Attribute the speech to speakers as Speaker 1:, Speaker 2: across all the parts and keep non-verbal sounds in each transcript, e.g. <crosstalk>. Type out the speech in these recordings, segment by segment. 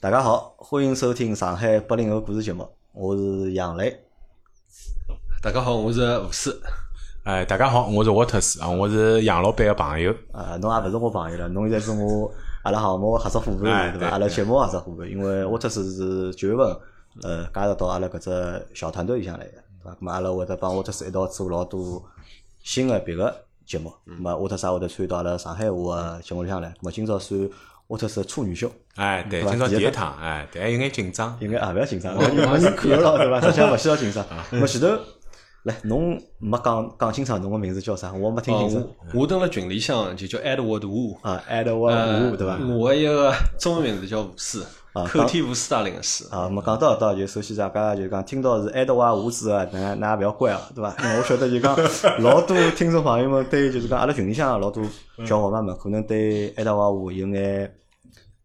Speaker 1: 大家好，欢迎收听上海八零后故事节目，我是杨磊。
Speaker 2: 大家好，我是吴师。
Speaker 3: 哎，大家好，我是沃特斯啊，我是杨老板个朋
Speaker 2: 呃
Speaker 3: 友。
Speaker 1: 啊，侬也勿是我朋友了，侬现在是我阿拉项目合作伙
Speaker 3: 哎
Speaker 1: 伴，对伐？
Speaker 3: 对
Speaker 1: 阿拉节目合作伙伴，因为沃特斯是九月份呃加入到阿拉搿只小团队里向来个，对伐？咾么阿拉会得帮沃特斯一道做老多新个别个节目，咾么沃特斯也会得参与到阿拉上海话个节目里向来。咾么今朝算沃特斯的处女秀，
Speaker 3: 哎，对，
Speaker 1: 对吧
Speaker 3: 今朝第
Speaker 1: 第一
Speaker 3: 一趟，哎，对，还有眼紧张。
Speaker 1: 应该啊也勿要紧张，
Speaker 2: 我
Speaker 1: 因为
Speaker 2: 我
Speaker 1: 侬
Speaker 2: 是
Speaker 1: 看得到对伐？实际上勿需要紧张。
Speaker 2: 啊
Speaker 1: 咾么前头来，侬没讲讲清爽侬个名字叫啥？我没听
Speaker 2: 哦，
Speaker 1: 清爽
Speaker 2: 我。我蹲辣群里向就
Speaker 3: 嗯
Speaker 2: 叫 Edward Wu，
Speaker 1: 啊，Edward
Speaker 2: 呃
Speaker 1: Wu 对伐？
Speaker 2: 我一个中文名字叫吴师
Speaker 1: 啊，
Speaker 2: 口天吴师大林个师。
Speaker 1: 啊，我们讲到到就首先大家就讲听到是爱德华五子啊，那那不要怪啊，
Speaker 2: <laughs>
Speaker 1: 对伐？因为我晓得就讲老多听众朋友们对就是讲阿拉群里向老多
Speaker 2: 嗯
Speaker 1: 小伙伴们可能对爱德华五有眼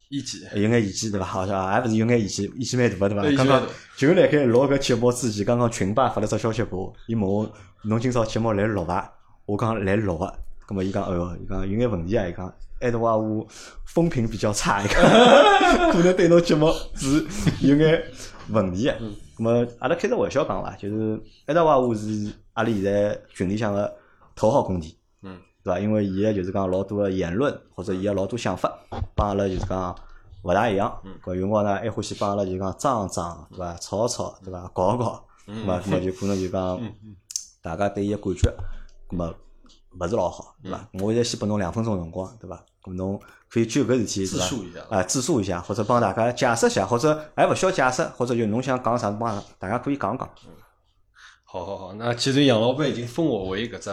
Speaker 2: 一级，
Speaker 1: 有眼意见对伐？好像也勿是有眼意见，意见蛮大的对
Speaker 2: 对
Speaker 1: 伐？刚
Speaker 2: 意见蛮
Speaker 1: 刚
Speaker 2: 大
Speaker 1: 就辣盖录搿节目之前，刚刚群霸发了只消息给我，伊问我侬今朝节目来录伐？我讲来录个，葛末伊讲哎哟，伊讲有眼问题啊，伊讲爱德华五风评比较差，伊讲 <laughs> 可能对侬节目是有眼问题个。葛末阿拉开只玩笑讲伐，就是爱德华五是阿拉现在群里向个头号公敌。对伐？因为伊个就是讲老多个言论或者伊个老多想法，帮阿拉就是讲勿大一样。
Speaker 2: 嗯
Speaker 1: 搿有辰光呢，还欢喜帮阿拉就是讲争争，对伐？吵吵，对伐？搞搞，
Speaker 2: 嗯
Speaker 1: 咁么
Speaker 3: 啊
Speaker 1: 咁么就可能就讲大家对伊个感觉，咁么勿是老好，对
Speaker 2: 嗯
Speaker 1: 伐？我现在先拨侬两分钟辰光，对伐？咁侬可以就搿事体，
Speaker 2: 自
Speaker 1: 对伐？
Speaker 2: 述一下。
Speaker 1: 啊，自述一下，或者帮大家解释一下，或者还勿需要解释，或者就侬想讲啥，帮大家可以讲讲。
Speaker 2: 好好好，那既然杨老板已经封我为搿只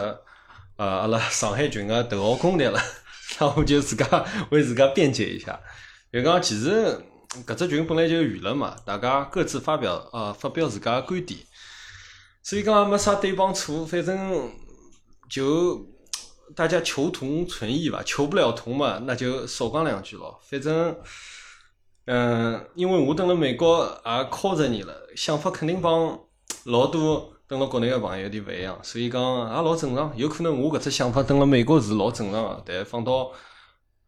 Speaker 2: 呃阿拉上海群个头号公敌了， <laughs> 那我就自家为自家辩解一下。就讲其实搿只群本来就是舆论嘛，大家各自发表呃发表自家个观点，所以讲也没啥对帮错，反正就大家求同存异吧，求不了同嘛，那就少讲两句咯，反正。嗯，因为我等了美国也靠着你了，想法肯定帮老多等了国内个朋友有点勿一样，所以讲也老正常。有可能我搿只想法等了美国是老正常个，但放到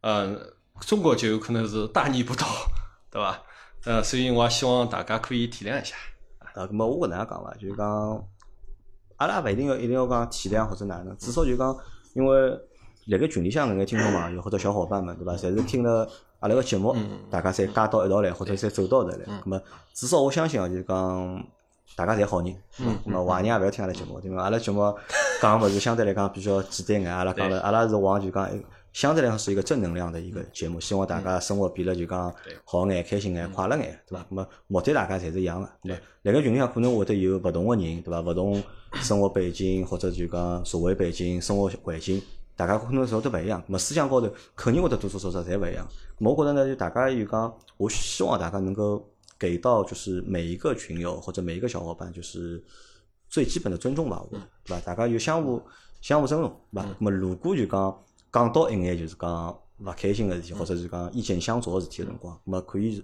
Speaker 2: 呃中国就有可能是大逆不道，对伐？呃，所以我也希望大家可以体谅一下。
Speaker 1: 啊，咁么我搿能样讲伐，就是讲，阿拉也勿一定要一定要讲体谅或者哪能，至少就讲，因为辣盖群里向搿眼听众朋友或者小伙伴们，对伐，侪是听了阿拉个节目，大家侪加到一道来，或者侪走到一道来，咁么至少我相信啊，就是讲。大家侪好人，咁么坏人也勿要听阿拉节目，因为阿拉节目讲物事相对来讲比较简单啊眼，阿拉讲了，阿拉是往就讲一个相对来讲是一个正能量的一个节目，希望大家生活变了就讲
Speaker 2: 对
Speaker 1: 好眼、开心眼、快乐眼，对伐？咁么目的大家侪是一样个，咁么辣盖群里向可能会得有勿同个人，对伐？勿同生活背景或者就讲社会背景、生活环境，大家可能侪会得勿一样，咁么思想高头肯定会得多多少少侪勿一样。咁我觉着呢，就大家就讲，我希望大家能够给到就是每一个群友或者每一个小伙伴，就是最基本的尊重吧，我
Speaker 3: 嗯
Speaker 1: 觉得对吧？大家有相互相互尊重，对吧？那么如果就讲讲到一眼就是讲勿开心个事
Speaker 3: 嗯
Speaker 1: 体，或者是讲意见相左个事体个辰光，那么可以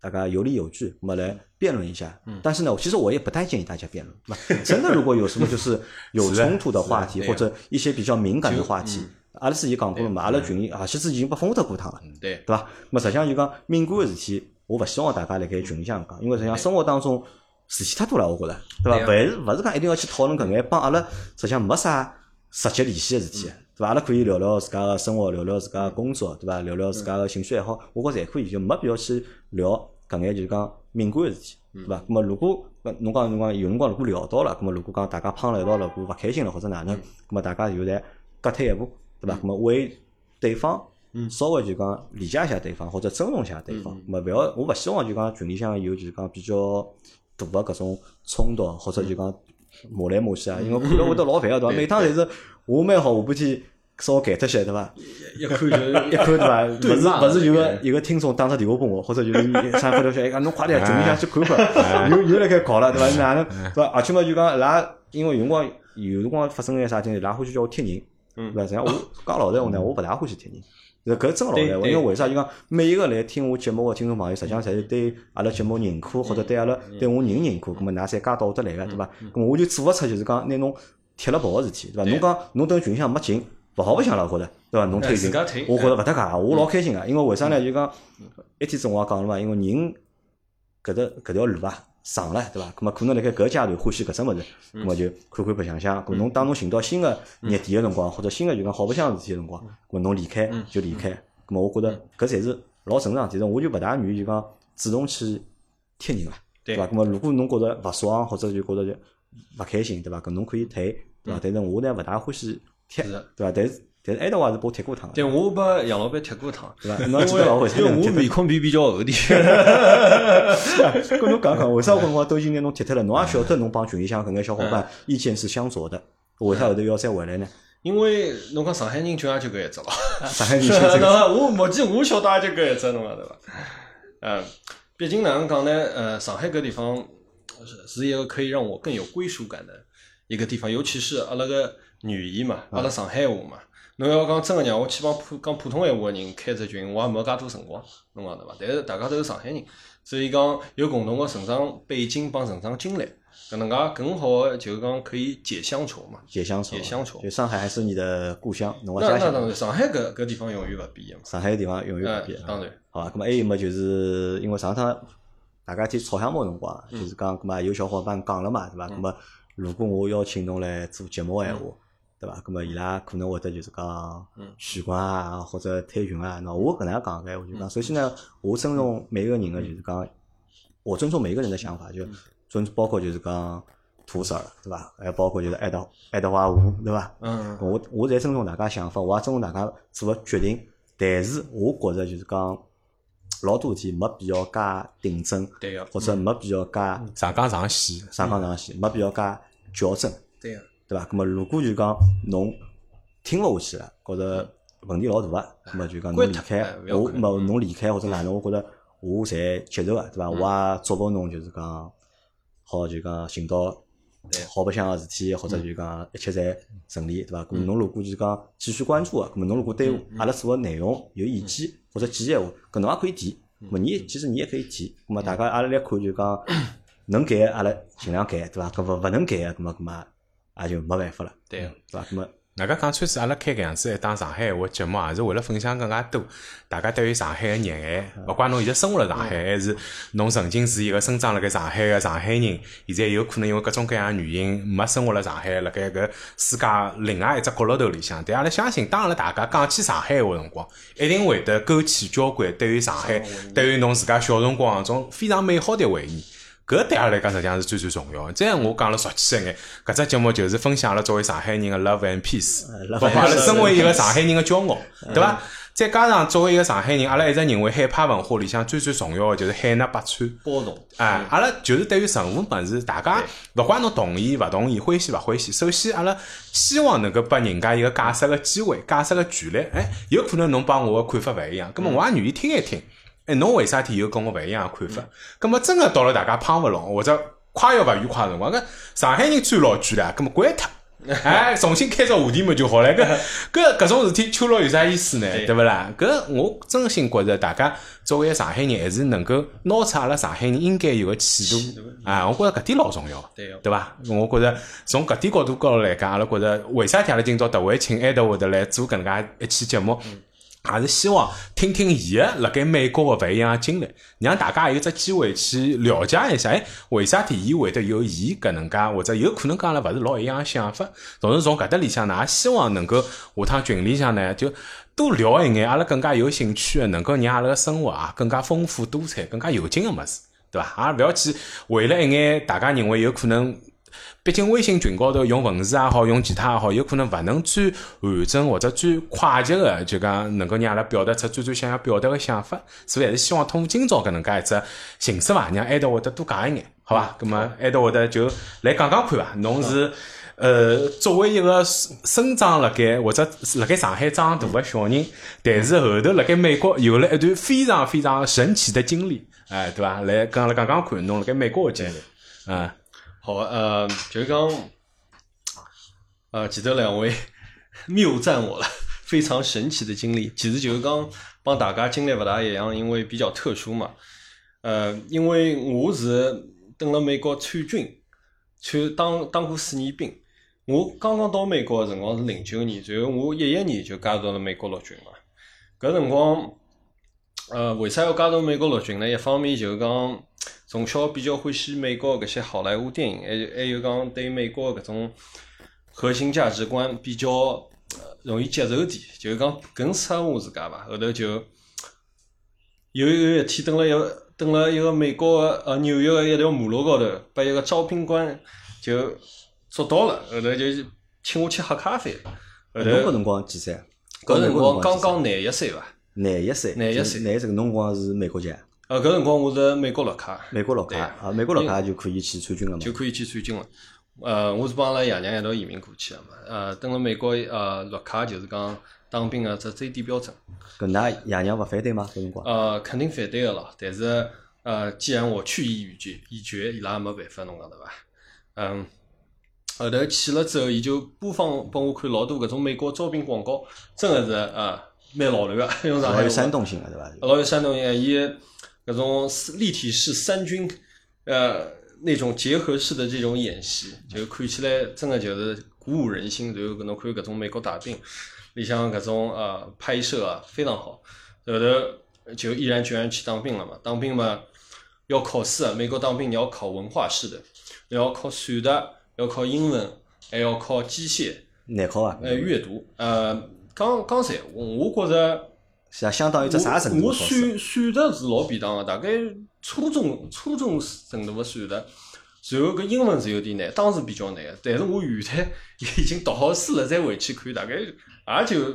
Speaker 1: 大家有理有据，那么
Speaker 3: 嗯
Speaker 1: 来辩论一下。但是呢，其实我也不太建议大家辩论，
Speaker 3: <laughs>
Speaker 1: 对吧真的如果有什么就是有
Speaker 3: 是的
Speaker 1: 冲突的话题
Speaker 2: 对啊
Speaker 1: 或者一些比较敏感的话题，
Speaker 3: 嗯
Speaker 1: 阿拉自己讲过了嘛，阿拉群里而且自己已经被封得过趟了。
Speaker 2: 对，
Speaker 1: 对伐？那么实际上就讲敏感个事体，我勿希望大家辣盖群里向讲，因为实际上生活当中事体太多了，我觉着，对伐？
Speaker 2: 对
Speaker 1: 勿是勿是讲一定要去讨论搿眼帮阿拉实际上没啥直接联系个事体，对伐？阿拉可以聊聊自家个生活，聊聊自家个工作，对伐？聊聊自家个兴趣爱好，我觉着侪可以，就没必要去聊搿眼就是讲敏感个事体，对伐？
Speaker 2: 嗯
Speaker 1: 那么如果搿侬讲侬讲有辰光如果聊到了，那么如果讲大家碰了一道了，如果勿开心了或者哪
Speaker 2: 嗯
Speaker 1: 能，那么大家就来各退一步，对伐？那么为对方
Speaker 2: 嗯
Speaker 1: 稍微就讲理解一下对方，或者尊重一下对方
Speaker 2: 嗯。
Speaker 1: 没勿要，我勿希望就讲群里向有就是讲比较大个搿种冲突，啊或者就讲骂来骂去啊，因为看了会得老烦个对伐？
Speaker 2: 对
Speaker 1: 每趟侪是我蛮好，下半天稍微改脱些对伐？
Speaker 2: 一看就
Speaker 1: 一看对伐？
Speaker 2: 对
Speaker 1: 勿是
Speaker 2: 骂
Speaker 1: 勿是有个
Speaker 2: 对
Speaker 1: 有个听众打只电话拨我，或者就是三发条消息，哎讲侬快点群里向去看
Speaker 2: <laughs>
Speaker 1: 看，又又辣盖搞了对伐？哪能对伐？而且嘛就讲伊哎拉因为有辰光有辰光发生眼啥事体，伊拉欢喜叫我贴人。
Speaker 2: 嗯
Speaker 1: 对伐？实际上我讲老实闲话呢，我勿大欢喜听人。搿搿真个老实闲话，
Speaker 2: 对
Speaker 1: 因为为啥？就讲每一个来听我节目个听众朋友，实际上侪是对阿拉节目认可，或者
Speaker 2: 嗯
Speaker 1: 对阿拉对我人认可，葛末㑚侪加到我得来个，对伐？葛末我就做勿出就是讲拿侬踢了跑个事体，对伐？
Speaker 2: 对
Speaker 1: 侬讲侬等群里向没劲，勿好白相了，我觉着，对伐？侬
Speaker 2: 哎嗯
Speaker 1: 推
Speaker 2: 自
Speaker 1: 进
Speaker 2: 家推，
Speaker 1: 我觉着勿搭界，我老开心啊个，因为为啥呢？就讲一天子我也讲了嘛，因为人搿搭搿条路啊长了，对伐？葛末可能辣盖搿阶段欢喜搿只物事，葛
Speaker 2: 嗯
Speaker 1: 末就看看白相相。葛末侬当侬寻到新个热点个辰光，或者新个就讲好白相个事体个辰光，
Speaker 2: 嗯
Speaker 1: 葛末侬离开就离开。葛末我觉着搿侪是老正常，但是我就勿大愿意就讲主动去贴人啊。
Speaker 2: 对
Speaker 1: 对伐？，咁么如果侬觉着勿爽，或者就觉着就勿开心，对伐？搿侬可以退，对伐？但是我呢勿大欢喜踢，
Speaker 2: 嗯是
Speaker 1: 对伐？
Speaker 2: 的
Speaker 1: 但是但是埃头我也是拨踢过趟的，
Speaker 2: 但我把杨老板踢过一趟，
Speaker 1: 对伐？侬记得老为啥
Speaker 2: 因为
Speaker 1: 能
Speaker 2: 我
Speaker 1: 踢
Speaker 2: 面孔皮比较厚
Speaker 1: <laughs>
Speaker 2: 点。
Speaker 1: 脱？ <laughs> 跟侬讲讲，为啥我辰光都已经拿侬踢脱了？侬也晓得侬帮群里向搿眼小伙
Speaker 2: 嗯
Speaker 1: 伴意见是相左的，为啥后头要再回来呢？
Speaker 2: 因为侬讲上海人就也就搿一只咯，
Speaker 1: 上
Speaker 2: <laughs>
Speaker 1: 海女生这
Speaker 2: 对
Speaker 1: 个，
Speaker 2: 伐？我目前我晓得也就搿一只侬讲对伐？呃，毕竟哪能讲呢？呃，上海搿地方是是一个可以让我更有归属感的一个地方，尤其是阿拉个语言嘛，
Speaker 1: 啊
Speaker 2: 阿拉上海话嘛。侬要讲真个让我去帮普讲普通闲话个人开只群，我也没介多辰光，侬讲对伐？但是大家都是上海人，所以讲有共同个成长背景帮成长经历，搿能介更好个就是讲可以解乡愁嘛。
Speaker 1: 也相处，
Speaker 2: 也相处
Speaker 1: 就上海还是你的故乡，侬个
Speaker 2: 那
Speaker 1: 家
Speaker 2: 那当
Speaker 1: 乡。
Speaker 2: 然，上海搿搿地方永远勿变个嘛。
Speaker 1: 上海地方永远
Speaker 2: 哎
Speaker 1: 不变，啊
Speaker 2: 当然，
Speaker 1: 好吧，咁么还有么？就是因为上趟大家一天吵相骂个辰光，就是讲，咁么有小伙伴讲了嘛，对伐？咁么如果我邀请侬来做节目个闲话，对伐？咁么伊拉可能会得就是讲
Speaker 2: 嗯
Speaker 1: 取关啊，或者退群啊。喏，我搿能样讲个，我就讲，首先呢，我尊重每一个人个，就是讲，我尊重每一个人的想法，就尊包括就是讲土色儿，对伐？还包括就是爱德爱德华吴，对伐？
Speaker 2: 嗯，
Speaker 1: 我我侪尊重大家想法，我也尊重大家做个决定，但是我觉着就是讲，老多事体没必要加定争，
Speaker 2: 对个，
Speaker 1: 或者没必要加
Speaker 3: 上纲上线，
Speaker 1: 上纲上线，没必要加较真，
Speaker 2: 对个，
Speaker 1: 对伐？咁么如果就讲侬听勿下去了，觉着问题老大个，咁么就讲侬
Speaker 2: 关
Speaker 1: 离
Speaker 2: 脱
Speaker 1: 开
Speaker 2: 哎勿，要
Speaker 1: 我
Speaker 2: 管
Speaker 1: 么侬离开或者哪能，我觉着我侪接受个，对伐？我也祝福侬就是讲，好就讲寻到
Speaker 2: 对
Speaker 1: 哎好白相个事体，或者
Speaker 2: 嗯
Speaker 1: 就讲一切侪顺利，对伐？咁侬如果就是讲继续关注个，啊咁么侬如果对
Speaker 2: 嗯
Speaker 1: 阿拉做个内容有意见或者建议个话，搿侬也可以提。
Speaker 2: 嗯
Speaker 1: 咁么你其实你也可以提，咁么大家阿拉来看就讲
Speaker 2: <coughs>
Speaker 1: 能改个阿拉尽量改，对伐？搿勿勿能改个，咁么咁么也就没办法了，
Speaker 2: 对个，
Speaker 1: 对伐？咁么
Speaker 3: 外加讲穿是阿拉开搿样子一档上海闲话节目，也是为了分享更加多大家对于上海个热爱。勿怪侬现在生活辣上海，还是侬曾经是一个生长辣盖上海个上海人，现在有可能因为各种各样的原因没生活辣上海，辣盖搿世界另外一只角落头里向。但阿拉相信，当阿拉大家讲起上海闲话辰光，一定会得勾起交关对于上海
Speaker 2: 上海回忆、
Speaker 3: 对于侬自家小辰光搿种非常美好的回忆。搿对阿拉来讲，实际上是最最重要的。再我讲了俗气一眼，搿只节目就是分享了作为上海人的 love and peace，
Speaker 1: 呃 love
Speaker 3: 包括阿拉
Speaker 2: and peace
Speaker 3: 身为一个上海人的骄傲，对伐？再加上作为一个上海人，阿拉一直认为海派文化里向最最重要的就是海纳百川。
Speaker 2: 包容，
Speaker 3: 哎，阿拉就是对于任何物事，大家勿管侬同意勿同意，欢喜勿欢喜，首先阿拉希望能够拨人家一个解释个机会，解释个权利。哎，有可能侬帮我个看法勿一样，葛么我也愿意听一听。哎，侬为啥体有跟我勿一样个看法？葛么真个到了大家胖勿拢或者快要勿愉快个辰光，搿上海人最老句了，葛么关脱。 <laughs> 哎，重新开只话题嘛就好了。搿搿搿种事体秋老有啥意思呢？
Speaker 2: 对
Speaker 3: 对勿啦？搿我真心觉着，大家作为上海人，还是能够拿出阿拉上海人应该有个气
Speaker 2: 气
Speaker 3: 度
Speaker 2: 度
Speaker 3: 啊！我觉着搿点老重要，
Speaker 2: 嗯对个，
Speaker 3: 对伐？我觉着从搿点角度高头来讲，阿拉觉着为啥体阿拉今朝特为请埃德会得来做搿能介一期节目？也是希望听听伊个辣盖美国个勿一样个经历，让大家有只机会去了解一下，哎，为啥体伊会得有伊搿能介，或者有可能讲了勿是老一样个想法。同时从搿搭里向呢，也希望能够下趟群里向呢，就多聊一眼阿拉更加有兴趣个，能够让阿拉个生活啊更加丰富多彩、更加有劲个物事，对伐？也勿要去为了一眼大家认为有可能。毕竟微信群高头用文字也好，用其他也好，有可能勿能最完整或者最快捷个，就讲能够让阿拉表达出最最想要表达个想法。所以还是希望通过今朝搿能介一只形式伐，让埃德会得多讲一眼，好伐？咁么埃德会得就来讲讲看伐？侬是呃作为一个生生长辣盖或者是辣盖上海长大个小人，但是后头辣盖美国有了一段非常非常神奇的经历，哎，对伐？来跟阿拉讲讲看，侬辣盖美国个经历，嗯。
Speaker 2: 好，呃，就是讲，呃，其实两位 <laughs> 谬赞我了， <laughs> 非常神奇的经历。其实就是讲帮大家经历勿大一样，因为比较特殊嘛。呃，因为我是蹲辣美国参军，参当当过四年兵，我刚刚到美国个辰光是零九年，然后我一一年就加入了美国陆军嘛。搿辰光，呃，为啥要加入美国陆军呢？一方面就是讲从小比较欢喜美国搿些好莱坞电影，还有还有讲对美国搿种核心价值观比较呃容易接受点，就是讲更适合我自家吧。后头就有有一天蹲了一个蹲了一个美国个呃纽约个一条马路高头，被一个招聘官就捉到了，后头就请我去喝咖啡。后
Speaker 1: 侬
Speaker 2: 头
Speaker 1: 搿辰光几岁？啊
Speaker 2: 搿辰光刚
Speaker 1: 几岁
Speaker 2: 刚廿一岁伐？
Speaker 1: 廿一岁，
Speaker 2: 廿一
Speaker 1: 就是
Speaker 2: 岁
Speaker 1: 廿一岁搿辰光是美国籍，啊
Speaker 2: 呃，搿辰光我是美国绿卡，
Speaker 1: 美国老
Speaker 2: 对
Speaker 1: 卡啊，美国老卡就可以去参军了嘛
Speaker 2: 就。可以去参军了。呃，我是帮阿拉爷娘一道移民过去的嘛。呃，等了美国呃绿卡就是讲当兵个只最低标准。
Speaker 1: 搿㑚爷娘勿反对吗？搿辰光
Speaker 2: 呃，肯定反对个咯。但是呃，既然我去意已决，已决，伊拉也没办法，侬讲对伐？嗯，后头去了之后，伊就播放拨我看老多搿种美国招聘广告，真个是呃蛮老卵个， <laughs> 用上
Speaker 1: 老
Speaker 2: 海
Speaker 1: 有
Speaker 2: 话
Speaker 1: 煽动性个对伐？
Speaker 2: 老有山东人，伊搿种立体式三军，呃，那种结合式的这种演戏，就看起来真的就是鼓舞人心。然后搿侬看搿种美国大兵，里向搿种呃拍摄啊非常好，后头就毅然决然去当兵了嘛。当兵嘛要考试啊，美国当兵你要考文化式的，你要考算术，要考英文，还要考机械，
Speaker 1: 难考啊，
Speaker 2: 呃，阅读，呃，刚刚才我我觉着。
Speaker 1: 像相当于只啥程度
Speaker 2: 我
Speaker 1: 的
Speaker 2: 我
Speaker 1: 考试？
Speaker 2: 算算术是老便当个，大概初中初中程度个算术，然后搿英文是有点难，当时比较难。但是我原来已经读好书了，再回去看，大概也就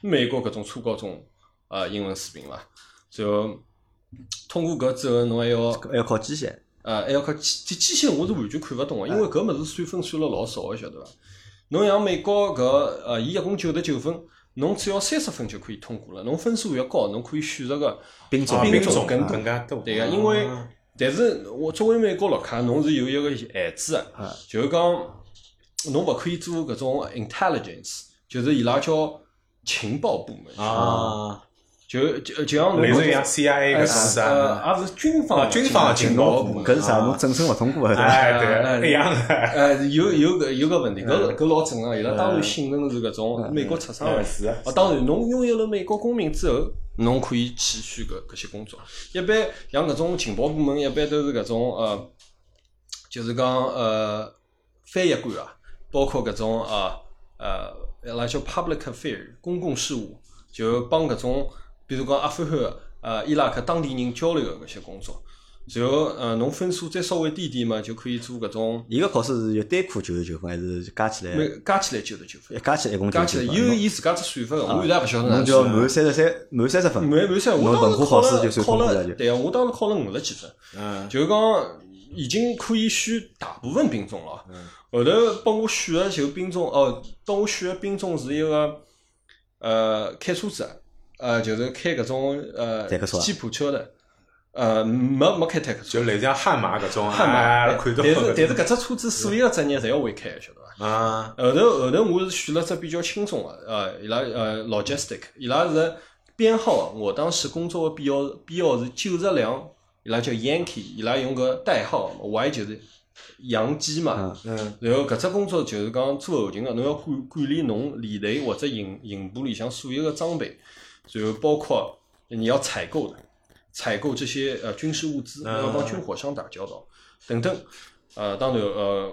Speaker 2: 美国搿种初高中呃英文水平伐。然后通过搿之后，侬还要
Speaker 1: 还要考机械，
Speaker 2: 呃，还要靠机机器械，我是完全看勿懂个，因为搿物事算分算了老少个，晓得伐？侬像美国搿呃，伊一共九十九分，侬只要三十分就可以通过了。侬分数越高，侬可以选择个
Speaker 1: 兵种
Speaker 3: 啊
Speaker 2: 兵种
Speaker 3: 种
Speaker 2: 更多
Speaker 3: 更加多，
Speaker 2: 对个，因为
Speaker 3: 啊
Speaker 2: 但是我作为美国绿卡，侬是有一个限制个
Speaker 1: 啊，
Speaker 2: 就是讲侬勿可以做搿种 intelligence，就是伊拉叫情报部门，
Speaker 3: 啊，
Speaker 2: 就就就像侬
Speaker 3: 类似于像 CIA 个事啊，
Speaker 2: 呃呃，也是军方
Speaker 3: 啊军方的
Speaker 2: 情
Speaker 3: 情报
Speaker 2: 报
Speaker 3: 部
Speaker 2: 部门
Speaker 3: 门
Speaker 1: 搿。是啥？
Speaker 3: 啊
Speaker 1: 侬政审勿通过对伐？
Speaker 3: <laughs> 哎
Speaker 2: 啊
Speaker 3: 对，一样的，
Speaker 2: 呃，有有搿有搿问题，搿搿老正常。伊拉当然信任是搿种美国出生
Speaker 3: 哎
Speaker 2: 的。
Speaker 3: 是 <laughs>
Speaker 2: 哦，当然，侬拥有了美国公民之后，侬可以去选搿搿些工作。一般像搿种情报部门，一般都是搿种呃，就是讲呃翻译官啊，包括搿种啊呃，伊拉叫 public affair 公共事务，就帮搿种比如讲阿富汗呃伊拉克当地人交流的搿些工作。然后呃，侬分数再稍微低点嘛，就可以做搿种
Speaker 1: 伊个考试是有单科九十九分，还是加起来
Speaker 2: 每加起来九十九分
Speaker 1: 一，加起来一共
Speaker 2: 加
Speaker 1: 九
Speaker 2: 起来
Speaker 1: 十九
Speaker 2: 有
Speaker 1: 分？
Speaker 2: 伊自家只算法个，我现在勿晓得哪
Speaker 1: 侬
Speaker 2: 能
Speaker 1: 就要
Speaker 2: 算。
Speaker 1: 满三十三，满三十分。
Speaker 2: 啊没没算，我
Speaker 1: 侬
Speaker 2: 当
Speaker 1: 文
Speaker 2: 时
Speaker 1: 化
Speaker 2: 考
Speaker 1: 考试就
Speaker 2: 了
Speaker 1: 算
Speaker 2: 考
Speaker 1: 通过
Speaker 2: 了
Speaker 1: 了，就。
Speaker 2: 对啊，我当时考了五十几分，
Speaker 3: 嗯，
Speaker 2: 就是讲已经可以选大部分兵种了。后头帮我选的就兵种，哦，帮我选的兵种是一个呃开车子的，呃就是开搿种呃
Speaker 1: 坦克车啊
Speaker 2: 吉普车的，呃没没开坦克车，
Speaker 3: 就类似像悍马搿种，
Speaker 2: 悍马呃但
Speaker 3: 哎看
Speaker 2: 是
Speaker 3: 到
Speaker 2: 但是
Speaker 3: 搿种
Speaker 2: 搿只车子所有的职业侪要会开的，晓得伐？
Speaker 3: 啊，
Speaker 2: 后头后头我是选了只比较轻松的，呃，伊拉呃 logistic，伊拉是编号啊。我当时工作的编号编号是九十辆，伊拉叫 Yankee，伊拉用个代号嘛，Y 就是洋基嘛。
Speaker 3: 嗯，
Speaker 2: 然后搿只工作就是讲做后勤个，侬要管管理侬连队或者营营部里向所有个装备，然后包括你要采购的，采购这些呃军事物资，
Speaker 3: 嗯
Speaker 2: 要帮军火商打交道等等。呃，当然呃，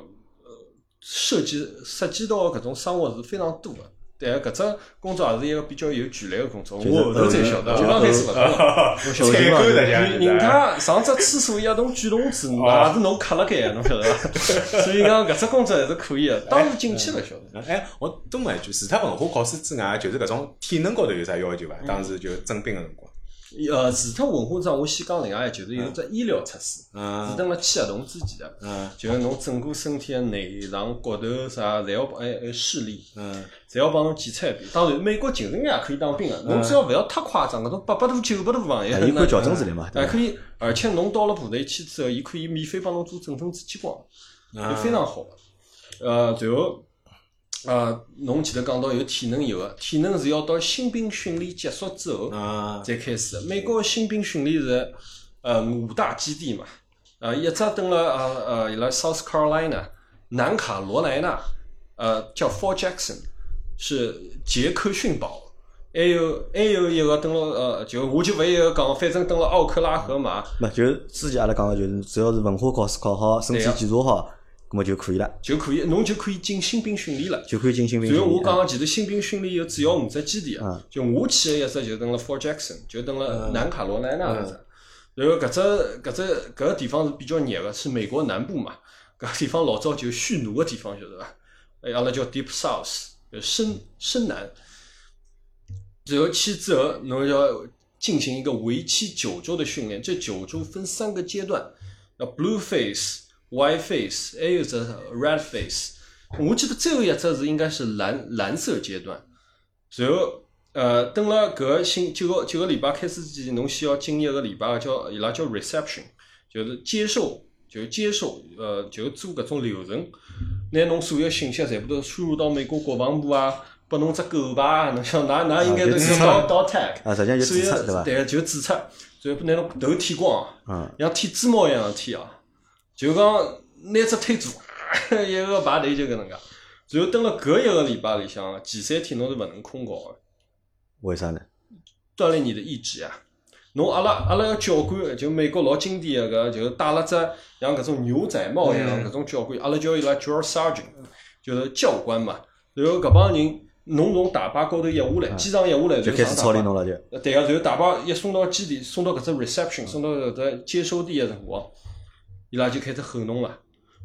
Speaker 2: 涉及涉及到搿种生活是非常多个。但搿只工作也是一个比较有权力个工作，
Speaker 1: 就是
Speaker 2: 我后头才晓得，
Speaker 1: 呃
Speaker 2: 我刚开始勿晓得。
Speaker 1: 小
Speaker 3: 采购的家
Speaker 2: 人人家上只厕所要侬举笼子，
Speaker 3: 哦
Speaker 2: 也是侬卡辣盖啊的，侬晓得伐？所以讲搿只工作还是可以的。当时进去勿晓得，
Speaker 3: 哎，我多问一句，除脱文化考试之外，就是搿种体能高头有啥要求伐？当时就征兵个辰光，
Speaker 2: 呃，除脱文化上，我先讲另外一个，就是有只医疗测试，是
Speaker 3: 嗯
Speaker 2: 等辣签合同之前的，
Speaker 3: 嗯
Speaker 2: 就是侬整个身体的内脏、骨头啥，侪要帮还还有视力，
Speaker 3: 嗯，
Speaker 2: 侪要帮侬检测一遍。当然，美国求人也可以当兵个，侬只要勿要太夸张，搿种八百度、九百度防疫，
Speaker 1: 啊伊
Speaker 2: 哎那哎
Speaker 1: 看矫正视力嘛，对
Speaker 2: 还
Speaker 1: 伐？
Speaker 2: 可以，而且侬到了部队去之后，伊可以免费帮侬做正分子激光，
Speaker 3: 啊
Speaker 2: 就非常好。呃，然后，呃，侬前头讲到有体能有个，体能是要到新兵训练结束之后
Speaker 3: 啊
Speaker 2: 再开始的。美国的新兵训练是呃五大基地嘛，呃，一只蹲了呃呃伊拉 South Carolina 南卡罗来纳，呃，叫 Four Jackson，是杰克逊堡。还有还有一个登了呃，就我就勿一个讲，反正登了奥克拉荷马，
Speaker 1: 那就是之前阿拉讲个，就是只要是文化考试考好，身体
Speaker 2: 对啊
Speaker 1: 检查好，咁么就可以了，
Speaker 2: 就可以，侬就可以进新兵训练了。
Speaker 1: 就可以进新兵训
Speaker 2: 然
Speaker 1: 练。
Speaker 2: 后我讲，其实新兵训练有主要五只基地啊，就我去的一只就等了 Fort Jackson，就等了南卡罗来纳搿只。然后搿只搿只搿个地方是比较热个，是美国南部嘛。搿个地方老早就蓄奴个地方，晓得伐？哎，阿拉叫 Deep South，就深深南。然后去之后，侬要进行一个为期九周的训练，这九周分三个阶段，要 Blue Face、White Face，还有一只 Red Face。我记得最后一只是应该是蓝蓝色阶段，然后呃，等了搿个星九个九个礼拜开始之前，侬先要经历一个礼拜个叫伊拉叫 reception，就是接受，就是接受，呃，就是做搿种流程，拿侬所有信息全部都输入到美国国防部啊，拨侬只狗牌啊，侬想㑚㑚应该
Speaker 1: 就
Speaker 2: 都
Speaker 1: 注
Speaker 2: 是
Speaker 1: 册
Speaker 2: 到到 tag，
Speaker 1: 啊，实际上就
Speaker 2: 所
Speaker 1: 注
Speaker 2: 以
Speaker 1: 册对伐？
Speaker 2: 对，就注册，然后拿侬头剃光啊。
Speaker 1: 嗯，
Speaker 2: 像剃猪毛一样剃啊，就讲拿只推子 <laughs> 一个排队就搿能介。然后蹲了搿一个礼拜里向，啊前三天侬是勿能困觉个，
Speaker 1: 为啥呢？
Speaker 2: 锻炼你的意志啊。侬阿拉阿拉个教官，就美国老经典个搿，就是戴了只像搿种牛仔帽一样
Speaker 3: 嗯
Speaker 2: 搿种教官，阿拉叫伊拉 drill sergeant，就是教官嘛。然后搿帮人，侬从大巴高头一下来，机场一下来，
Speaker 1: 嗯就开始操练侬了，就
Speaker 2: 呃对个，然后大巴一送到基地，送到搿只 reception，送到搿只接收地个辰光，伊拉就开始吼侬了。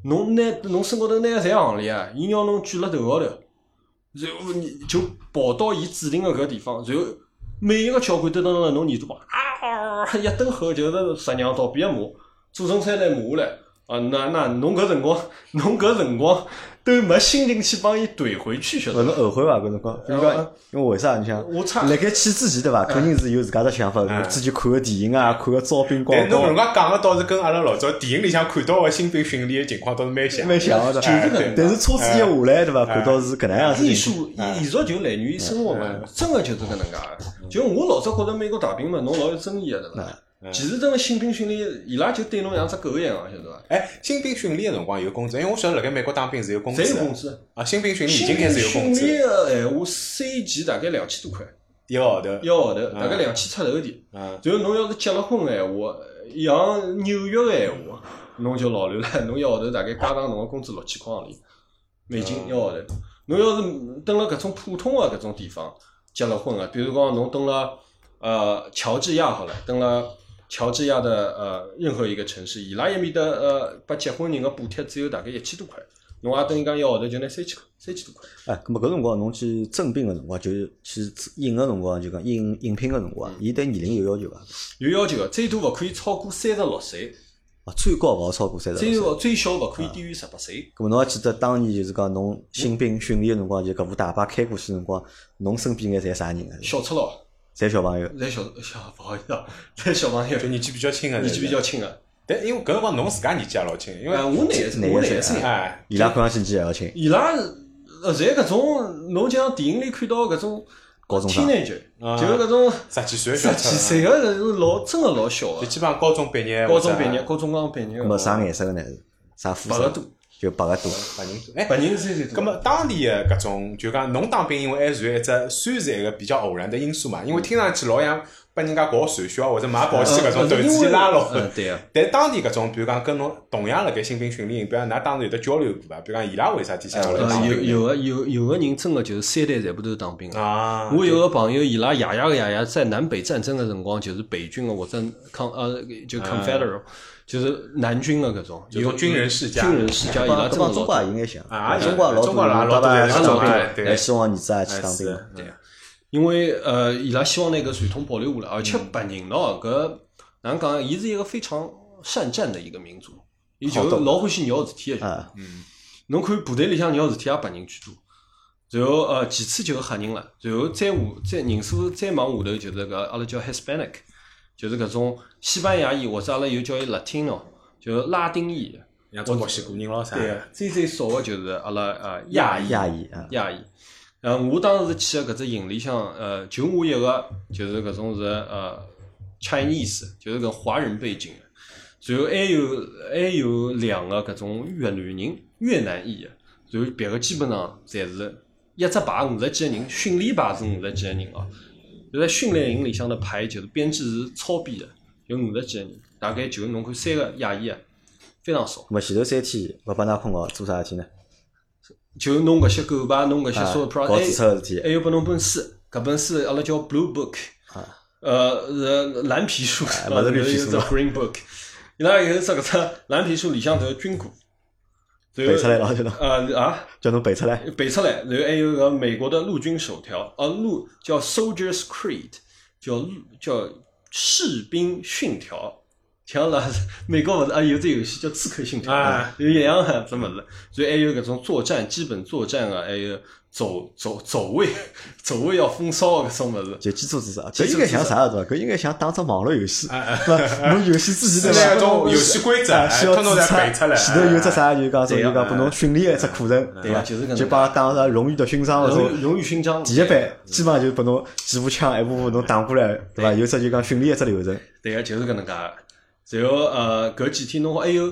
Speaker 2: 侬拿侬身高头拿个侪行李啊，伊要侬举辣头高头，然后你就跑到伊指定个搿地方，然后每一个教官都蹲辣侬耳朵旁啊，一顿吼就是十娘倒闭个骂，做成山来骂下来。啊，那那侬搿辰光，侬搿辰光都没心情去帮伊怼回去，晓得
Speaker 1: 呃，
Speaker 2: 伐
Speaker 1: 侬？后悔伐？搿辰光，因为
Speaker 2: 啊
Speaker 1: 因为为啥？你想，
Speaker 2: 我差
Speaker 1: <laughs> 辣盖去之前对伐？肯定是有自家的想法，之前看个电影啊，看个招兵广
Speaker 3: 但侬
Speaker 1: 告
Speaker 3: 人，呃家讲个倒是跟阿拉老早电影里向看到个新兵训练个情况倒是蛮像。
Speaker 1: 蛮像个哎对
Speaker 3: 就是搿
Speaker 1: 伐
Speaker 3: 能？
Speaker 1: 但是车子一下来对伐？看到是搿能
Speaker 3: 啊
Speaker 1: 样子
Speaker 2: 艺
Speaker 1: 情况，
Speaker 2: 术艺艺术就来源于生活嘛，真个就是搿能介个。
Speaker 3: 嗯
Speaker 2: 就我老早觉着美国大兵嘛，侬老有争议个对伐？
Speaker 3: 嗯
Speaker 2: 其实真个新兵训练，伊拉就对侬像只狗一样个，晓得伐？
Speaker 3: 哎，新兵训练个辰光有工资，因为我晓得辣盖美国当兵是有工资
Speaker 2: 侪有工
Speaker 3: 的
Speaker 2: 资。
Speaker 3: 啊。新兵训练已
Speaker 2: 新
Speaker 3: 经开
Speaker 2: 兵
Speaker 3: 始有嗯工
Speaker 2: 训
Speaker 3: 资，
Speaker 2: 练个闲话，三期大概两千多块
Speaker 3: 一个号头。
Speaker 2: 一个号头，大概两千出头点。
Speaker 3: 嗯，
Speaker 2: 然后侬要是结了婚个闲话，像纽约个闲话，侬就老流了，侬一个号头大概加上侬个工资六千块行钿，美金一个号头。侬要是蹲了搿种普通个搿种地方结了婚个，比如讲侬蹲了呃乔治亚好了，蹲了乔治亚的呃任何一个城市，伊拉埃面搭呃拨结婚人个补贴只有大概一千多块，侬也等于讲一个号头就拿三千块，三千多块。
Speaker 1: 哎，咁么搿辰光侬去征兵个辰光，就是去应个辰光，就讲应应聘个辰光，伊对年龄有要求啊伐？
Speaker 2: 有要求个，最多勿可以超过三十六岁，
Speaker 1: 啊，最高勿好超过三十
Speaker 2: 最
Speaker 1: 六岁。
Speaker 2: 少最小勿可以低于十八岁。
Speaker 1: 咁么侬还记得当年就是讲侬新兵训练个辰光，就搿部大巴开过去个辰光，侬身边眼侪啥人啊？
Speaker 2: 小赤佬，
Speaker 1: 侪小朋友。
Speaker 2: 来小 <laughs> 小不好意思，啊， <laughs> 来小朋友
Speaker 3: 就年纪比较轻个，
Speaker 2: 年纪比较，轻个，
Speaker 3: 但因为搿辰光侬自家年纪也老轻，因为
Speaker 2: 哎，我那也是，
Speaker 1: 哪一
Speaker 2: 我那
Speaker 1: 岁
Speaker 2: 也是，
Speaker 3: 哎，
Speaker 1: 伊拉看上去年纪还要轻，
Speaker 2: 伊拉呃侪搿种，侬就像电影里看到搿种
Speaker 1: 高中生
Speaker 2: teenager，
Speaker 3: 啊
Speaker 2: 就是搿种
Speaker 3: 十几岁
Speaker 2: 十
Speaker 3: 小啊
Speaker 2: 几 <laughs>
Speaker 3: 车，
Speaker 2: 岁个是老真个老小
Speaker 3: 就
Speaker 2: 个，
Speaker 3: 基本上高中毕业，
Speaker 2: 高中毕业，高中刚毕业
Speaker 1: 咁
Speaker 2: 的，
Speaker 1: 么啥颜色个呢？啥肤
Speaker 2: 嗯白
Speaker 1: 色
Speaker 2: 个？多，
Speaker 1: 就白个多。
Speaker 3: 白人多。哎，
Speaker 2: 白人三岁
Speaker 3: 咁么当地的搿种就讲侬当兵，因为还属于一只算是一个比较偶然的因素嘛，因为听上去老像拨人家搞传销或者买保
Speaker 2: 呃
Speaker 3: 险搿种投资一拉
Speaker 2: 牢，
Speaker 3: 拢。
Speaker 2: 嗯
Speaker 3: <laughs>
Speaker 2: 对啊，
Speaker 3: 但当地搿种，比如讲跟侬同样辣盖新兵训练营，比如讲㑚当时有得交流过伐？比如讲伊拉为啥体想要来
Speaker 2: 呃
Speaker 3: 当
Speaker 2: 有
Speaker 3: 兵？
Speaker 2: 有个有有个人真个就是三代全部都是当兵个。
Speaker 3: 啊，
Speaker 2: 我有个朋友，伊拉爷爷个爷爷在南北战争的辰光，就是北军个或者抗呃就 Confederate，、就是南军个搿种，
Speaker 3: 啊有种军人世家
Speaker 2: 军人世家，伊拉
Speaker 1: 搿
Speaker 2: 真个
Speaker 1: 帮
Speaker 2: 老
Speaker 1: 中国也有眼像
Speaker 3: 啊，
Speaker 1: 中国也老
Speaker 3: 中国也
Speaker 1: 人
Speaker 3: 老
Speaker 1: 爸
Speaker 3: 多
Speaker 1: 爸
Speaker 3: 人
Speaker 1: 也
Speaker 3: 去
Speaker 1: 去
Speaker 2: 当
Speaker 1: 当
Speaker 2: 兵
Speaker 1: 兵，
Speaker 3: 对
Speaker 1: 也哎希望儿子也
Speaker 3: 哎
Speaker 1: 去当兵。
Speaker 3: 嗯
Speaker 2: 对啊，因为呃，伊拉希望拿搿传统保留下来，而且
Speaker 1: 嗯
Speaker 2: 白人喏，搿哪能讲？伊是一个非常善战的一个民族，伊就
Speaker 1: 好动
Speaker 2: 老欢喜鸟事体的。
Speaker 1: 啊，
Speaker 2: 侬看部队里向鸟事体也白人居多，然后呃，其次就是黑人了，然后再下再人数再往下头就是搿阿拉叫 Hispanic，就是搿种西班牙裔或者阿拉又叫伊 Latino，就是拉丁裔。
Speaker 3: 像中国西古人咯啥？
Speaker 2: 对，最最少的就是阿拉呃
Speaker 3: 亚
Speaker 2: 亚
Speaker 1: 亚
Speaker 2: 裔
Speaker 1: 裔啊，
Speaker 2: 亚裔。呃，我当时去的搿只营里向，呃，就我一个就是搿种是呃 Chinese，就是搿华人背景的，然后还有还有两个搿种越南人，越南裔的，然后别个基本上侪是一只排五十几个人，训练排是五十几个人哦。就在训练营里向的排就是编制是超编的，有五十几个人，大概就侬看三个亚裔啊，非常少。
Speaker 1: 那么前头三天勿帮㑚困觉，做啥事体呢？
Speaker 2: 就弄搿些狗牌，弄搿些
Speaker 1: 啊
Speaker 2: 所有 product，
Speaker 1: 搞注册事
Speaker 2: 还
Speaker 1: 体，
Speaker 2: 有拨侬本书，搿本书阿拉叫 Blue Book，
Speaker 1: 啊
Speaker 2: 呃是蓝皮书，
Speaker 1: 哎勿是绿皮书
Speaker 2: 有一种 Green Book，伊拉有一只搿只蓝皮书里向头有军鼓，
Speaker 1: 背
Speaker 2: 背
Speaker 1: 出来了就侬
Speaker 2: 呃啊
Speaker 1: 叫侬背出来。
Speaker 2: 背出来，然后还哎有个美国的陆军手条，呃陆叫 Soldiers Creed，叫陆叫士兵训条。像啦，美国勿是啊有只游戏叫《刺客信条》
Speaker 3: 啊，
Speaker 2: 有一样啊，真物事。所以还有搿种作战、基本作战啊，还有走走走位、 <laughs> 走位要风骚啊搿种物事。
Speaker 1: 就基础知识，
Speaker 2: 基
Speaker 1: 搿
Speaker 2: 础
Speaker 1: 应该像
Speaker 2: 知识
Speaker 1: 啥对伐？搿应该像打只网络游戏，对伐？侬游戏之前对
Speaker 3: 哎是
Speaker 1: 伐？
Speaker 3: 那种游戏规则，
Speaker 1: 啊，
Speaker 3: 哎
Speaker 1: 需要
Speaker 3: 通通
Speaker 1: 注
Speaker 3: 侪背出
Speaker 1: 册，
Speaker 3: 来。哎
Speaker 1: 前头有只啥就讲说
Speaker 2: 对呀
Speaker 1: 就讲拨侬训练一只课程，
Speaker 2: 对呀啊
Speaker 1: 伐？
Speaker 2: 就是搿能
Speaker 1: 就帮打啥荣誉的勋章或者
Speaker 2: 荣荣誉勋章，
Speaker 1: 第一班，基本上就是拨侬几步枪一步步侬打过来，对伐？有只就讲训练一只流程，
Speaker 2: 对个，就是搿能介个。然后呃，搿几天侬还有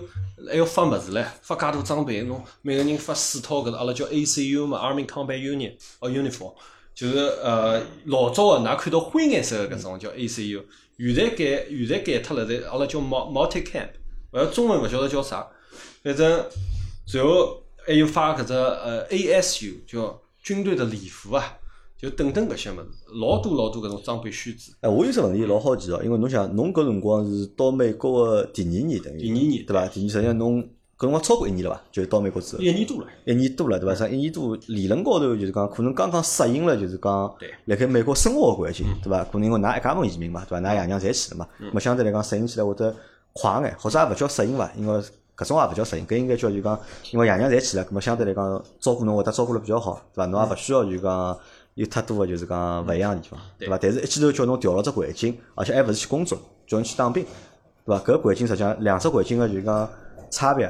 Speaker 2: 还要发物事唻，发介多装备，侬每个人发四套搿个，阿拉叫 ACU 嘛，Army Combat Unit 哦 uniform，就是呃老早个，㑚看到灰颜色个搿种叫 ACU，现在改现在改脱了，侪阿拉叫 mul- multi camp，勿要中文勿晓得叫啥，反正然后还有发搿只呃 ASU 叫军队的礼服啊，就等等搿些物事，老多老多搿种装备须知。
Speaker 1: 哎，我有只问题老好奇哦，因为侬想，侬搿辰光是到美国个第二年，等于
Speaker 2: 第二年
Speaker 1: 对伐？第二年实际上侬搿辰光超过一年了伐？就是到美国之后
Speaker 2: 一年多了。
Speaker 1: 一年多了，对伐？实际上一年多理论高头就是讲，可能刚刚适应了，就是讲
Speaker 2: 对，
Speaker 1: 辣盖美国生活个环境，对伐？可能因为㑚一家门移民嘛，对伐？㑚爷娘侪去了嘛，咾么相对来讲适应起来会得快眼，或者也勿叫适应伐？因为搿种也勿叫适应，搿应该叫就讲，因为爷娘侪去了，咾么相对来讲照顾侬会得照顾了比较好，对伐？侬也勿需要就讲。有太多个就是讲勿一样个地方，对伐？但是一记头叫侬调了只环境，而且还勿是去工作，叫侬去当兵，对伐？搿环境实际上两只环境个就是讲差别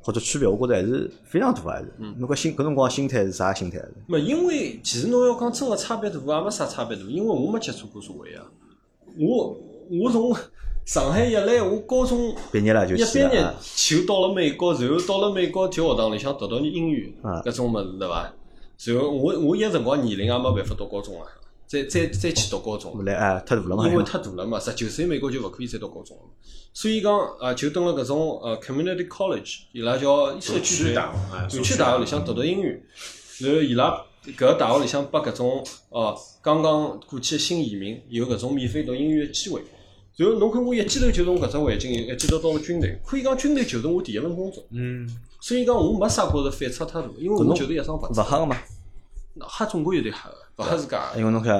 Speaker 1: 或者区别，我觉着还是非常大个，还是。
Speaker 2: 嗯
Speaker 1: 侬搿心搿辰光心态是啥心态？
Speaker 2: 没，因为其实侬要讲真个差别大，也没啥差别大，因为我没接触过社会啊。我我从上海一来，我高中
Speaker 1: 毕业了就
Speaker 2: 一
Speaker 1: 去
Speaker 2: 毕
Speaker 1: 了
Speaker 2: 业
Speaker 1: 啊，
Speaker 2: 就到了美国，然后到了美国就学堂里向读读英语，
Speaker 1: 啊
Speaker 2: 搿种物事对伐？然后我我一辰光年龄也没办法读高中啊，再再再去读高中
Speaker 1: 后。来哎，太大了嘛，
Speaker 2: 因为太大了嘛，十九岁美国就勿可以再读高中了嘛，所以讲啊，就等了搿种呃 community college，伊拉叫社区
Speaker 3: 社区
Speaker 2: 学
Speaker 3: 大学，
Speaker 1: 啊
Speaker 3: 哎
Speaker 2: 社区大学里向读读英语，然后伊拉搿大学里向拨搿种哦刚刚过去的新移民有搿种免费读英语的机会。然后侬看我一记头就从搿只环境一记头到了军队，可以讲军队就是我第一份工作，
Speaker 3: 嗯，
Speaker 2: 所以讲我没啥觉着反差太大，因为我就是一双白
Speaker 1: 勿
Speaker 2: 纸，
Speaker 1: 黑个嘛，
Speaker 2: 黑总归有点黑的，勿黑自家的。
Speaker 1: 因为侬看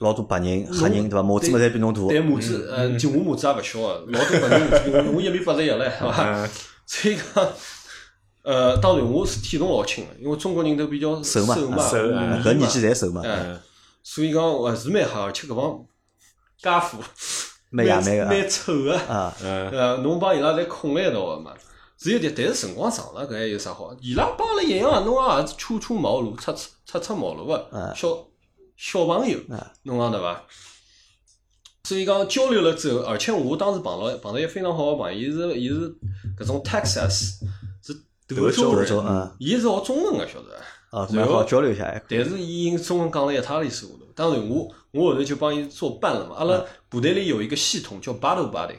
Speaker 1: 老多白人、黑人对伐？码子嘛侪比侬大，
Speaker 2: 对母子，
Speaker 1: 嗯
Speaker 2: 呃，就我母子也勿小个，老多白人母子，我我一米八十
Speaker 1: <laughs>
Speaker 2: 一了，是
Speaker 3: 嗯
Speaker 2: 伐？所以讲，呃，当然我是体重老轻个，因为中国人都比较
Speaker 1: 瘦嘛
Speaker 2: 嘛，
Speaker 1: 啊
Speaker 3: 瘦
Speaker 2: 嗯
Speaker 3: 啊
Speaker 1: 啊搿年纪侪瘦嘛，
Speaker 2: 哎，所以讲还是蛮好，而且搿帮家伙
Speaker 1: 蛮野蛮个
Speaker 2: 蛮丑个，
Speaker 1: 啊。
Speaker 3: 嗯，
Speaker 2: 呃，侬帮伊拉侪困辣一道个嘛。只有点，但是辰光长了，搿还有啥好？啊伊拉帮阿拉一样，啊侬也是初出茅庐、擦擦擦擦茅庐
Speaker 1: 嗯
Speaker 2: 个小小朋友
Speaker 1: 嗯，
Speaker 2: 侬讲对伐？所以讲交流了之后，而且我当时碰到碰到一个非常好个朋友，伊是伊是搿种 Texas，是德州
Speaker 1: 德州
Speaker 2: 人
Speaker 1: 嗯，
Speaker 2: 伊是学中文个晓得伐。
Speaker 1: 啊，蛮好交流一下，
Speaker 2: 但是伊用中文讲了一塌里糊涂。当然我，我后头就帮伊作伴了嘛。阿拉部队里有一个系统叫 Battle Buddy，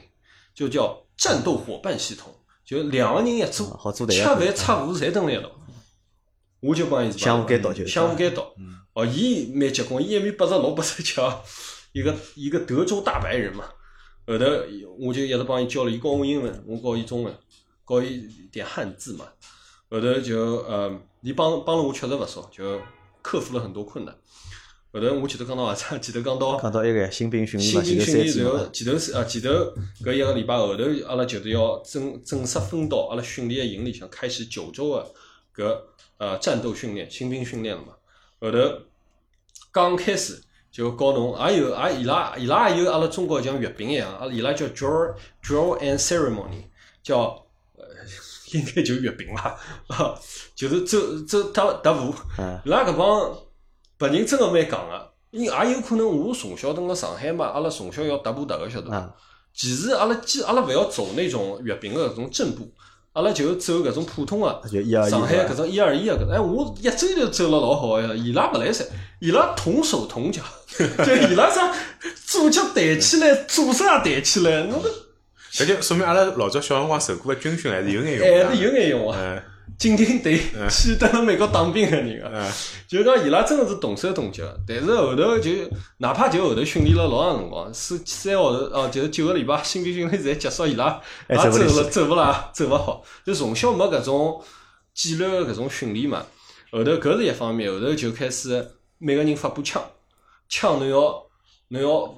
Speaker 2: 就叫战斗伙伴系统，就两个人一
Speaker 1: 啊
Speaker 2: 组，
Speaker 1: 好做队
Speaker 2: 吃
Speaker 1: 啊。
Speaker 2: 饭吃喝侪蹲辣一道。我就帮伊
Speaker 1: 相互监督就是嗯
Speaker 2: 相互监督。哦，伊蛮结棍，伊一米八十六、八十七，啊一个一个德州大白人嘛。后头我就一直帮伊教了，伊教我英文，我教伊中文，教伊点汉字嘛。后头就呃，伊帮帮了我确实勿少，就克服了很多困难。后头我前头讲到啊，前头讲到
Speaker 1: 讲到一个新兵训练
Speaker 2: 新
Speaker 1: 嘛，前头
Speaker 2: 兵训
Speaker 1: 三
Speaker 2: 练，
Speaker 1: 天
Speaker 2: 然
Speaker 1: 嘛
Speaker 2: 后，前头是啊，前头搿一个礼拜后头，阿拉就是要正正式分到阿拉训练营里向开始九周的搿呃战斗训练、新兵训练了嘛。后头刚开始就教侬，也有也伊拉伊拉也有阿拉中国像阅兵一样，阿拉伊拉叫 drill drill and ceremony，叫呃 <laughs> 应该就阅兵吧， <laughs> 啊，就是走走踏踏步。
Speaker 1: 嗯，
Speaker 2: 伊拉搿帮白人真个蛮戆个，因也有可能我从小蹲辣上海嘛，阿拉从小要踏步踏个晓得伐
Speaker 1: 啊？
Speaker 2: 其实阿拉既阿拉勿要走那种阅兵个搿种正步，阿拉就走搿种普通个
Speaker 1: 啊就一二一
Speaker 2: 上海
Speaker 1: 对吧
Speaker 2: 搿种一二一个搿种，哎，我一周就走了老好个，伊拉勿来塞，伊拉同手同
Speaker 1: <laughs>
Speaker 2: 脚，就伊拉啥左脚抬起来，左手也抬起来，我们
Speaker 3: 这就说明阿拉老早小辰光受过的军训还是有眼用的。
Speaker 2: 还是有眼用啊。
Speaker 3: 嗯
Speaker 2: 进京队去到了美国当兵个人啊，
Speaker 3: 嗯，
Speaker 2: 就讲伊拉真个是动手动脚，但是后头就哪怕就后头训练了老长辰光，四三个号头哦，就是九个礼拜 <laughs> 新兵训练侪结束，伊拉
Speaker 1: 哎
Speaker 2: 也
Speaker 1: 走
Speaker 2: 走
Speaker 1: 不离
Speaker 2: 了走勿啦，走勿好，就从小没搿种纪律个搿种训练嘛。后头搿是一方面，后头就开始每个人发把枪，枪侬要侬要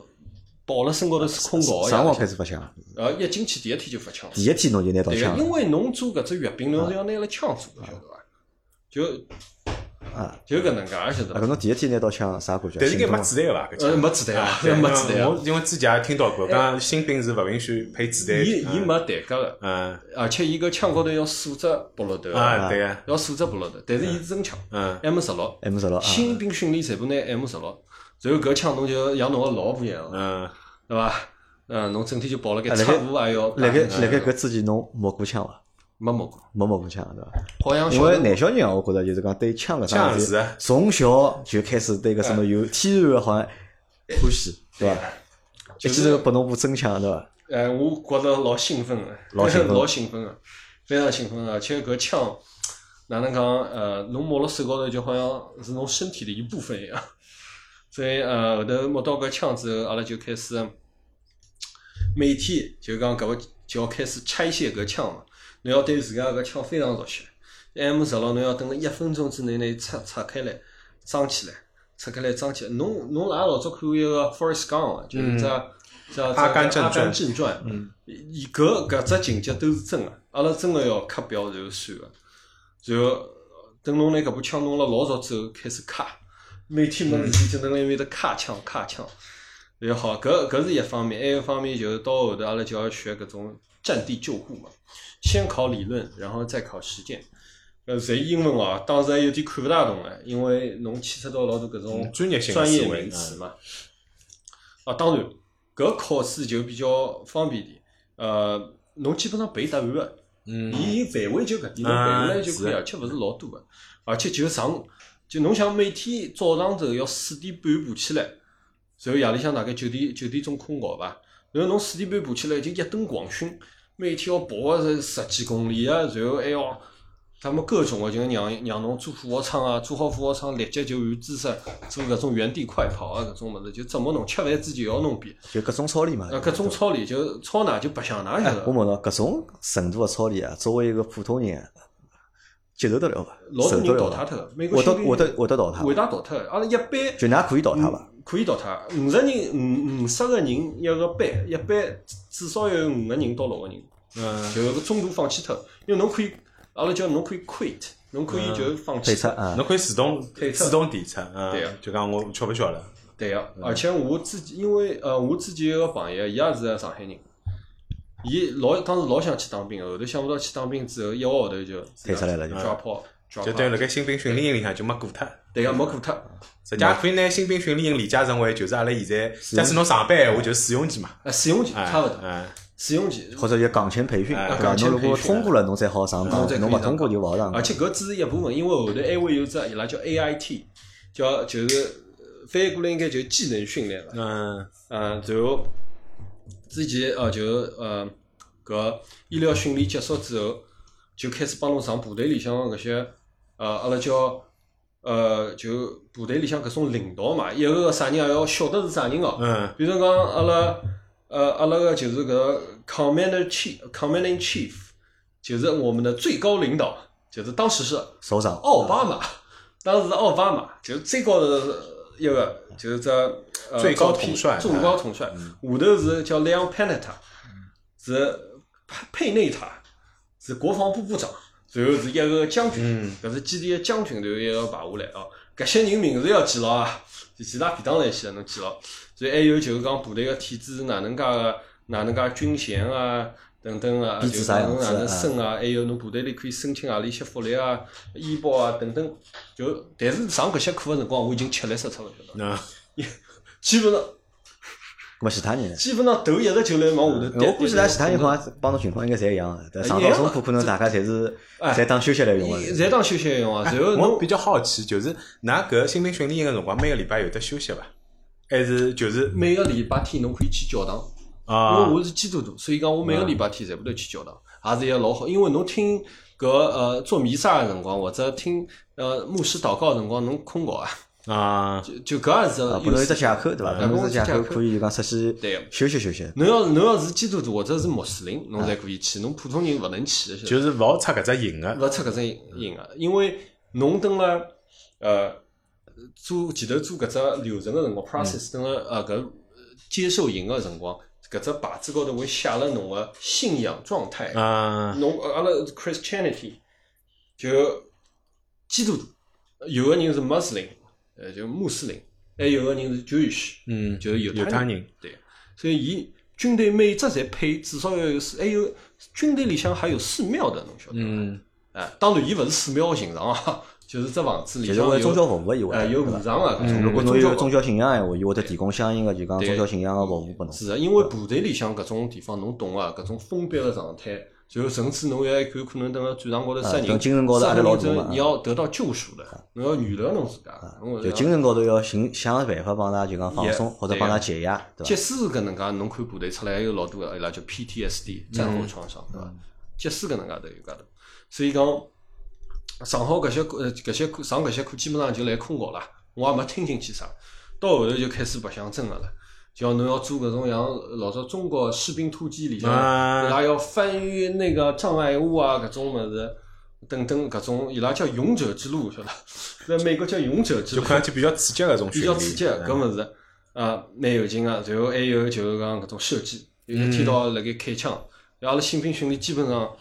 Speaker 2: 抱辣身高头是空搞
Speaker 1: 啥辰光
Speaker 2: 呀，
Speaker 1: 开始发枪？
Speaker 2: 然后一进去第一天就发枪。
Speaker 1: 第一天侬就拿到
Speaker 2: 对个，
Speaker 1: 枪
Speaker 2: 因为侬做搿只月饼，侬是要拿了枪做的，晓得伐？就
Speaker 1: 啊！
Speaker 2: 就搿能介，晓得
Speaker 1: 啊，
Speaker 2: 伐
Speaker 1: 搿？侬第一天拿到枪啥感觉？
Speaker 3: 但是应该
Speaker 1: 心动啊吗
Speaker 3: 没子弹吧？搿
Speaker 2: 呃，
Speaker 3: 枪
Speaker 2: 没子弹啊，
Speaker 3: 对
Speaker 2: 没子弹
Speaker 3: 因为
Speaker 2: 啊
Speaker 3: 我，因为之前也听到过，讲新兵是勿允许配子弹。
Speaker 2: 伊伊
Speaker 3: 嗯
Speaker 2: 没弹夹个，
Speaker 3: 嗯
Speaker 2: 而且伊搿枪高头要锁只布落头的，
Speaker 3: 啊，对个，
Speaker 2: 要锁只布落头，但是伊是真枪
Speaker 3: 嗯，
Speaker 2: M 十六，
Speaker 1: M 十六啊，
Speaker 2: 新兵训练全部拿 M 十六，然后搿枪侬就像侬个老婆一样，
Speaker 3: 嗯，
Speaker 2: 对伐？嗯，侬整天就抱辣盖
Speaker 1: 啊辣盖
Speaker 2: 侧部也要打，
Speaker 1: 辣盖
Speaker 2: 嗯
Speaker 1: 辣盖搿之前侬摸过枪伐？
Speaker 2: 没摸过，
Speaker 1: 没摸过枪对伐？
Speaker 2: 好像
Speaker 1: 因
Speaker 2: 小
Speaker 1: 为
Speaker 2: 辰
Speaker 1: 男小人啊，我觉着就是讲对枪搿啥
Speaker 3: 枪
Speaker 1: 事
Speaker 3: 是
Speaker 1: 体，
Speaker 3: 啊
Speaker 1: 从小就开始对搿什
Speaker 2: 哎
Speaker 1: 么有天然的好像欢喜，对伐？一记头拨侬部真枪对伐？
Speaker 2: 哎，我觉着老兴奋 <laughs> 的，
Speaker 1: 老兴奋
Speaker 2: 老兴奋的，非常兴奋的。而且搿枪哪能讲？呃，侬摸辣手高头，就好像是侬身体的一部分一样。 <laughs> 所以呃，后头摸到搿枪之后，阿拉就开始每天就讲搿个就要开始拆卸搿枪嘛。侬要对自家搿枪非常熟悉。M 哎十六侬要等了一分钟之内内拆拆开来，装起来，拆开来装起来。侬侬哪老早看过一个 Forest Gump 啊，就是只只只
Speaker 3: 嗯阿甘正
Speaker 2: 阿甘
Speaker 3: 传
Speaker 2: 正传，嗯，伊搿搿只情节都是真个，阿拉真个要刻表然后算个，然后等侬拿搿把枪弄了老早之后开始卡，每天没事体就蹲辣埃面搭卡枪卡枪。也好，搿搿是一方面，还有一方面就是到后头阿拉就要学搿种战地救护嘛，先考理论，然后再考实践。呃，侪英文哦，当时还有点看勿大懂哎，因为侬牵扯到老多搿种
Speaker 3: 嗯专业性的
Speaker 2: 专业
Speaker 3: 思维嗯
Speaker 2: 名词嘛。啊，当然，搿考试就比较方便点，呃，侬基本上背答案啊个，
Speaker 3: 嗯，
Speaker 2: 伊范围就搿点，侬背下来就可以
Speaker 3: 啊
Speaker 2: 了，而且勿是老多个，而且就上，就侬想每天早上头要四点半爬起来，然后夜里向大概九点九点钟困觉伐，然后侬四点半爬起来就一顿狂训，每天要跑个十十几公里啊，然后还要。他们各种个就是让让侬做俯卧撑啊，做好俯卧撑立即就有姿势，做搿种原地快跑啊搿种物事，就折磨侬。吃饭之前要弄遍，
Speaker 1: 就各种操练嘛。
Speaker 2: 呃，搿种操练就操哪就白相哪晓
Speaker 1: 哎
Speaker 2: 得
Speaker 1: 我
Speaker 2: 伐。，
Speaker 1: 问侬，搿种程度的操练啊，作为一个普通人啊，接受得了伐？
Speaker 2: 老多
Speaker 1: 受
Speaker 2: 人
Speaker 1: 得
Speaker 2: 淘
Speaker 1: 了
Speaker 2: 汰
Speaker 1: 伐？
Speaker 2: 脱个，美国
Speaker 1: 会得
Speaker 2: 新兵
Speaker 1: 会得会得淘汰伐，
Speaker 2: 会得淘汰的。阿拉一班
Speaker 1: 就㑚可以淘汰伐？
Speaker 2: 嗯可以淘汰，五十人五五十个人一个班，一班至少有五个人到六个人，
Speaker 3: 嗯，
Speaker 2: 就中途放弃脱，因为侬可以，阿拉叫侬可以 quit，侬可以就放弃
Speaker 1: 退出
Speaker 2: 脱。
Speaker 1: 啊，
Speaker 3: 侬可以自动
Speaker 2: 退出
Speaker 3: 自动提出，
Speaker 2: 对
Speaker 3: 嗯
Speaker 2: 啊，
Speaker 3: 就讲我吃勿消了，
Speaker 2: 对个、
Speaker 1: 嗯
Speaker 2: 而且我自己，因为呃，我自己有个朋友，伊也是上海人，伊老当时老想去当兵的，后头想不到去当兵之后，一个号头就
Speaker 1: 退出来了就
Speaker 2: 抓炮，抓
Speaker 3: 就等于
Speaker 2: 炮，
Speaker 3: 辣盖新兵训练营里向就没过脱。
Speaker 2: 对啊个没过脱。
Speaker 3: 实际上可以拿新兵训练营理解成为就是阿拉现在，假使侬上班闲话就是试用期嘛，
Speaker 2: 呃，试用期
Speaker 3: 哎
Speaker 2: 差勿多，
Speaker 3: 哎
Speaker 2: 试用期
Speaker 1: 或者有岗前培训，
Speaker 3: 哎
Speaker 1: 对伐？
Speaker 2: 岗前
Speaker 1: 侬如果
Speaker 2: 培训
Speaker 1: 通过了，侬才好上
Speaker 2: 侬才
Speaker 1: 岗；
Speaker 2: 可以哎
Speaker 1: 侬勿通过就勿好上
Speaker 2: 而
Speaker 1: 岗。
Speaker 2: 且搿只是一部分，因为后头还会有只伊拉叫 AIT，叫就是呃翻译过来应该就是技能训练了。
Speaker 3: 嗯
Speaker 2: 嗯，然后之前呃就呃搿医疗训练结束之后，就开始帮侬上部队里向搿些呃阿拉叫呃就部队里向搿种领导嘛，一个个啥人也要晓得是啥人哦。
Speaker 3: 嗯
Speaker 2: 比如讲阿拉呃阿拉个就是搿 commander chief commanding chief，就是我们的最高领导，就是当时是
Speaker 1: 首长，
Speaker 2: 奥巴马，
Speaker 3: 嗯
Speaker 2: 当时是奥巴马就是最高的一个就是这呃
Speaker 3: 最高
Speaker 2: 招聘
Speaker 3: 统帅嗯
Speaker 2: 最高统帅，下头是叫 Leon Panetta，是佩内塔，是国防部部长。然后是一个将军，
Speaker 3: 嗯
Speaker 2: 搿是基地的将军，然后一个排下来哦。搿些人名字要记牢啊，就其他便当来些侬记牢。所以还有就是讲部队个体制是哪能介个，哪能介军衔啊等等啊，
Speaker 1: 编制
Speaker 2: 就是
Speaker 1: 啥样
Speaker 2: 侬
Speaker 1: 子
Speaker 2: 哪
Speaker 1: 啊
Speaker 2: 能升啊，还有侬部队里可以申请何里些福利啊、医保啊等等。就但是上搿些课个辰光，我已经吃力死脱了，晓得伐？
Speaker 3: 嗯，
Speaker 2: 基本上
Speaker 1: 么其他人呢？
Speaker 2: 基本上头一直就来往下头跌。
Speaker 1: 我估计
Speaker 2: 跌
Speaker 1: 拉其他人好像帮侬情况应该侪一样的，但上
Speaker 2: 一
Speaker 1: 到
Speaker 2: 样
Speaker 1: 中铺可能大家侪是
Speaker 2: 哎
Speaker 1: 侪当休息来用哎
Speaker 2: 伊
Speaker 1: 的。啊
Speaker 2: 侪当休息用啊。然后
Speaker 3: 我
Speaker 2: 侬
Speaker 3: 比较好奇，就是㑚搿个新兵训练营个辰光，每个礼拜有得休息伐？还是就是
Speaker 2: 每个礼拜天侬可以去教堂，因
Speaker 3: 啊
Speaker 2: 为我是基督徒，所以讲我每个
Speaker 1: 啊
Speaker 2: 礼拜天全部都去教堂，也是一个老好。因为侬听搿呃做弥撒个辰光，或者听呃牧师祷告个辰光，侬困觉啊，
Speaker 3: 啊
Speaker 2: 就就搿也是
Speaker 1: 啊，
Speaker 2: 个
Speaker 1: 不能
Speaker 2: 优
Speaker 1: 有只
Speaker 2: 势。
Speaker 1: 借口对伐？
Speaker 2: 嗯
Speaker 1: 不能有只借
Speaker 2: 不
Speaker 1: 口
Speaker 2: 能有只借口
Speaker 1: 可以就讲出去
Speaker 2: 对
Speaker 1: 休息休息。
Speaker 2: 侬要是侬要是基督徒或者是穆斯林，侬才可以去，侬普通人勿能去的。晓得伐
Speaker 3: 就是勿好出搿只营个
Speaker 2: 勿出搿只瘾个，因为侬等了呃做前头做搿只流程个辰
Speaker 1: 嗯
Speaker 2: 光，process 等了呃搿接受营个辰光，搿只牌子高头会写了侬个信仰状态，
Speaker 3: 啊
Speaker 2: 侬呃阿拉 Christianity 就基督徒，有个人是 Muslim，呃就穆斯林，还有个人是 Jewish，
Speaker 3: 嗯，
Speaker 2: 就是犹
Speaker 3: 犹
Speaker 2: 太
Speaker 3: 太
Speaker 2: 人
Speaker 3: 人
Speaker 2: 对，所以伊军队每一只侪配至少要有四，还有军队里向还有寺庙的，侬晓得伐？
Speaker 3: 嗯
Speaker 2: 啊，当然伊勿是寺庙形状啊， <laughs> 就是只房子里
Speaker 1: 就
Speaker 2: 向
Speaker 1: 是为
Speaker 2: 有
Speaker 1: 宗教服务以外，
Speaker 2: 呃有
Speaker 1: 对伐
Speaker 2: 和尚啊，搿种
Speaker 1: 如果侬
Speaker 2: 宗
Speaker 1: 有
Speaker 2: 教
Speaker 1: 宗教信仰的闲话，伊会得提供相应的就讲宗教信仰的服务拨侬。
Speaker 2: 是的，啊因为部队里向搿种地方侬懂啊，搿种封闭个状态，然后甚至侬还有可能等辣战场高头杀
Speaker 1: 啊等
Speaker 2: 人，
Speaker 1: 精神高头
Speaker 2: 杀
Speaker 1: 压力
Speaker 2: 人
Speaker 1: 老
Speaker 2: 之
Speaker 1: 大
Speaker 2: 后
Speaker 1: 嘛啊
Speaker 2: 你要得到救赎的，侬要原谅侬自家，侬
Speaker 1: 就精神高头要寻想办法帮㑚就讲放松，
Speaker 2: 也
Speaker 1: 或者帮㑚解压，对
Speaker 2: 即
Speaker 1: 伐？
Speaker 2: 使是搿能介，侬看部队出来还有老多个伊拉叫 PTSD 战后创伤，对伐？即使搿能介都有介多，所以讲上好搿些课，呃搿些课上搿些课基本上就来空搞啦，我也没听进去啥，到后头就开始白相真个了。就要侬要做搿种像老早中国士兵突击里向，
Speaker 3: 啊
Speaker 2: 伊拉要翻越那个障碍物啊，搿种物事等等搿种，伊拉叫勇者之路，晓得伐？在美国叫勇者之
Speaker 3: 就
Speaker 2: 路，
Speaker 3: 看上去比较刺激个啊种
Speaker 2: 比
Speaker 3: 训
Speaker 2: 较
Speaker 3: 练，
Speaker 2: 刺激，搿物事啊蛮有劲个。然后还有就是讲搿种射击，有一
Speaker 3: 嗯
Speaker 2: 天到辣盖开枪。然后阿拉新兵训练基本上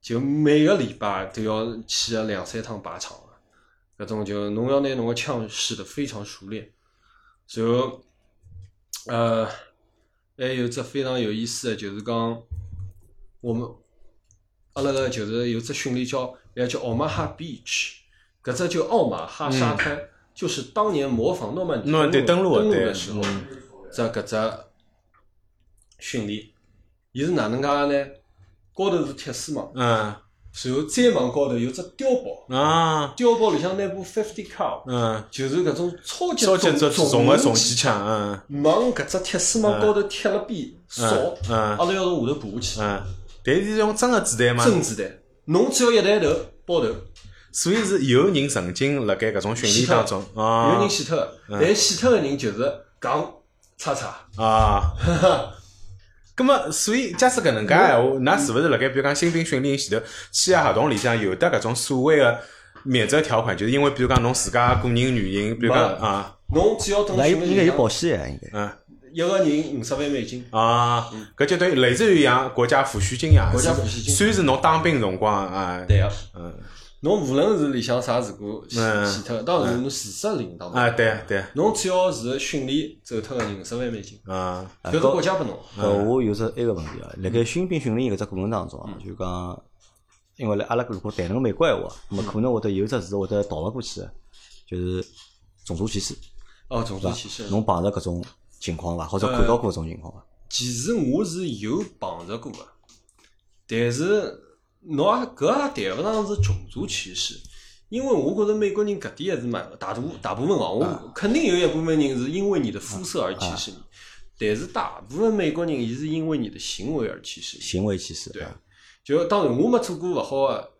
Speaker 2: 就每个礼拜都要去个两三趟靶场个，搿种就侬要拿侬个枪使得非常熟练。然后呃，还有只非常有意思的就是讲我们阿拉个就是有只训练叫，也叫奥马哈 beach，搿只就奥马哈沙滩，就是当年模仿诺曼底
Speaker 3: 嗯诺曼底登
Speaker 2: 登
Speaker 3: 陆
Speaker 2: 登陆
Speaker 3: 对嗯
Speaker 2: 的时候，只搿只训练，伊是哪能介呢？高头是铁丝网，
Speaker 3: 嗯
Speaker 2: 然后再往高头有只碉堡，
Speaker 3: 啊
Speaker 2: 碉堡里向拿部 fifty cal，
Speaker 3: 嗯，
Speaker 2: 就是搿种超级
Speaker 3: 超级
Speaker 2: 重
Speaker 3: 这重个重
Speaker 2: 武
Speaker 3: 机
Speaker 2: 器，
Speaker 3: 枪，嗯
Speaker 2: 往搿只铁丝网高头贴了边扫，
Speaker 3: 嗯
Speaker 2: 阿拉要从下头爬下去，
Speaker 3: 嗯，但是用真个子弹嘛，
Speaker 2: 真子弹，侬只要一抬头爆头。
Speaker 3: 所以是有人曾经辣盖搿种训练当中
Speaker 2: 有
Speaker 3: 啊
Speaker 2: 人死脱的，但死脱的人就是讲叉叉，
Speaker 3: 啊。 <laughs> 咁么，所以假使搿能介闲
Speaker 2: 嗯
Speaker 3: 话，㑚是勿是辣盖比如讲新兵训练营前头签个合同啊里向有得搿种所谓个免责条款，就是因为比如讲侬自家个人原因，比如讲
Speaker 2: 没
Speaker 3: 啊
Speaker 2: 侬只要等
Speaker 1: 那
Speaker 2: 训
Speaker 1: 应该
Speaker 2: 练
Speaker 1: 有
Speaker 2: 营
Speaker 1: 保险的，应该。
Speaker 3: 嗯
Speaker 2: 一个人五十万美金，
Speaker 3: 啊，搿就等于类似于像国家抚恤金呀，
Speaker 2: 国家抚恤金
Speaker 3: 虽是侬当兵辰光啊，
Speaker 2: 对个，
Speaker 3: 嗯
Speaker 2: 侬无论是里向啥事故死
Speaker 3: 嗯
Speaker 2: 死脱，当然侬自杀领导
Speaker 3: 啊，对对
Speaker 2: 侬只要是训练走脱个人五十万美金，
Speaker 3: 啊
Speaker 1: 哎
Speaker 2: 搿是国家拨侬，
Speaker 1: 呃，我有只埃个问题
Speaker 2: 嗯
Speaker 1: 啊，辣盖新兵训练营搿只过程当中啊，就讲，因为辣阿拉如果谈论美国闲话，
Speaker 2: 嗯
Speaker 1: 那么可能会得有只字会得逃勿过去的，就是种族歧视，
Speaker 2: 哦，种族歧
Speaker 1: 是
Speaker 2: 视
Speaker 1: 伐？。侬碰着搿种情况伐？或者看到过搿种情况伐？
Speaker 2: 其实我是有碰着过个，但是侬也搿也谈勿上是种族歧视，因为我觉着美国人搿点还是蛮大部大部分哦，我肯定有一部分人是因为你的肤色而歧视你，但是大部分美国人伊是因为你的行为而歧视你。
Speaker 1: 行为歧视，
Speaker 2: 对
Speaker 1: 啊，
Speaker 2: 就当然我没做过勿好个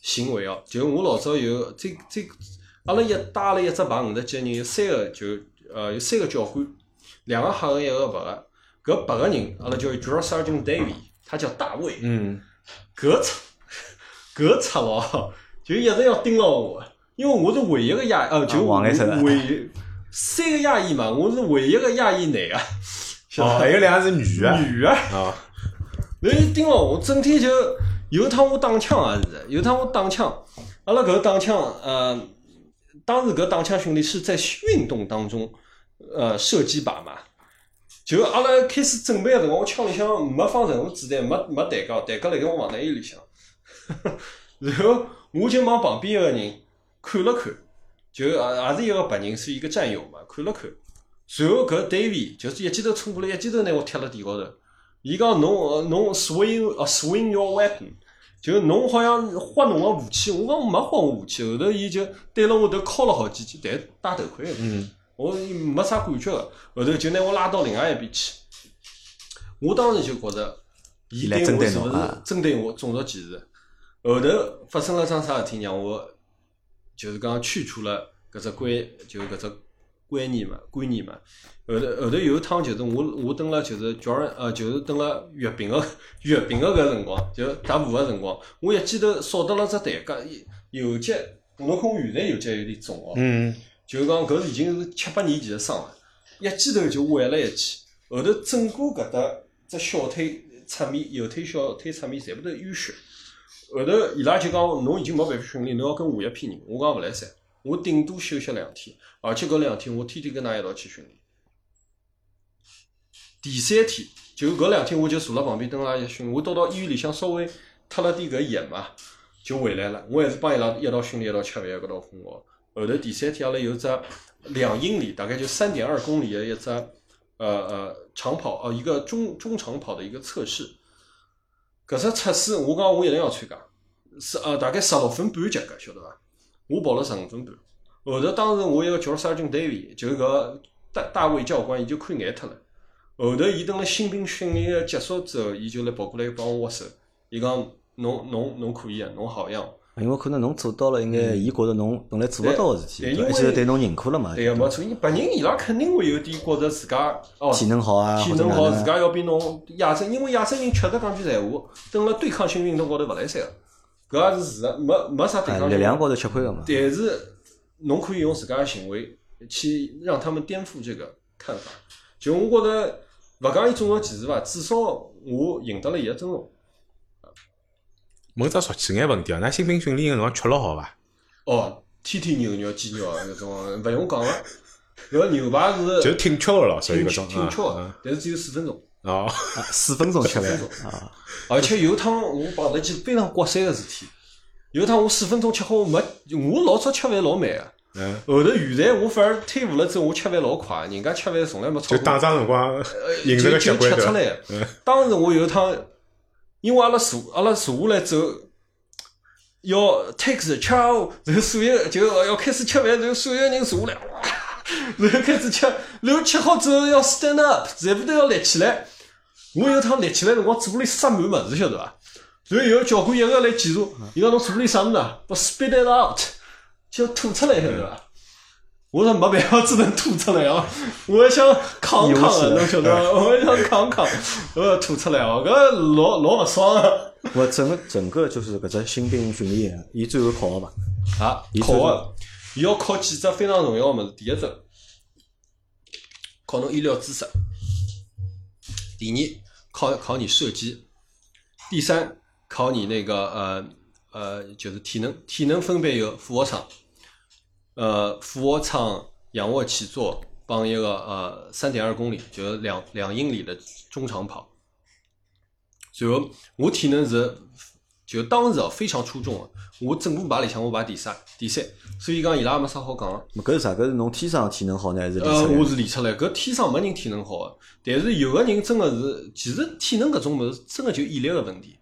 Speaker 2: 行为哦，就我老早有最最，阿拉一带了一只棚五十几个人，有三个就呃有三个教官，两个黑个一个白个，搿白个人阿拉叫 Drill Sergeant Davy，他叫大卫，
Speaker 3: 嗯
Speaker 2: 搿出搿出咯，就一直要盯牢我，因为我是唯一个亚呃就
Speaker 1: 啊
Speaker 2: 我
Speaker 1: 黄颜色的
Speaker 2: 唯三个亚裔嘛，我是唯一个亚裔男个，晓
Speaker 3: 哦，还
Speaker 2: 得
Speaker 3: 有两个是女
Speaker 2: 伐 <laughs>
Speaker 3: 的
Speaker 2: 女个。
Speaker 3: 啊
Speaker 2: 然后伊盯牢哦我，整天就有一趟我打枪也是，有一趟我打枪，阿拉搿个打枪，呃，当时搿打枪训练是在运动当中，呃，射击靶嘛，就阿拉开始准备个辰光，我枪里向没放任何子弹，没没弹夹，弹夹辣盖我防弹衣里向， <laughs> 然后我就往旁边一个人看了看，就也也是一个白人，是一个战友嘛，看了看，随后搿 Davy 就是一记头冲过来，一记头拿我踢辣地高头。伊讲侬呃侬 swing 呃 swing your weapon，就是侬好像挥侬个武器。我讲我没挥我武器，后头伊就对了我头敲了好几记，但是戴头盔个。
Speaker 3: 嗯，
Speaker 2: 我没啥感觉个，后头就拿我拉到另外一边去。我当时就觉着，伊
Speaker 1: 伊
Speaker 2: 对
Speaker 1: 来
Speaker 2: 我是
Speaker 1: 针
Speaker 2: 勿
Speaker 1: 对
Speaker 2: 是
Speaker 1: 侬啊
Speaker 2: 针对我种族歧视？后头发生了桩啥事体，让我就是讲去除了搿只观，就是搿只观念嘛，观念嘛。后头后头有一趟就是我我蹲了就是叫人呃就是蹲了月饼个月饼个搿辰光，就是打舞个辰光，我一记头扫到了只台阶，右脚，侬看我现在右脚有点肿哦。
Speaker 3: 嗯，
Speaker 2: 就是讲搿已经是七八年前的伤了，一记头就崴了一记，后头整个搿搭只小腿侧面、右腿小腿侧面全部都淤血。后头伊拉就讲侬已经没办法训练，侬要跟我一批人。我讲勿来三，我顶多休息两天，而且搿两天我天天跟㑚一道去训练。第三天，就搿两天我就坐辣旁边等伊拉一训，我到到医院里向稍微脱了点搿盐嘛，就回来了。我还是帮伊拉一道训练，一道吃饭，一道困觉。后头第三天阿拉有只两英里，大概就三点二公里的一只呃呃长跑呃一个中中长跑的一个测试。搿只测试我讲我一定要参加，是呃大概十六分半及格，晓得伐？我跑了十五分半。后头当时我一个叫 Sergeant Davy，就是搿大大卫教官，伊就看眼脱了。后头伊等了新兵训练个结束之后，伊就来跑过来帮我握手，伊讲侬侬侬可以啊，侬好样哦。
Speaker 1: 因为可能侬做到了一眼，伊觉着侬本来做勿到个事体，
Speaker 2: 嗯
Speaker 1: 对
Speaker 2: 对因
Speaker 1: 吧
Speaker 2: 为
Speaker 1: 一记头对侬认可了嘛，
Speaker 2: 对个，哎没错，因为白人伊拉肯定会有点觉着自家哦，
Speaker 1: 体能好啊，
Speaker 2: 体
Speaker 1: 或者
Speaker 2: 能
Speaker 1: 哪
Speaker 2: 好，
Speaker 1: 能
Speaker 2: 自
Speaker 1: 啊
Speaker 2: 家要比侬亚洲，因为亚洲人确实讲句闲话，蹲辣对抗性运动高头勿来三个，搿也是事实，没没啥对
Speaker 1: 啊
Speaker 2: 抗性。
Speaker 1: 力量高头吃亏个嘛，
Speaker 2: 但是侬可以用自家的行为去让他们颠覆这个看法。就我觉着，勿讲伊种族歧视伐，至少我赢得了伊个尊重。
Speaker 3: 问只俗气眼问题哦，㑚新兵训练个辰光吃了好伐？
Speaker 2: 哦，天天牛肉、鸡肉啊搿种，勿用讲了。搿牛排是
Speaker 3: 就是挺吃个咯，属于
Speaker 2: 挺
Speaker 3: 搿种。
Speaker 2: 挺吃
Speaker 3: 嗯
Speaker 2: 的，但是只有四分钟。
Speaker 3: 嗯哦，
Speaker 1: 啊四分钟吃饭
Speaker 2: 分钟
Speaker 1: 啊，
Speaker 2: 而且有一趟我碰到一件非常刮三个事体，有一趟我四分钟吃好没，我老早吃饭老慢个，
Speaker 3: 嗯，
Speaker 2: 后头现在我反而退伍了之后，我吃饭老快，人家吃饭从来没超
Speaker 3: 就
Speaker 2: 过
Speaker 3: 打仗辰 <laughs> 光饮食
Speaker 2: 就
Speaker 3: 个
Speaker 2: 呃就吃
Speaker 3: 习惯
Speaker 2: 出
Speaker 3: 对伐？
Speaker 2: 来。当时我有一趟，因为阿拉坐阿拉坐下来之后，要 take the chow，然后所有就要开始吃饭，然后所有人坐下来，哇，然后开始吃，然后吃好之后要 stand up，全部都要立起来。我有一趟立起来辰光，嘴巴里塞满物事，晓得伐？然后有个教官一个来检查，伊讲侬嘴巴里啥物事啊？我 spit it out，就要吐出来，晓得伐？我说没办法，只能吐出来啊！我还想扛扛啊，侬晓得伐？我还想扛扛，呃，吐出来哦，搿老老勿爽啊！
Speaker 1: 我整个整个就是搿只新兵训练营，伊最后考个嘛，
Speaker 2: 啊
Speaker 1: 伊，
Speaker 2: 考
Speaker 1: 最
Speaker 2: 啊，伊要考几只非常重要个物事。第一只，考侬医疗知识；第二，考考你射击；第三，考你那个呃呃，就是体能。体能分别有俯卧撑，呃，俯卧撑、仰卧起坐帮一个呃三点二公里，就是两两英里的中长跑。然后我体能是就当时哦非常出众个、我整部排里向我排第三，第三，所以讲伊拉也没啥好讲个。
Speaker 1: 搿是啥？搿是侬天生体能好呢，还是练
Speaker 2: 呃，
Speaker 1: 出来
Speaker 2: 我
Speaker 1: 的？
Speaker 2: 是练出来，搿天生没人体能好个，但是有个人真个是，其实体能搿种物事真个就毅力个问题。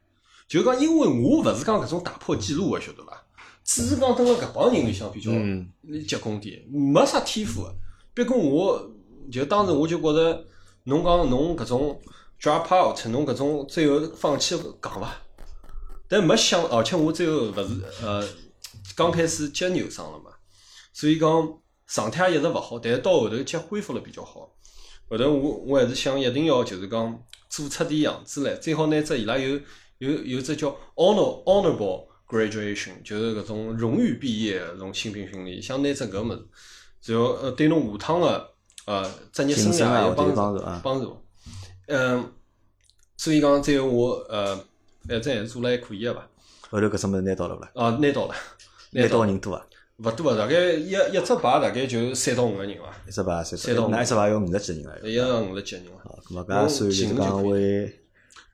Speaker 2: 就讲，因为我勿是讲搿种打破记录个，晓得伐？只是讲蹲辣搿帮人里向比较
Speaker 3: 嗯
Speaker 2: 结棍点，没啥天赋个。毕竟我就当时我就觉着，侬讲侬搿种 drop out，侬搿种最后放弃讲伐？但没想，而且我最后勿是呃，刚开始脚扭伤了嘛，所以讲状态也一直勿好，但是到后头脚恢复了比较好。后头我我还是想一定要就是讲做出点样子来，最好拿只伊拉有有有只叫 honor honorable graduation，就是搿种荣誉毕业搿种新兵训练，想拿只搿物事，然后呃对侬下趟个呃职业生
Speaker 1: 晋升啊
Speaker 2: 涯有
Speaker 1: 或者有帮
Speaker 2: 帮助
Speaker 1: 助啊
Speaker 2: 帮助。嗯，所以讲最后我呃反正还是做了还可以个伐，
Speaker 1: 后头搿只物事拿到了勿啦？
Speaker 2: 啊拿到了，
Speaker 1: 拿到
Speaker 2: 到
Speaker 1: 个
Speaker 2: 了，
Speaker 1: 人多啊，
Speaker 2: 勿多啊，大概一一只排大概就三到五个人伐。
Speaker 1: 一只排三十
Speaker 2: 三到，五
Speaker 1: 那一只排要五十几人了。
Speaker 2: 一样五十几人了。
Speaker 1: 啊，咁啊，搿也算就是讲为，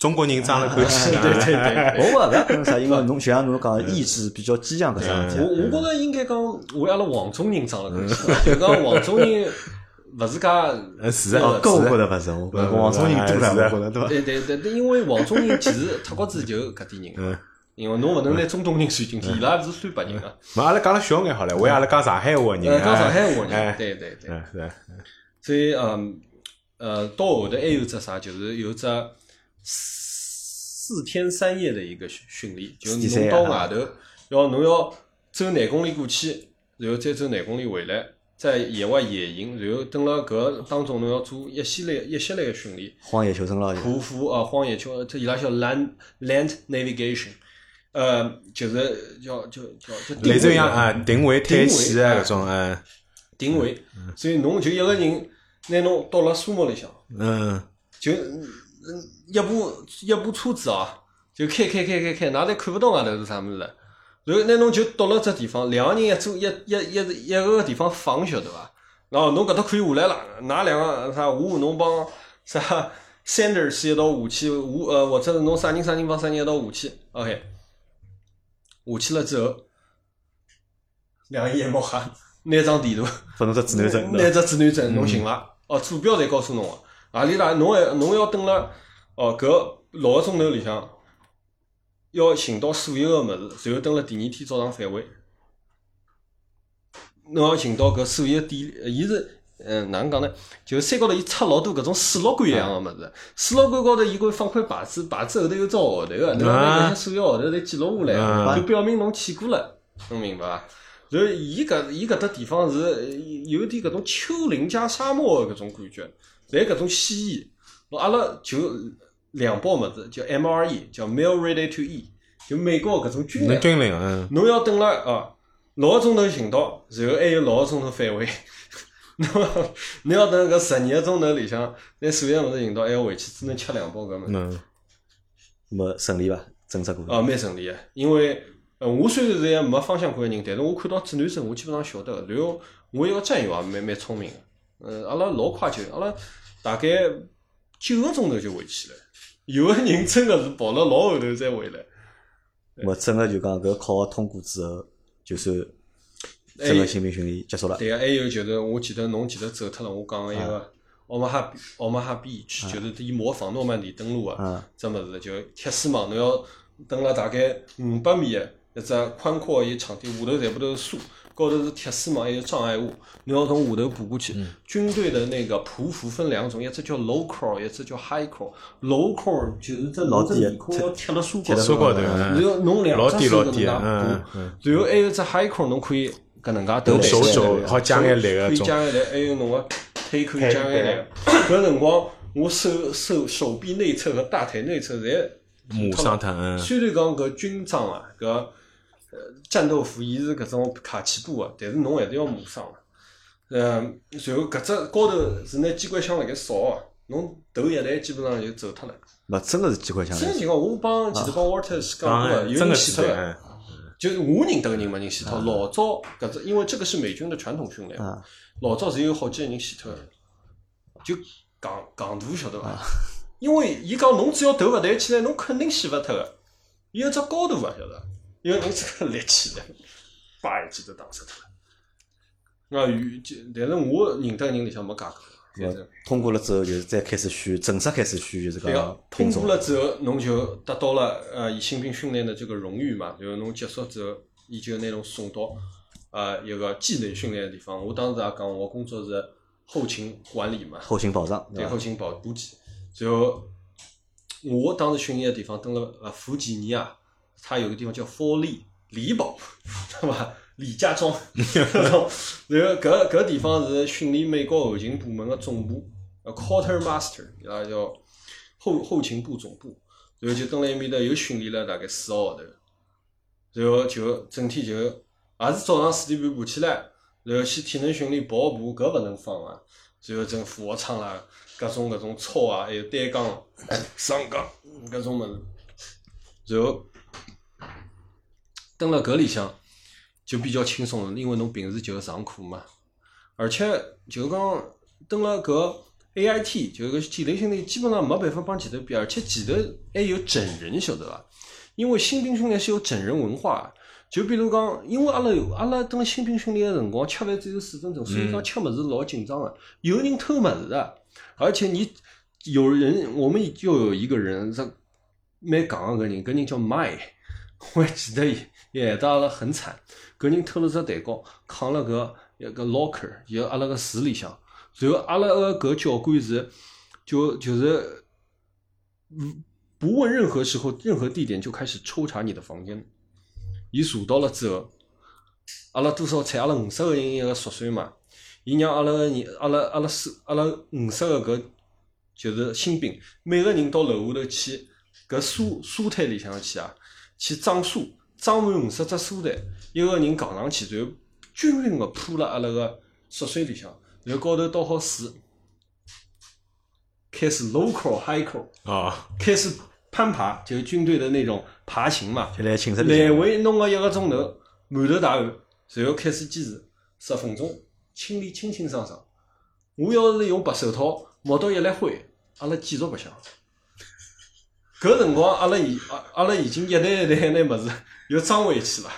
Speaker 3: 中国
Speaker 2: <laughs>
Speaker 3: 人争了口气
Speaker 2: <laughs> 对对对， <laughs>
Speaker 1: 我勿要讲啥，因为侬就像侬讲的意志比较坚强
Speaker 2: 嗯
Speaker 1: 搿桩事体
Speaker 2: 我
Speaker 1: 啊，
Speaker 2: 我觉着应该讲为阿拉黄种人长了口气，就讲黄种人勿是介
Speaker 3: 呃是的
Speaker 2: 那
Speaker 1: 哦，
Speaker 2: 个
Speaker 1: 搿我觉着勿是，我觉着王中人多了，我觉着对伐？
Speaker 2: 对对对，对因为黄种人其实脱国子就搿点人
Speaker 3: 嗯
Speaker 2: 嘛，因为侬勿能拿中东人算进去，伊拉勿是算白人啊，
Speaker 3: 嘛，阿拉讲了小眼好了，为阿拉讲上海话人，
Speaker 2: 呃，讲上
Speaker 3: 哎，
Speaker 2: 海话
Speaker 3: 哎
Speaker 2: 人，对对对，
Speaker 3: 嗯是，
Speaker 2: 所以嗯呃，到后头还有只啥，就是有只四四天三夜的一个训训练，就
Speaker 1: 四
Speaker 2: 是
Speaker 1: 天三
Speaker 2: 侬
Speaker 1: 夜
Speaker 2: 到外头要侬要走廿公里过去，然后再走廿公里回来。在野外野营，然后等了搿当中，侬要做一系列一系列的训练，
Speaker 1: 荒野求生咯，
Speaker 2: 匍匐呃荒野丘，这伊拉叫 land land navigation，呃，就是叫叫叫叫定
Speaker 3: 类似于
Speaker 2: 位
Speaker 3: 像
Speaker 2: 嘛
Speaker 3: 啊定位探险啊
Speaker 2: 定位
Speaker 3: 搿种，嗯
Speaker 2: 定位，
Speaker 1: 嗯
Speaker 2: 所以侬就一个人拿侬到了沙漠里向，
Speaker 3: 嗯，
Speaker 2: 就嗯一部一部车子啊，就开开开开开，哪都看不到外头是啥物事了。然后拿侬就到了只地方，两个人一组一一一一个地方放，晓得伐？然后侬搿搭可以下来了，㑚两个啥我侬帮啥 Sanders 一道下去，我呃或者是侬啥人啥人帮啥人一道下去，OK。下去了之后，两个人一冒汗，拿张地图。
Speaker 1: 拨侬只指南针，
Speaker 2: 拿只指南针侬行伐？哦，坐标侪告诉侬个，何里啦？侬还侬要等了哦，搿六个钟头里向要寻到所有个物事，然后等了第二天早上返回。侬要寻到搿所有点，呃伊是嗯哪能讲呢？就是山高头伊插老多搿种水老管一样个物事，水老管高头伊会放块牌子，牌子后头有只号头个，侬
Speaker 3: 啊
Speaker 2: 把搿些所有号头侪记录下
Speaker 3: 啊
Speaker 2: 来，就表明侬去过了，侬明白伐？然后伊搿伊搿搭地方是呃有点搿种丘陵加沙漠个搿种感觉，来搿种西医，咾阿拉就两包物事叫 MRE，叫 Meal Ready to Eat，就美国搿种军
Speaker 3: 侬
Speaker 2: 粮。
Speaker 3: 军令，嗯，
Speaker 2: 侬要等了啊，六个钟头寻到，然后还有六个钟头返回。 <laughs> 侬要侬要等搿十二个钟头里向，拿所有物事寻到，还要回去只能吃两包搿物事。
Speaker 3: 嗯，
Speaker 1: 没顺利伐？挣扎过
Speaker 2: 啊，蛮顺利个，因为呃，我虽然是一个没方向感个人，但是我看到指南针，我基本上晓得个。然后我一个战友也蛮蛮聪明个，呃，阿拉老快就，阿拉大概九个钟头就回去了。有个人真个是跑了老后头才回来，
Speaker 1: 没真个就讲搿考通过之后，就算
Speaker 2: 哎
Speaker 1: 整个新兵训练结束了，
Speaker 2: 对个，还有就是，我记得侬记得走脱了，我讲个一个奥马哈奥马哈 beach，就是伊模仿诺曼底登陆个
Speaker 1: 嗯，
Speaker 2: 只物事，就铁丝网，侬要登了大概五百米个一只宽阔个一场地，下头全部都是树，高头是铁丝网，还有障碍物，侬要从下头爬过去。
Speaker 3: 嗯
Speaker 2: 军队的那个匍匐分两种，一只叫 low crawl，一只叫 high crawl。low crawl 就是只
Speaker 1: 老
Speaker 2: 只
Speaker 1: 低
Speaker 2: 面孔
Speaker 1: 贴
Speaker 2: 要贴了树
Speaker 1: 贴
Speaker 2: 高
Speaker 1: 了
Speaker 2: 头
Speaker 3: 说过头，
Speaker 2: 然
Speaker 3: 嗯
Speaker 2: 后侬两
Speaker 3: 老
Speaker 2: 只
Speaker 3: 低
Speaker 2: 手
Speaker 3: 老
Speaker 2: 搿
Speaker 3: 低，
Speaker 2: 能介
Speaker 3: 嗯
Speaker 2: 爬。
Speaker 3: 嗯，
Speaker 2: 然后还有一只 high crawl，侬可以搿能介
Speaker 1: 抖
Speaker 2: 抖
Speaker 3: 手
Speaker 1: 手
Speaker 3: 肘好加眼力
Speaker 2: 可
Speaker 3: 个
Speaker 2: 以
Speaker 3: 种，
Speaker 2: 加眼力，还有侬个腿可以加眼力。搿辰光我手手手臂内侧和大腿内侧侪
Speaker 3: 马上疼，嗯
Speaker 2: 虽然讲搿军装啊，搿呃战斗服伊是搿种卡其布个，但是侬还是要磨伤个。嗯，然后搿只高头是拿机关枪辣盖扫个，侬头一来基本上就走脱了。
Speaker 1: 没真个是机关枪
Speaker 2: 这个情况我帮前头帮 Waters 讲
Speaker 3: 嗯啊当
Speaker 2: 过了，
Speaker 3: 然
Speaker 2: 有
Speaker 3: 真个
Speaker 2: 人死
Speaker 3: 是
Speaker 2: 脱
Speaker 3: 的，
Speaker 2: 了。
Speaker 3: 嗯
Speaker 2: 就是我认得个人没人死脱，老早搿只因为这个是美军的传统训练，
Speaker 1: 啊，
Speaker 2: 老早是有好几个人死脱的，就戆戆大晓得伐？因为伊讲侬只要头勿抬起来，侬肯定死勿脱个。伊有只高度伐，晓得伐？因为侬这个立起来，叭一记头打死脱了。那与就但是我认得个人里向没介过，啊反正
Speaker 1: 通过了之后就是再开始选，正式开始选就是
Speaker 2: 对啊个
Speaker 1: 讲，
Speaker 2: 通
Speaker 1: 品
Speaker 2: 过
Speaker 1: 种
Speaker 2: 了之后，侬就得到了呃以新兵训练的这个荣誉嘛。然后侬结束之后，伊就拿侬送到呃一个技能训练的地方。我当时也讲，我工作是后勤管理嘛，
Speaker 1: 后勤保障，对啊
Speaker 2: 对
Speaker 1: 伐
Speaker 2: 后？勤保补给。然后我当时训练的地方，登了呃弗吉尼亚，它有个地方叫佛利里堡， <laughs> 对伐？李家庄，然后搿搿地方是训练美国后勤部门的总部，呃，quartermaster，伊拉叫后后勤部总部。然后就蹲辣埃面搭又训练了大概四个号头，然后就整天就也是早上四点半爬起来，然后去体能训练跑步，搿勿能放啊。然后整俯卧撑啦，各种各种操啊，还有单杠、双杠搿种物事。然后蹲辣搿里向就比较轻松了，因为侬平时就是上课嘛，而且就讲蹲辣搿 AIT 就是搿技能训练，基本上没办法帮前头比，而且前头还有整人，晓得伐？因为新兵训练是有整人文化，就比如讲，因为阿拉有阿拉等新兵训练个辰光，吃饭只有四分钟，所以讲吃物事老紧张个。有人偷物事的，而且你有人，我们就有一个人，这蛮戆个搿人，搿人叫麦， <laughs> 我还记得伊，伊挨得阿拉很惨。搿人偷了只蛋糕，扛了搿一个 locker，就阿拉个池里向。然后阿拉个搿教官是就就是嗯不问任何时候、任何地点就开始抽查你的房间。伊查到了之后，阿拉多少才阿拉五十个人一个宿舍嘛，伊让阿拉个人阿拉阿拉四阿拉五十个搿就是新兵，每个人到楼下头去搿蔬蔬摊里向去啊，去装蔬，装满五十只蔬菜，一个人扛上去，然后均匀个铺辣阿拉个宿舍里向，然后高头倒好水，开始 local high call，
Speaker 3: 啊，
Speaker 2: 开始攀爬，就是军队的那种爬行嘛。
Speaker 1: 就来寝室里
Speaker 2: 来
Speaker 1: 向，
Speaker 2: 回弄个一个钟头，满头大汗，然后开始坚持十分钟，清理清清爽爽。我要是用白手套摸到一粒灰，阿拉继续白相。搿辰光，阿拉已阿阿拉已经一袋一袋那物事又装回去了，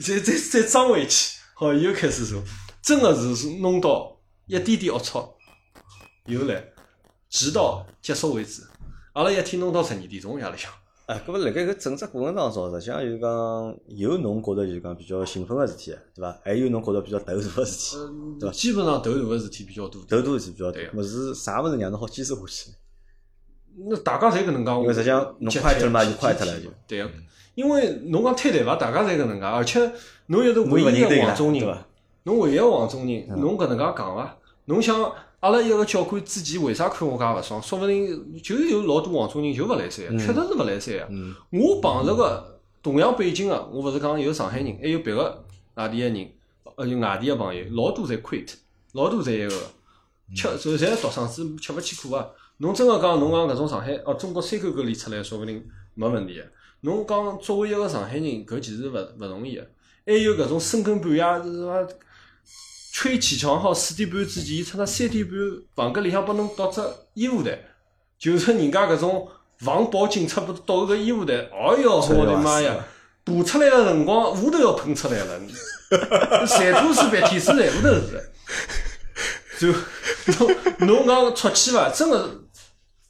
Speaker 2: 再再再装回去，好又开始做，真个是是弄到一点点龌龊，又来，直到结束为止。阿拉一天弄到十二点钟夜里向，
Speaker 1: 啊，搿么辣盖搿整只过程当中，实际上就是讲有侬觉得就是讲比较兴奋个事体，对伐？还有侬觉得比较头大个事体，对吧
Speaker 2: 基本上头大个事体比较多。
Speaker 1: 头大事体比较多
Speaker 2: 对呀。
Speaker 1: 么是啥物事让侬好坚持下去呢？
Speaker 2: 那大家侪搿能介，
Speaker 1: 因为实际上侬快脱了嘛就快脱了就
Speaker 2: 对个，因为侬讲摊台伐，大家侪搿能介，而且侬又是
Speaker 1: 侬
Speaker 2: 唯
Speaker 1: 又勿
Speaker 2: 一
Speaker 1: 认得伊
Speaker 2: 个
Speaker 1: 拉，
Speaker 2: 黄种
Speaker 1: 对嗯
Speaker 2: 人
Speaker 1: 伐，？
Speaker 2: 侬唯一个黄种人，侬搿能介讲伐？侬想阿拉一个教官之前为啥看我介勿爽？说勿定就有老多黄种人就勿来三个，确实是勿来三个。啊
Speaker 1: 嗯，
Speaker 2: 我碰着个同样背景个，啊我勿是讲有上海人，还有别个外地个人，呃，有外地个朋友，老多侪 quit，老多侪一个，吃，就侪是独生子，吃勿起苦啊。侬真个讲，侬讲搿种上海，哦，中国山沟沟里出来，说勿定没问题个。啊侬讲作为一个上海人，搿其实勿勿容易个。还有搿种深更半夜是伐？吹起床号四点半之前，伊出那三点半房间里向拨侬倒只烟雾弹，就是人家搿种防暴警察拨倒个烟雾弹，哎哟，我的妈呀！爬出来个辰光，雾都要喷出来了，全部是鼻涕水，全部都是。就侬侬讲出去伐，真个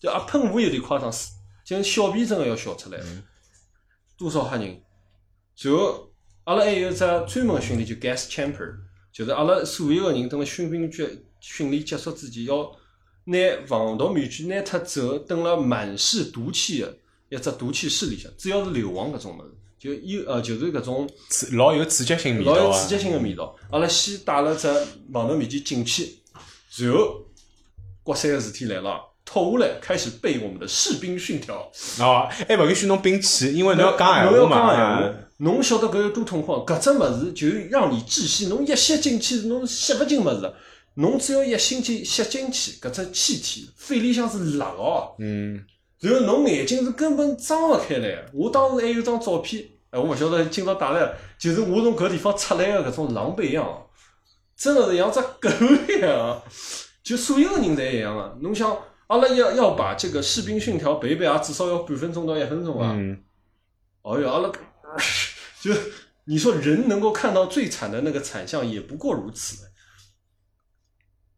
Speaker 2: 就啊喷雾有点夸张，就小便真个要小出来了，多少吓人。然后阿拉还有一只专门的训练，就 gas chamber，就是阿拉所有个人等辣训兵局训练结束之前，要拿防毒面具拿脱之后，等辣满是毒气的一只毒气室里向，只要是硫磺搿种物事，就有呃就是搿种
Speaker 3: 刺老有刺激性味道
Speaker 2: 老有
Speaker 3: 啊，
Speaker 2: 刺激性个味道。阿拉先带了只防毒面具进去，然后国三个事体来了，脱下来开始背我们的士兵训条。
Speaker 3: 哦，还勿允许侬兵器， <laughs> 因为侬要讲闲话
Speaker 2: 侬要讲
Speaker 3: 嘛哎
Speaker 2: 闲话。侬晓得搿有多痛苦？搿只物事就让你窒息，侬一吸进去，侬吸勿进物事了。侬只要一吸进吸进去，搿只气体肺里向是辣个哦，
Speaker 3: 嗯，
Speaker 2: 然后侬眼睛是根本张勿开来的。我当时还有张照片，哎，我勿晓得今朝带来，就是我从搿地方出来个搿种狼狈样哦，真个是像只狗一样啊。就所有人侪一样啊。侬想，阿拉要要把这个士兵训条背背啊，至少要半分钟到一分钟啊。
Speaker 3: 嗯，
Speaker 2: 哎呀，阿拉就你说人能够看到最惨的那个惨象，也不过如此。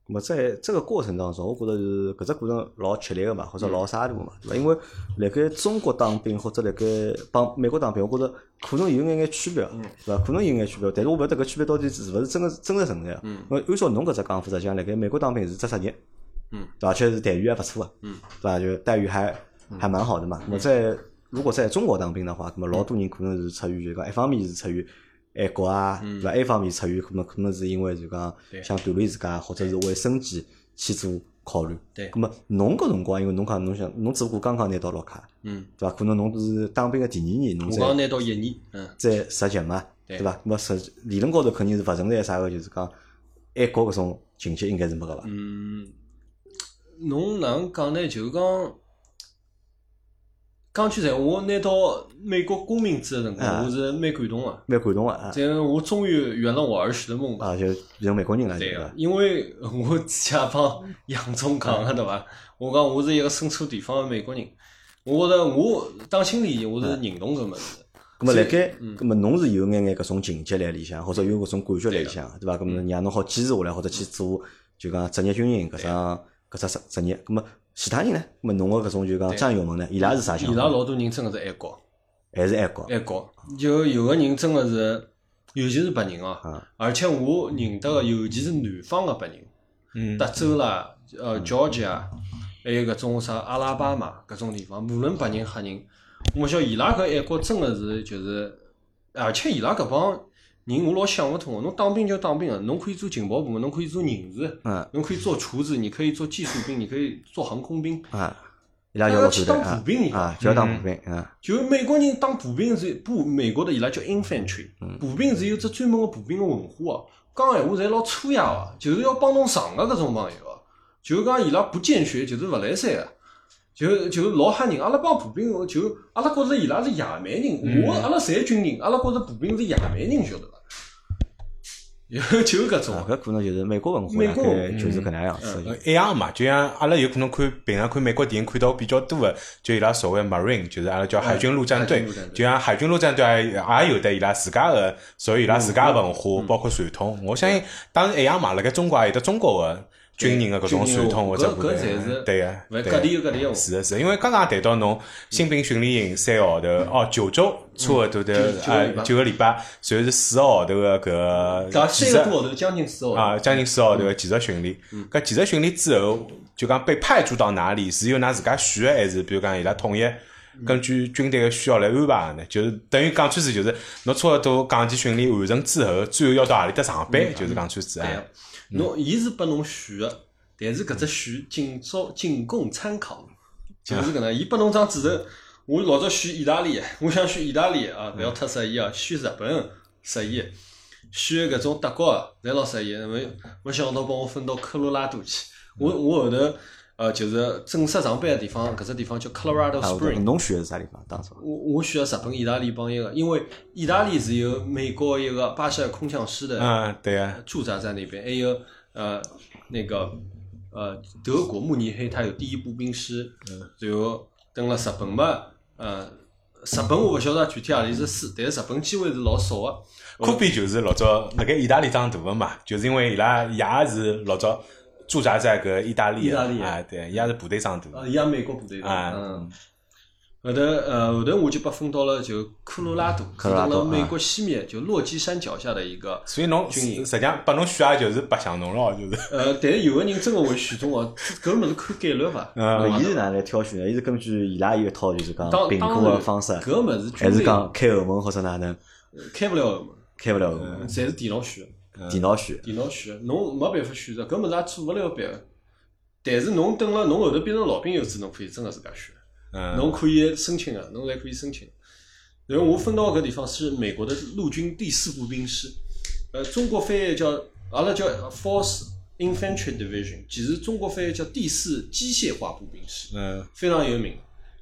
Speaker 1: 么在这个过程当中，我觉着是搿只过程老吃力个嘛，或
Speaker 2: 嗯
Speaker 1: 者老杀戮嘛，对伐？因为辣盖中国当兵或者辣盖帮美国当兵，我觉着可能有眼眼区
Speaker 2: 嗯
Speaker 1: 别，对伐？可能有眼区别，但是我勿晓得搿区别到底是勿是真个真个存在。啊
Speaker 2: 嗯
Speaker 1: 因为按照侬搿只讲法，实际上辣盖美国当兵是只职业，
Speaker 2: 嗯，
Speaker 1: 对伐？而且是待遇还勿错啊个，
Speaker 2: 嗯，
Speaker 1: 对伐？就待遇还还蛮好的嘛。那么在如果在中国当兵的话，那么
Speaker 2: 嗯
Speaker 1: 老多人可能是出于就是讲，一方面是出于爱国啊，对伐？一方面出于可能可能是因为就讲
Speaker 2: 嗯对
Speaker 1: 想锻炼自家，或者是为生计去做考虑。
Speaker 2: 对
Speaker 1: 那么侬搿辰光，因为侬讲侬想，侬只不过刚刚拿到绿卡，
Speaker 2: 嗯，
Speaker 1: 对伐？可能侬是当兵个第二年，侬
Speaker 2: 我
Speaker 1: 才
Speaker 2: 刚拿到一年，嗯，
Speaker 1: 再实习嘛，
Speaker 2: 对
Speaker 1: 对伐？那么实理论高头肯定是勿存在啥个就是讲爱国搿种情节，应该是没个伐？
Speaker 2: 嗯，侬哪能讲呢？就是讲，讲句实话，我拿到美国公民制的辰光，
Speaker 1: 啊
Speaker 2: 我是蛮感动的。
Speaker 1: 蛮感动个啊，
Speaker 2: 这样我终于圆了我儿时的梦吧。
Speaker 1: 啊就变成美国人了，
Speaker 2: 对啊
Speaker 1: 就
Speaker 2: 个、
Speaker 1: 是伐？
Speaker 2: 因为我之前帮 <laughs> 杨总讲个对伐？我讲啊我是一个身处地方的美国人，我觉着我当心里我是认同搿物事的，
Speaker 1: 咁么辣盖，
Speaker 2: 嗯
Speaker 1: 咁么侬是有眼眼搿种情节辣里向，或者有搿种感觉辣里向，对伐？咁
Speaker 2: 嗯
Speaker 1: 么让侬好坚持下来，或者去做就讲职业军人搿
Speaker 2: 啊
Speaker 1: 桩搿只职职业。咁么其他人呢？咁么侬个搿种就讲战友们呢，伊拉是啥想
Speaker 2: 伊拉
Speaker 1: 法？
Speaker 2: 老多人真个是爱国，
Speaker 1: 还是爱国？
Speaker 2: 爱国。就有个人真个是，尤其是白人哦
Speaker 1: 啊，
Speaker 2: 而且我认得个，尤其是南方个白人，
Speaker 3: 嗯
Speaker 2: 德州啦，呃，Georgia，还有搿种啥阿拉巴马搿种地方，无论白人黑人，我晓得伊拉搿爱国真个是就是，而且伊拉搿帮人我老想勿通个，啊侬当兵就当兵个，侬可以做情报部门，侬可以做人事，
Speaker 1: 嗯
Speaker 2: 侬可以做厨子，你可以做技术兵，你可以做航空兵，
Speaker 1: 啊，伊拉要老
Speaker 2: 去
Speaker 1: 战
Speaker 2: 当补
Speaker 1: 队
Speaker 2: 兵
Speaker 1: 啊
Speaker 2: 啊。
Speaker 1: 啊，就要当步兵啊。
Speaker 2: 就美国人当步兵是步，美国的伊拉叫 infantry，步
Speaker 3: 嗯
Speaker 2: 兵是有只专门个步兵个文化哦。讲闲话侪老粗野个，就是要帮侬上个搿种朋友哦。就是讲伊拉不见血，就是勿来三个，就就老吓人。阿拉帮步兵哦就阿拉觉着伊拉是野蛮
Speaker 3: 嗯
Speaker 2: 人，我阿拉侪军人，阿拉觉着步兵是野蛮人，晓得伐？就 <laughs> 就搿种
Speaker 1: 啊，搿可能就是美国文化，
Speaker 2: 美
Speaker 1: 大
Speaker 2: 国嗯
Speaker 1: 概就是搿能样子。
Speaker 3: 呃一样嘛，就像阿拉有可能看平常看美国电影看到比较多的，就伊拉所谓 marine，就是阿拉叫海军陆战
Speaker 2: 嗯海
Speaker 3: 队
Speaker 2: 军陆战，队
Speaker 3: 就像海军陆战队也也有的伊拉自家的，所以伊拉自家的
Speaker 2: 嗯
Speaker 3: 文化，包括传统。我相信当然一样嘛，辣盖中国也有得中国的军人的搿种
Speaker 2: 军
Speaker 3: 传
Speaker 2: 人
Speaker 3: 统或者
Speaker 2: 搿
Speaker 3: 部队
Speaker 2: 搿才是
Speaker 3: 对个，
Speaker 2: 勿
Speaker 3: 对
Speaker 2: 是
Speaker 3: 个
Speaker 2: 各地有各地个文化。
Speaker 3: 是的，是的，因为刚刚谈到侬新兵训练营三个号头，哦，九周差不多的
Speaker 2: 嗯九
Speaker 3: 呃
Speaker 2: 九个礼拜啊
Speaker 3: 九个礼拜，然后是四个号头的搿
Speaker 2: 搿
Speaker 3: 技
Speaker 2: 三
Speaker 3: 术
Speaker 2: 个多号头，将近四个号
Speaker 3: 啊，
Speaker 2: 头。
Speaker 3: 将近四个号
Speaker 2: 嗯
Speaker 3: 头的技术训练。搿技术训练之后，就讲被派驻到哪里，是由㑚自家选的，还是比如讲伊拉统一
Speaker 2: 嗯
Speaker 3: 根据军队的需要来安排的呢？就是等于讲穿子，就是侬差勿多岗前训练完成之后，最后要到何里搭上班，就是讲
Speaker 1: 哎
Speaker 3: 穿子
Speaker 2: 嗯对
Speaker 3: 啊
Speaker 2: 啊。，
Speaker 1: 嗯
Speaker 2: 侬伊是拨侬选个，但是搿只选仅作仅供参考，就是搿能。伊拨侬张指头，我老早选意大利，我想选意大利啊，勿要太适意啊，选日本适意，选搿种德国侪老适意。那么没想到帮我分到科罗拉多去，
Speaker 1: 嗯
Speaker 2: 我我后头呃就是正式上班个地方，搿只地方叫 Colorado
Speaker 1: 啊，我觉得
Speaker 2: Spring。
Speaker 1: 侬选的是啥地方？当初
Speaker 2: 我我选了日本、意大利帮一个，因为意大利是有美国一个巴塞尔空降师的
Speaker 3: 嗯，对啊，
Speaker 2: 驻扎在那边，还有呃那个呃德国慕尼黑，它有第一步兵师，
Speaker 1: 嗯
Speaker 2: 然后登了日本嘛，呃日本我不晓得具体何里只师，但是日本机会是老少啊个、
Speaker 3: 科比就是老早辣盖意大利长大的嘛，就是因为伊拉爷是老早驻扎在搿意大利
Speaker 2: 意
Speaker 3: 的
Speaker 2: 大利
Speaker 3: 啊，对，伊拉是部队长大的。
Speaker 2: 呃，伊也美国部队的，
Speaker 1: 哎
Speaker 3: 啊
Speaker 2: 嗯。后头，呃，后头我就被分到了就科罗拉多，
Speaker 1: 科
Speaker 2: 是
Speaker 1: 罗拉
Speaker 2: 到
Speaker 1: 多哎
Speaker 2: 了美国西面，就落基山脚下的一个。
Speaker 3: 所以侬
Speaker 2: 军营
Speaker 3: 实实际上把侬选啊，就是白相侬咯，就是。
Speaker 2: 呃，但是有个人真个会选中哦， <laughs> 搿物事看概率伐？
Speaker 3: 嗯
Speaker 1: 呃伊是哪能来挑选的？伊是根据伊拉有一套就是讲
Speaker 2: 当
Speaker 1: 评
Speaker 2: 当
Speaker 1: 估的
Speaker 2: 然
Speaker 1: 方式，
Speaker 2: 搿物事
Speaker 1: 还
Speaker 2: 军
Speaker 1: 是
Speaker 2: 队
Speaker 1: 讲开后门或者哪能
Speaker 2: 开不了后门，
Speaker 1: 开勿了后门？
Speaker 2: 侪是电脑选的。
Speaker 1: 电脑选
Speaker 2: 电脑选，侬没办法选择，搿物事也做勿了别个。但是侬等了侬后头变成老兵有子，侬可以真个自家选，
Speaker 3: 嗯，
Speaker 2: 侬可以申请个，侬侪可以申请。然后我分到搿地方是美国的陆军第四步兵师，呃，中国翻译叫阿拉叫 Force Infantry Division，其实中国翻译叫第四机械化步兵师。
Speaker 3: 嗯
Speaker 2: 非常有名。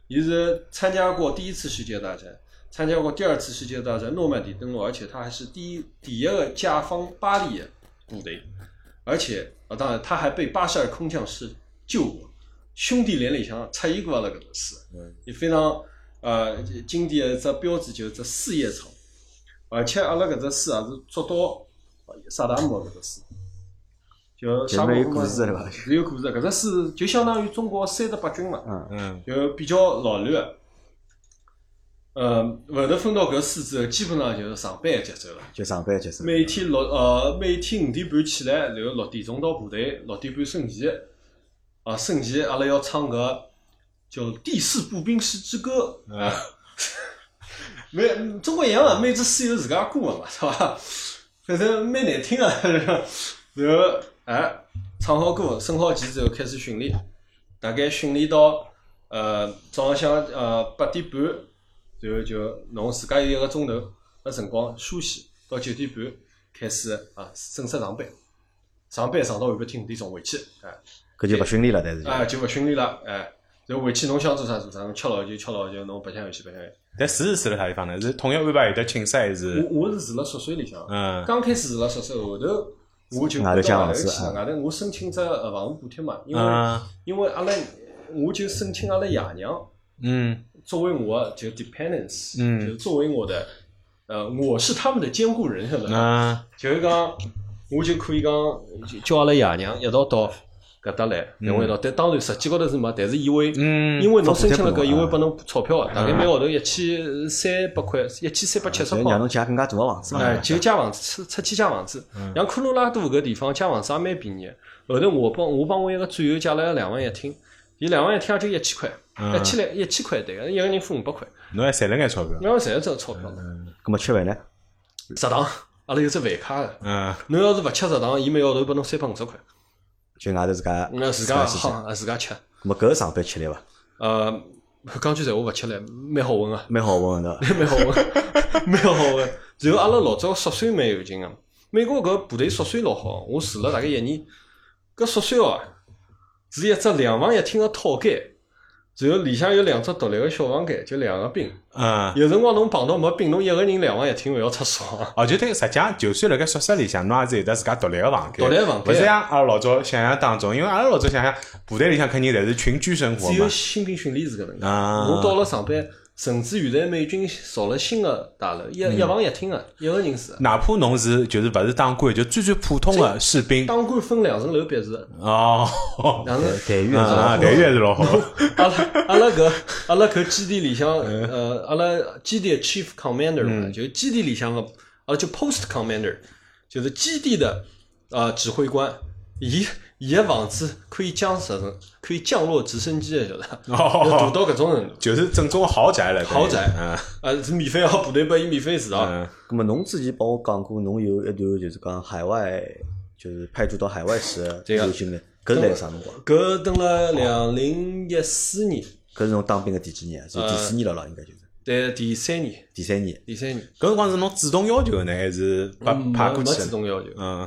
Speaker 2: 伊是参加过第一次世界大战，参加过第二次世界大战诺曼底登陆，而且他还是第一第一个甲方巴黎的部队，而且啊，当然他还被巴塞尔空降师救过，兄弟连里向出现过阿拉搿个事
Speaker 3: 嗯，
Speaker 2: 也非常呃经典的一只标志就是只四叶草，而且啊阿拉�搿只书也是捉到萨达姆的搿只书。就
Speaker 1: 就是
Speaker 2: 沙漠
Speaker 1: 有
Speaker 2: 风
Speaker 1: 故
Speaker 2: 暴
Speaker 1: 事的对伐
Speaker 2: 是有故事的。搿只书就相当于中国三十八军嘛，
Speaker 3: 嗯
Speaker 2: 就比较老乱的。呃，后头分到搿四之后，基本上就是上班的节奏了。
Speaker 1: 就上班结束。
Speaker 2: 每天六呃，每天五点半起来，然后六点钟到部队，六点半升旗。啊，升旗阿拉要唱搿叫《第四步兵师之歌》。
Speaker 3: 嗯，
Speaker 2: 每中国一样啊，每只师有自家歌个嘛，是伐？反正蛮难听啊。然后哎，唱好歌，升好旗之后开始训练，大概训练到呃早浪向呃八点半，然后就侬自家有一个钟头个辰光休息，到九点半开始啊正式上班，上班上到下半天五点钟回去，哎。
Speaker 1: 搿就勿训练了，但是
Speaker 3: 嗯
Speaker 1: 就
Speaker 2: 啊，就勿训练了，哎，然后回去侬想做啥做啥，侬吃老酒吃老酒，侬白相游戏白相游戏。
Speaker 3: 但是是住辣啥地方呢？是统一安排有的寝室还是？
Speaker 2: 我我是住辣宿舍里向，
Speaker 3: 嗯
Speaker 2: 刚开始住辣宿舍，后头我就
Speaker 1: 外头
Speaker 2: 到
Speaker 1: 抢房
Speaker 2: 外头
Speaker 1: 子
Speaker 2: 去了，
Speaker 1: 啊
Speaker 2: 外头我申请只呃房屋补贴嘛，因为
Speaker 3: 嗯
Speaker 2: 因为阿拉我就申请阿拉爷娘，
Speaker 3: 嗯
Speaker 2: 作为我的就 dependence，
Speaker 3: 嗯
Speaker 2: 就是作为我的呃，我是他们的监护人，晓得伐？
Speaker 3: 嗯
Speaker 2: 就是讲，我就可以讲就叫阿拉爷娘一道到搿搭来，然后一道。但当然实际高头是没，但是伊会，
Speaker 3: 嗯，
Speaker 2: 因为侬申请了搿，
Speaker 1: 嗯
Speaker 2: 伊会拨侬钞票，大概每个号头一千三百块，一千三百七十
Speaker 1: 就
Speaker 2: 块
Speaker 1: 让。侬借更加大啊个房子啊嘛。
Speaker 2: 哎，就借房子，出出去借房子。像科罗拉多搿地方借房子也蛮便宜的。后头我帮我帮我一个战友借了两万一厅，伊两万一啊厅也就一千块，
Speaker 3: 嗯
Speaker 2: 一千来一千块对个，一个人付五百块，
Speaker 3: 侬还赚了眼钞票，
Speaker 2: 然后侪是这钞票了。
Speaker 1: 咁么吃饭呢？
Speaker 2: 食堂阿拉有只饭卡个，
Speaker 3: 嗯，
Speaker 2: 侬要是勿吃食堂，伊每个号头拨侬三百五十块，
Speaker 1: 就外头自家
Speaker 2: 那自家
Speaker 1: 去吃。
Speaker 2: 好啊自家吃。
Speaker 1: 咁么搿是上班吃力伐？
Speaker 2: 呃，讲句实话，勿吃力，蛮好混个。
Speaker 1: 蛮好问 <laughs> 的。
Speaker 2: <laughs> 蛮好个， <laughs> 蛮好个。然后阿拉老早宿舍蛮有劲个，啊美国搿部队宿舍老好，我住了大概一年。搿宿舍哦，是一只两房一厅个套间，然后里向有两只独立个小房间，就两个兵。
Speaker 3: 嗯，
Speaker 2: 有辰光侬碰到没兵，侬一个人两房一厅勿要啊太爽。
Speaker 3: 而且对，实际上哦就算辣盖宿舍里向，侬也是有得自家独立个房间，
Speaker 2: 独立的房间
Speaker 3: 勿是像阿拉老早想象当中，因为阿拉老早想象部队里向肯定侪是群居生活
Speaker 2: 只有
Speaker 3: 嘛，
Speaker 2: 新兵训练是搿能介。
Speaker 3: 啊
Speaker 2: 我到了上班，甚至现在美军造了新个大楼，一一房一厅个，一个人住的。
Speaker 3: 哪怕侬是就是勿是当官，就最最普通个士兵
Speaker 2: 当官分两层楼别墅， <laughs>
Speaker 3: 哦，
Speaker 2: 两层。
Speaker 1: 待遇
Speaker 3: 嗯啊，
Speaker 2: <laughs>
Speaker 3: 待遇还是老好，
Speaker 2: 阿拉阿拉搿阿拉搿基地里向，
Speaker 3: 嗯
Speaker 2: 呃，阿拉基地的 chief commander 嘛，就是基地里向个，啊，就 post commander，就是基地的呃指挥官，伊伊个房子可以降直升，可以降落直升机的，晓得伐？
Speaker 3: 哦
Speaker 2: 大到搿种程度，
Speaker 3: 就是正宗豪宅了，
Speaker 2: 豪宅
Speaker 3: 嗯
Speaker 2: 啊，是免费哦，部队拨伊免费住啊。
Speaker 3: 嗯
Speaker 1: 咁么侬之前帮我讲过，侬有一段就是讲海外，就是派驻到海外时的
Speaker 2: 对个啊
Speaker 1: 旅行呢，搿是来啥辰光？
Speaker 2: 搿等了两零一四年，
Speaker 1: 搿是侬当兵的第几年啊？
Speaker 2: 呃
Speaker 1: 是第四年了咯，应该就是
Speaker 2: 对，第三年，
Speaker 1: 第三年。
Speaker 2: 第三年，
Speaker 3: 搿辰光是侬主动要求呢，还是派派过
Speaker 2: 嗯没没主
Speaker 3: 去的？
Speaker 2: 动要求。
Speaker 3: 嗯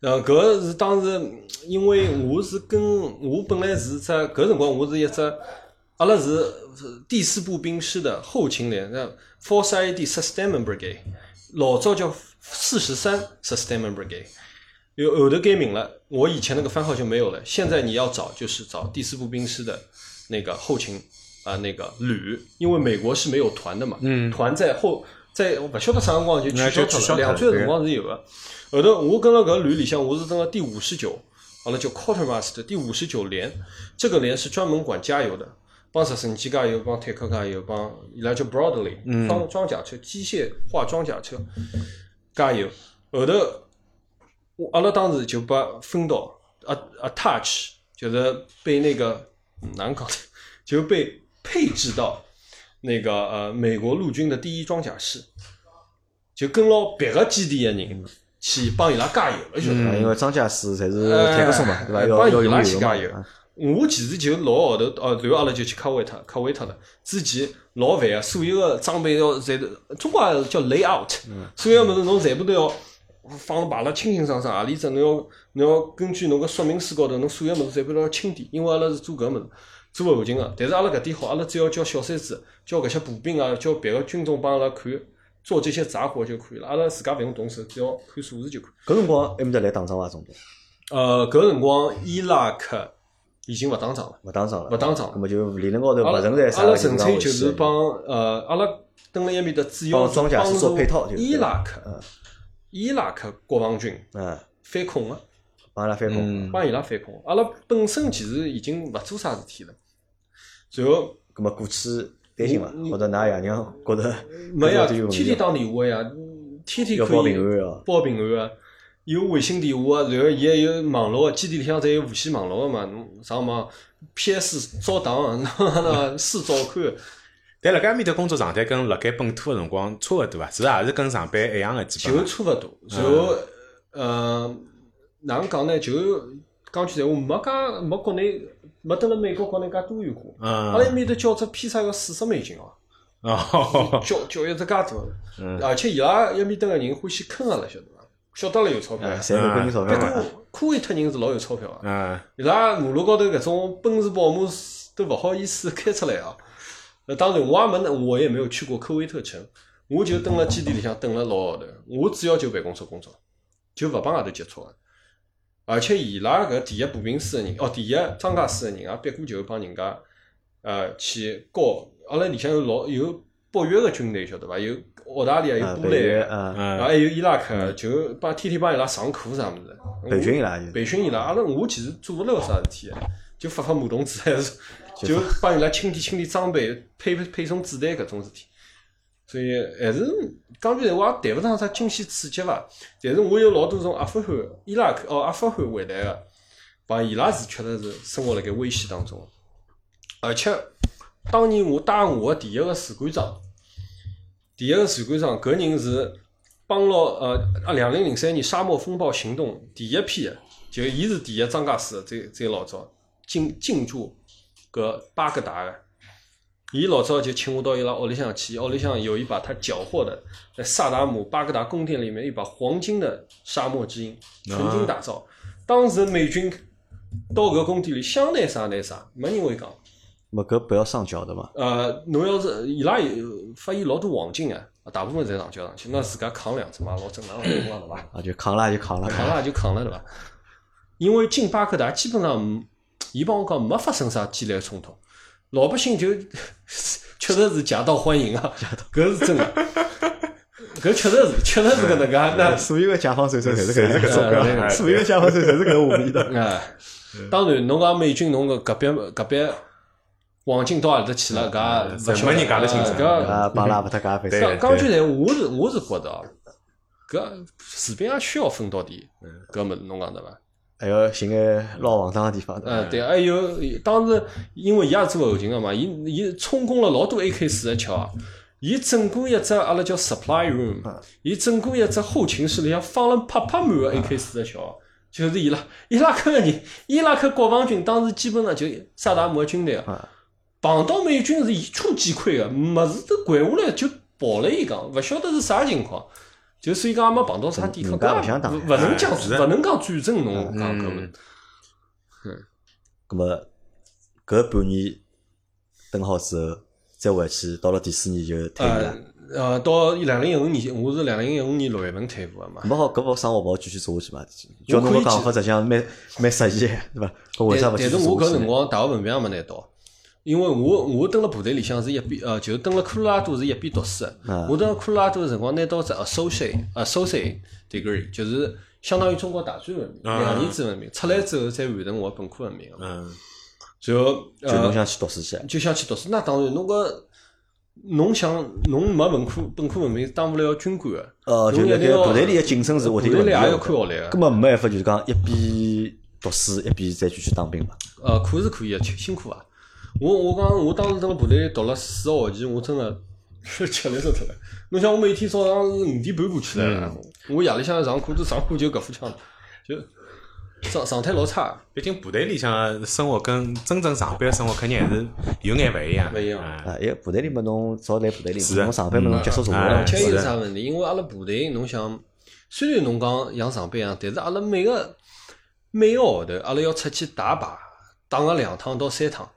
Speaker 2: 呃，搿是当时，嗯因为我是跟我本来是只搿辰光我是一只，阿拉是呃第四步兵师的后勤连，那 Force ID Sustainment Brigade，老早叫四十三 Sustainment Brigade，有有的改名了，我以前那个番号就没有了。现在你要找就是找第四步兵师的那个后勤啊、那个旅，因为美国是没有团的嘛，
Speaker 3: 嗯
Speaker 2: 团在后在我勿晓得啥辰光就取
Speaker 3: 那就
Speaker 2: 消
Speaker 3: 取
Speaker 2: 脱
Speaker 3: 消
Speaker 2: 了，
Speaker 3: 脱了
Speaker 2: 两岁的
Speaker 3: 对
Speaker 2: 辰光是有的。后头我跟了搿旅里向，我是登了第五十九，阿拉叫 Quartermaster 第五十九连，这个连是专门管加油的，帮直升机加油，帮坦克加油，帮伊拉叫 Broadly，装
Speaker 3: 嗯
Speaker 2: 装甲车、机械化装甲车加油。后头我阿拉当时就把分到 a- attach，就是被那个嗯难搞的， <laughs> 就被配置到那个呃美国陆军的第一装甲师，就跟牢别个基地的人去帮伊拉加油了，晓得伐？
Speaker 1: 啊因为装甲师侪是
Speaker 2: 哎
Speaker 1: 坦克松嘛，对伐？
Speaker 2: 哎
Speaker 1: 要
Speaker 2: 嗯帮
Speaker 1: 要
Speaker 2: 伊拉
Speaker 1: 用
Speaker 2: 去
Speaker 1: 油
Speaker 2: 加
Speaker 1: 嘛。
Speaker 2: 油
Speaker 1: 啊
Speaker 2: 我其实就六个号头，哦，然后阿拉就去卡维特，卡维特了。之前老烦个，所有个装备要侪都，中国也叫 layout，所
Speaker 1: 嗯
Speaker 2: 有个物事侬全部都要放摆了清清爽爽，何里只侬要侬要根据侬个说明书高头，侬所有物事全部都要清点，因为阿拉是做搿物事。做后勤个，啊但是阿拉搿点好，阿拉只要叫小三子，叫搿些步兵啊，叫别个军种帮阿拉看做这些杂活就可以了。阿拉自家勿用动手，只要看数字就可以。
Speaker 1: 搿辰光埃面搭来打仗伐？总统
Speaker 2: 呃，搿辰光伊拉克已经勿打仗了。
Speaker 1: 勿打仗了，
Speaker 2: 勿打仗了
Speaker 1: 咁么就理论高头
Speaker 2: 阿
Speaker 1: 勿
Speaker 2: 拉
Speaker 1: 存在啥
Speaker 2: 阿
Speaker 1: 就
Speaker 2: 拉
Speaker 1: 是
Speaker 2: 纯
Speaker 1: 讲
Speaker 2: 粹
Speaker 1: 危
Speaker 2: 就
Speaker 1: 险
Speaker 2: 是帮呃，阿拉蹲了埃面搭，主要
Speaker 1: 帮装甲师做
Speaker 2: 帮助
Speaker 1: 配套就是
Speaker 2: 伊拉克
Speaker 1: 嗯，
Speaker 2: 伊拉克国防军
Speaker 1: 嗯，
Speaker 2: 反恐个，
Speaker 1: 帮阿拉反恐。
Speaker 3: 嗯
Speaker 2: 帮伊拉反恐。阿拉本身其实已经勿做啥事体了，然后
Speaker 1: 咁么过去担心伐
Speaker 2: 你？你
Speaker 1: 或者㑚爷娘觉得
Speaker 2: 没呀，
Speaker 1: 搿到底有
Speaker 2: 天
Speaker 1: 问题
Speaker 2: 天
Speaker 1: 伐
Speaker 2: 打电话呀，天天
Speaker 1: 要
Speaker 2: 可
Speaker 1: 报
Speaker 2: 以
Speaker 1: 平安哦。
Speaker 2: 报平安啊，有卫星电话啊，然后伊还有网络啊，基地里向侪有无线网络个啊嘛，侬上网 PS 照打，啊 <laughs> 那四啊照看。
Speaker 3: 但辣盖埃面搭工作状态跟辣盖本土个辰光差勿多啊，其实也是跟上班一样个，基
Speaker 2: 就
Speaker 3: 本上。
Speaker 2: 差勿多。然后，呃，哪能讲呢？就讲句实话，没介没国内没得了美国国内介多元化。
Speaker 3: 嗯
Speaker 2: 阿拉埃面头叫只披萨要四十美金哦，
Speaker 3: 哦， <laughs>
Speaker 2: 叫叫一只介大，而且伊拉埃面搭个人欢喜坑个了，晓得伐？晓得了有钞票
Speaker 1: 哎，
Speaker 2: 啊。
Speaker 1: 侪是关人钞票
Speaker 2: 别
Speaker 1: 嘛
Speaker 2: 个。科威特人是老有钞票啊，
Speaker 3: 嗯，
Speaker 2: 伊拉马路高头搿种奔驰、宝马都勿好意思开出来啊。那当然，我也没能，我也没有去过科威特城，我就蹲辣基地里向蹲了老号头，我主要就办公室工作，就勿帮外头接触个。啊而且伊拉搿第一步兵师个人，哦，第一装甲师个人也别过就帮人家，呃，去教阿拉里向有老有北约个军队晓得伐？有澳大利亚，
Speaker 1: 呃
Speaker 2: 有波
Speaker 1: 北约，
Speaker 2: 兰，
Speaker 1: 呃，
Speaker 2: 哎啊，
Speaker 3: 嗯
Speaker 2: 还有伊拉克，就帮天天帮伊拉上课啥物事。
Speaker 1: 培训伊拉有
Speaker 2: 培训伊拉，阿拉我其实做勿了啥事体，就发发马桶纸，还是就帮伊拉清点清点装备，配配送子弹搿种事体。所以还是讲句实话，也谈勿上啥惊喜刺激伐。但是我有老多从阿富汗、伊拉克哦阿富汗回来个，帮伊拉是确实是生活辣盖危险当中。而且当年我带我的第一个士官长，第一个士官长搿人是帮牢呃啊两零零三年沙漠风暴行动第一批的，就伊是第一张家师，最最老早进进驻搿巴格达个。伊老早就请我到伊拉屋里向去，屋里向有一把他缴获的，在萨达姆巴格达宫殿里面一把黄金的沙漠之鹰，纯金打造。当时美军到搿宫殿里想拿啥拿啥，没人会讲。
Speaker 1: 么搿不要上缴的嘛，
Speaker 2: 呃，侬要是伊拉有发现老多黄金啊，大部分侪上交上去，那自家扛两只嘛，老正常的辰光
Speaker 3: <laughs>
Speaker 2: 对伐？
Speaker 1: 啊，就扛了就扛了，<laughs>
Speaker 2: 扛了也就扛了对伐？因为进巴格达基本上没，伊帮我讲没发生啥激烈的冲突，老百姓就 <laughs> 确实是夹道欢迎啊，搿是真的，搿确实是确实是搿能介那。
Speaker 1: 啊所有的解放战争侪是搿侪是搿种
Speaker 2: 哎
Speaker 1: 个，所有的解放战争侪是搿个画面
Speaker 2: <laughs>
Speaker 1: 的。
Speaker 2: 哎，当然，侬讲美军侬搿搿笔搿笔黄金到何里搭去
Speaker 3: 嗯
Speaker 2: 了，搿也勿晓得呃
Speaker 3: 没人讲得清楚嗯
Speaker 2: 搿
Speaker 1: 啊，帮拉勿搭界
Speaker 3: 对
Speaker 1: 反
Speaker 2: 讲讲句实话，我是我是觉得啊，搿士兵也需要分到底，嗯搿物事侬讲对伐？
Speaker 1: 还要寻个老行当个地方的。
Speaker 2: 呃，对，还有当时因为伊也做后勤个嘛，伊伊充公了老多 AK 四十七啊，伊整个一只阿拉叫 supply room，伊
Speaker 1: 嗯
Speaker 2: 整个一只后勤室里向放了啪啪满个 AK 四十七啊。就是伊拉伊拉克个人，伊拉克国防军当时基本上就萨达姆个军队
Speaker 1: 嗯
Speaker 2: 啊，碰到美军是一触即溃个，物事都掼下来就跑了，伊讲勿晓得是啥情况，就所以讲也没碰到啥抵
Speaker 1: 嗯
Speaker 2: 抗，
Speaker 1: 人家
Speaker 2: 搿
Speaker 1: 勿想打哎
Speaker 2: 勿勿能讲
Speaker 3: 是的
Speaker 2: 勿能讲战争，
Speaker 1: 嗯
Speaker 2: 侬
Speaker 3: 嗯
Speaker 2: 讲搿物事。
Speaker 1: 咁么搿半年等好之后，再回去，到了第四年就退役
Speaker 2: 呃
Speaker 1: 了。
Speaker 2: 呃，到两零一五年，我是两零一五年六月份退伍的嘛。
Speaker 1: 没好，搿不生活勿好继续做下去嘛？叫侬个讲法，实际上蛮蛮适意，对伐？搿为啥
Speaker 2: 但
Speaker 1: 勿继
Speaker 2: 但
Speaker 1: 续
Speaker 2: 是
Speaker 1: 做
Speaker 2: 我搿
Speaker 1: 下去
Speaker 2: 辰
Speaker 1: 呢？
Speaker 2: 光大学文凭也没拿到，因为我我蹲辣部队里向是一边呃，就是蹲辣科罗拉多是一边读书
Speaker 1: 嗯
Speaker 2: 的。我蹲辣科罗拉多的辰光拿到只 associate associate degree，就是相当于中国大专文凭，
Speaker 3: 嗯
Speaker 2: 两年制文凭。出来之后再完成我的本科文凭的嘛。
Speaker 3: 嗯，
Speaker 2: 然后
Speaker 1: 就侬
Speaker 2: 呃，
Speaker 1: 想去读书去，
Speaker 2: 就想去读书，那当然侬搿。侬想，侬没文科本科文凭，当勿了军官个。
Speaker 1: 呃，就
Speaker 2: 侬
Speaker 1: 辣
Speaker 2: 一定
Speaker 1: 盖
Speaker 2: 要
Speaker 1: 部队里个竞争是
Speaker 2: 部
Speaker 1: 我
Speaker 2: 队
Speaker 1: 定
Speaker 2: 里
Speaker 1: 问
Speaker 2: 也
Speaker 1: 题
Speaker 2: 要
Speaker 1: 的。
Speaker 2: 看学历啊个
Speaker 1: 根。本没办法，就是讲一边读书一边再继续当兵嘛。
Speaker 2: 呃，可是可以啊，吃辛苦啊。我我讲，我当时蹲辣部队里读了四个学期，我真的 <laughs> 吃力死脱了。侬想，我每天早上是五点半爬起来的，
Speaker 3: 嗯
Speaker 2: 我夜里向上课都上课就搿副腔，就状状态老差。
Speaker 3: 毕竟部队里向生活跟真正上班生活肯定还是有眼勿一样，
Speaker 2: 勿一样
Speaker 3: 啊
Speaker 1: 啊，因为部队里嘛，侬早来部队里
Speaker 3: 是
Speaker 2: 啊
Speaker 1: 嘛，侬上班嘛，侬接触社会
Speaker 3: 嗯
Speaker 1: 了
Speaker 2: 而
Speaker 1: 嘛。
Speaker 2: 且
Speaker 3: 是
Speaker 2: 有
Speaker 3: 的
Speaker 2: 啥问题？因为阿拉部队，侬想，虽然侬讲像上班一样，啊但是阿拉每个每个号头，阿拉要出去打靶，打个两趟到三趟。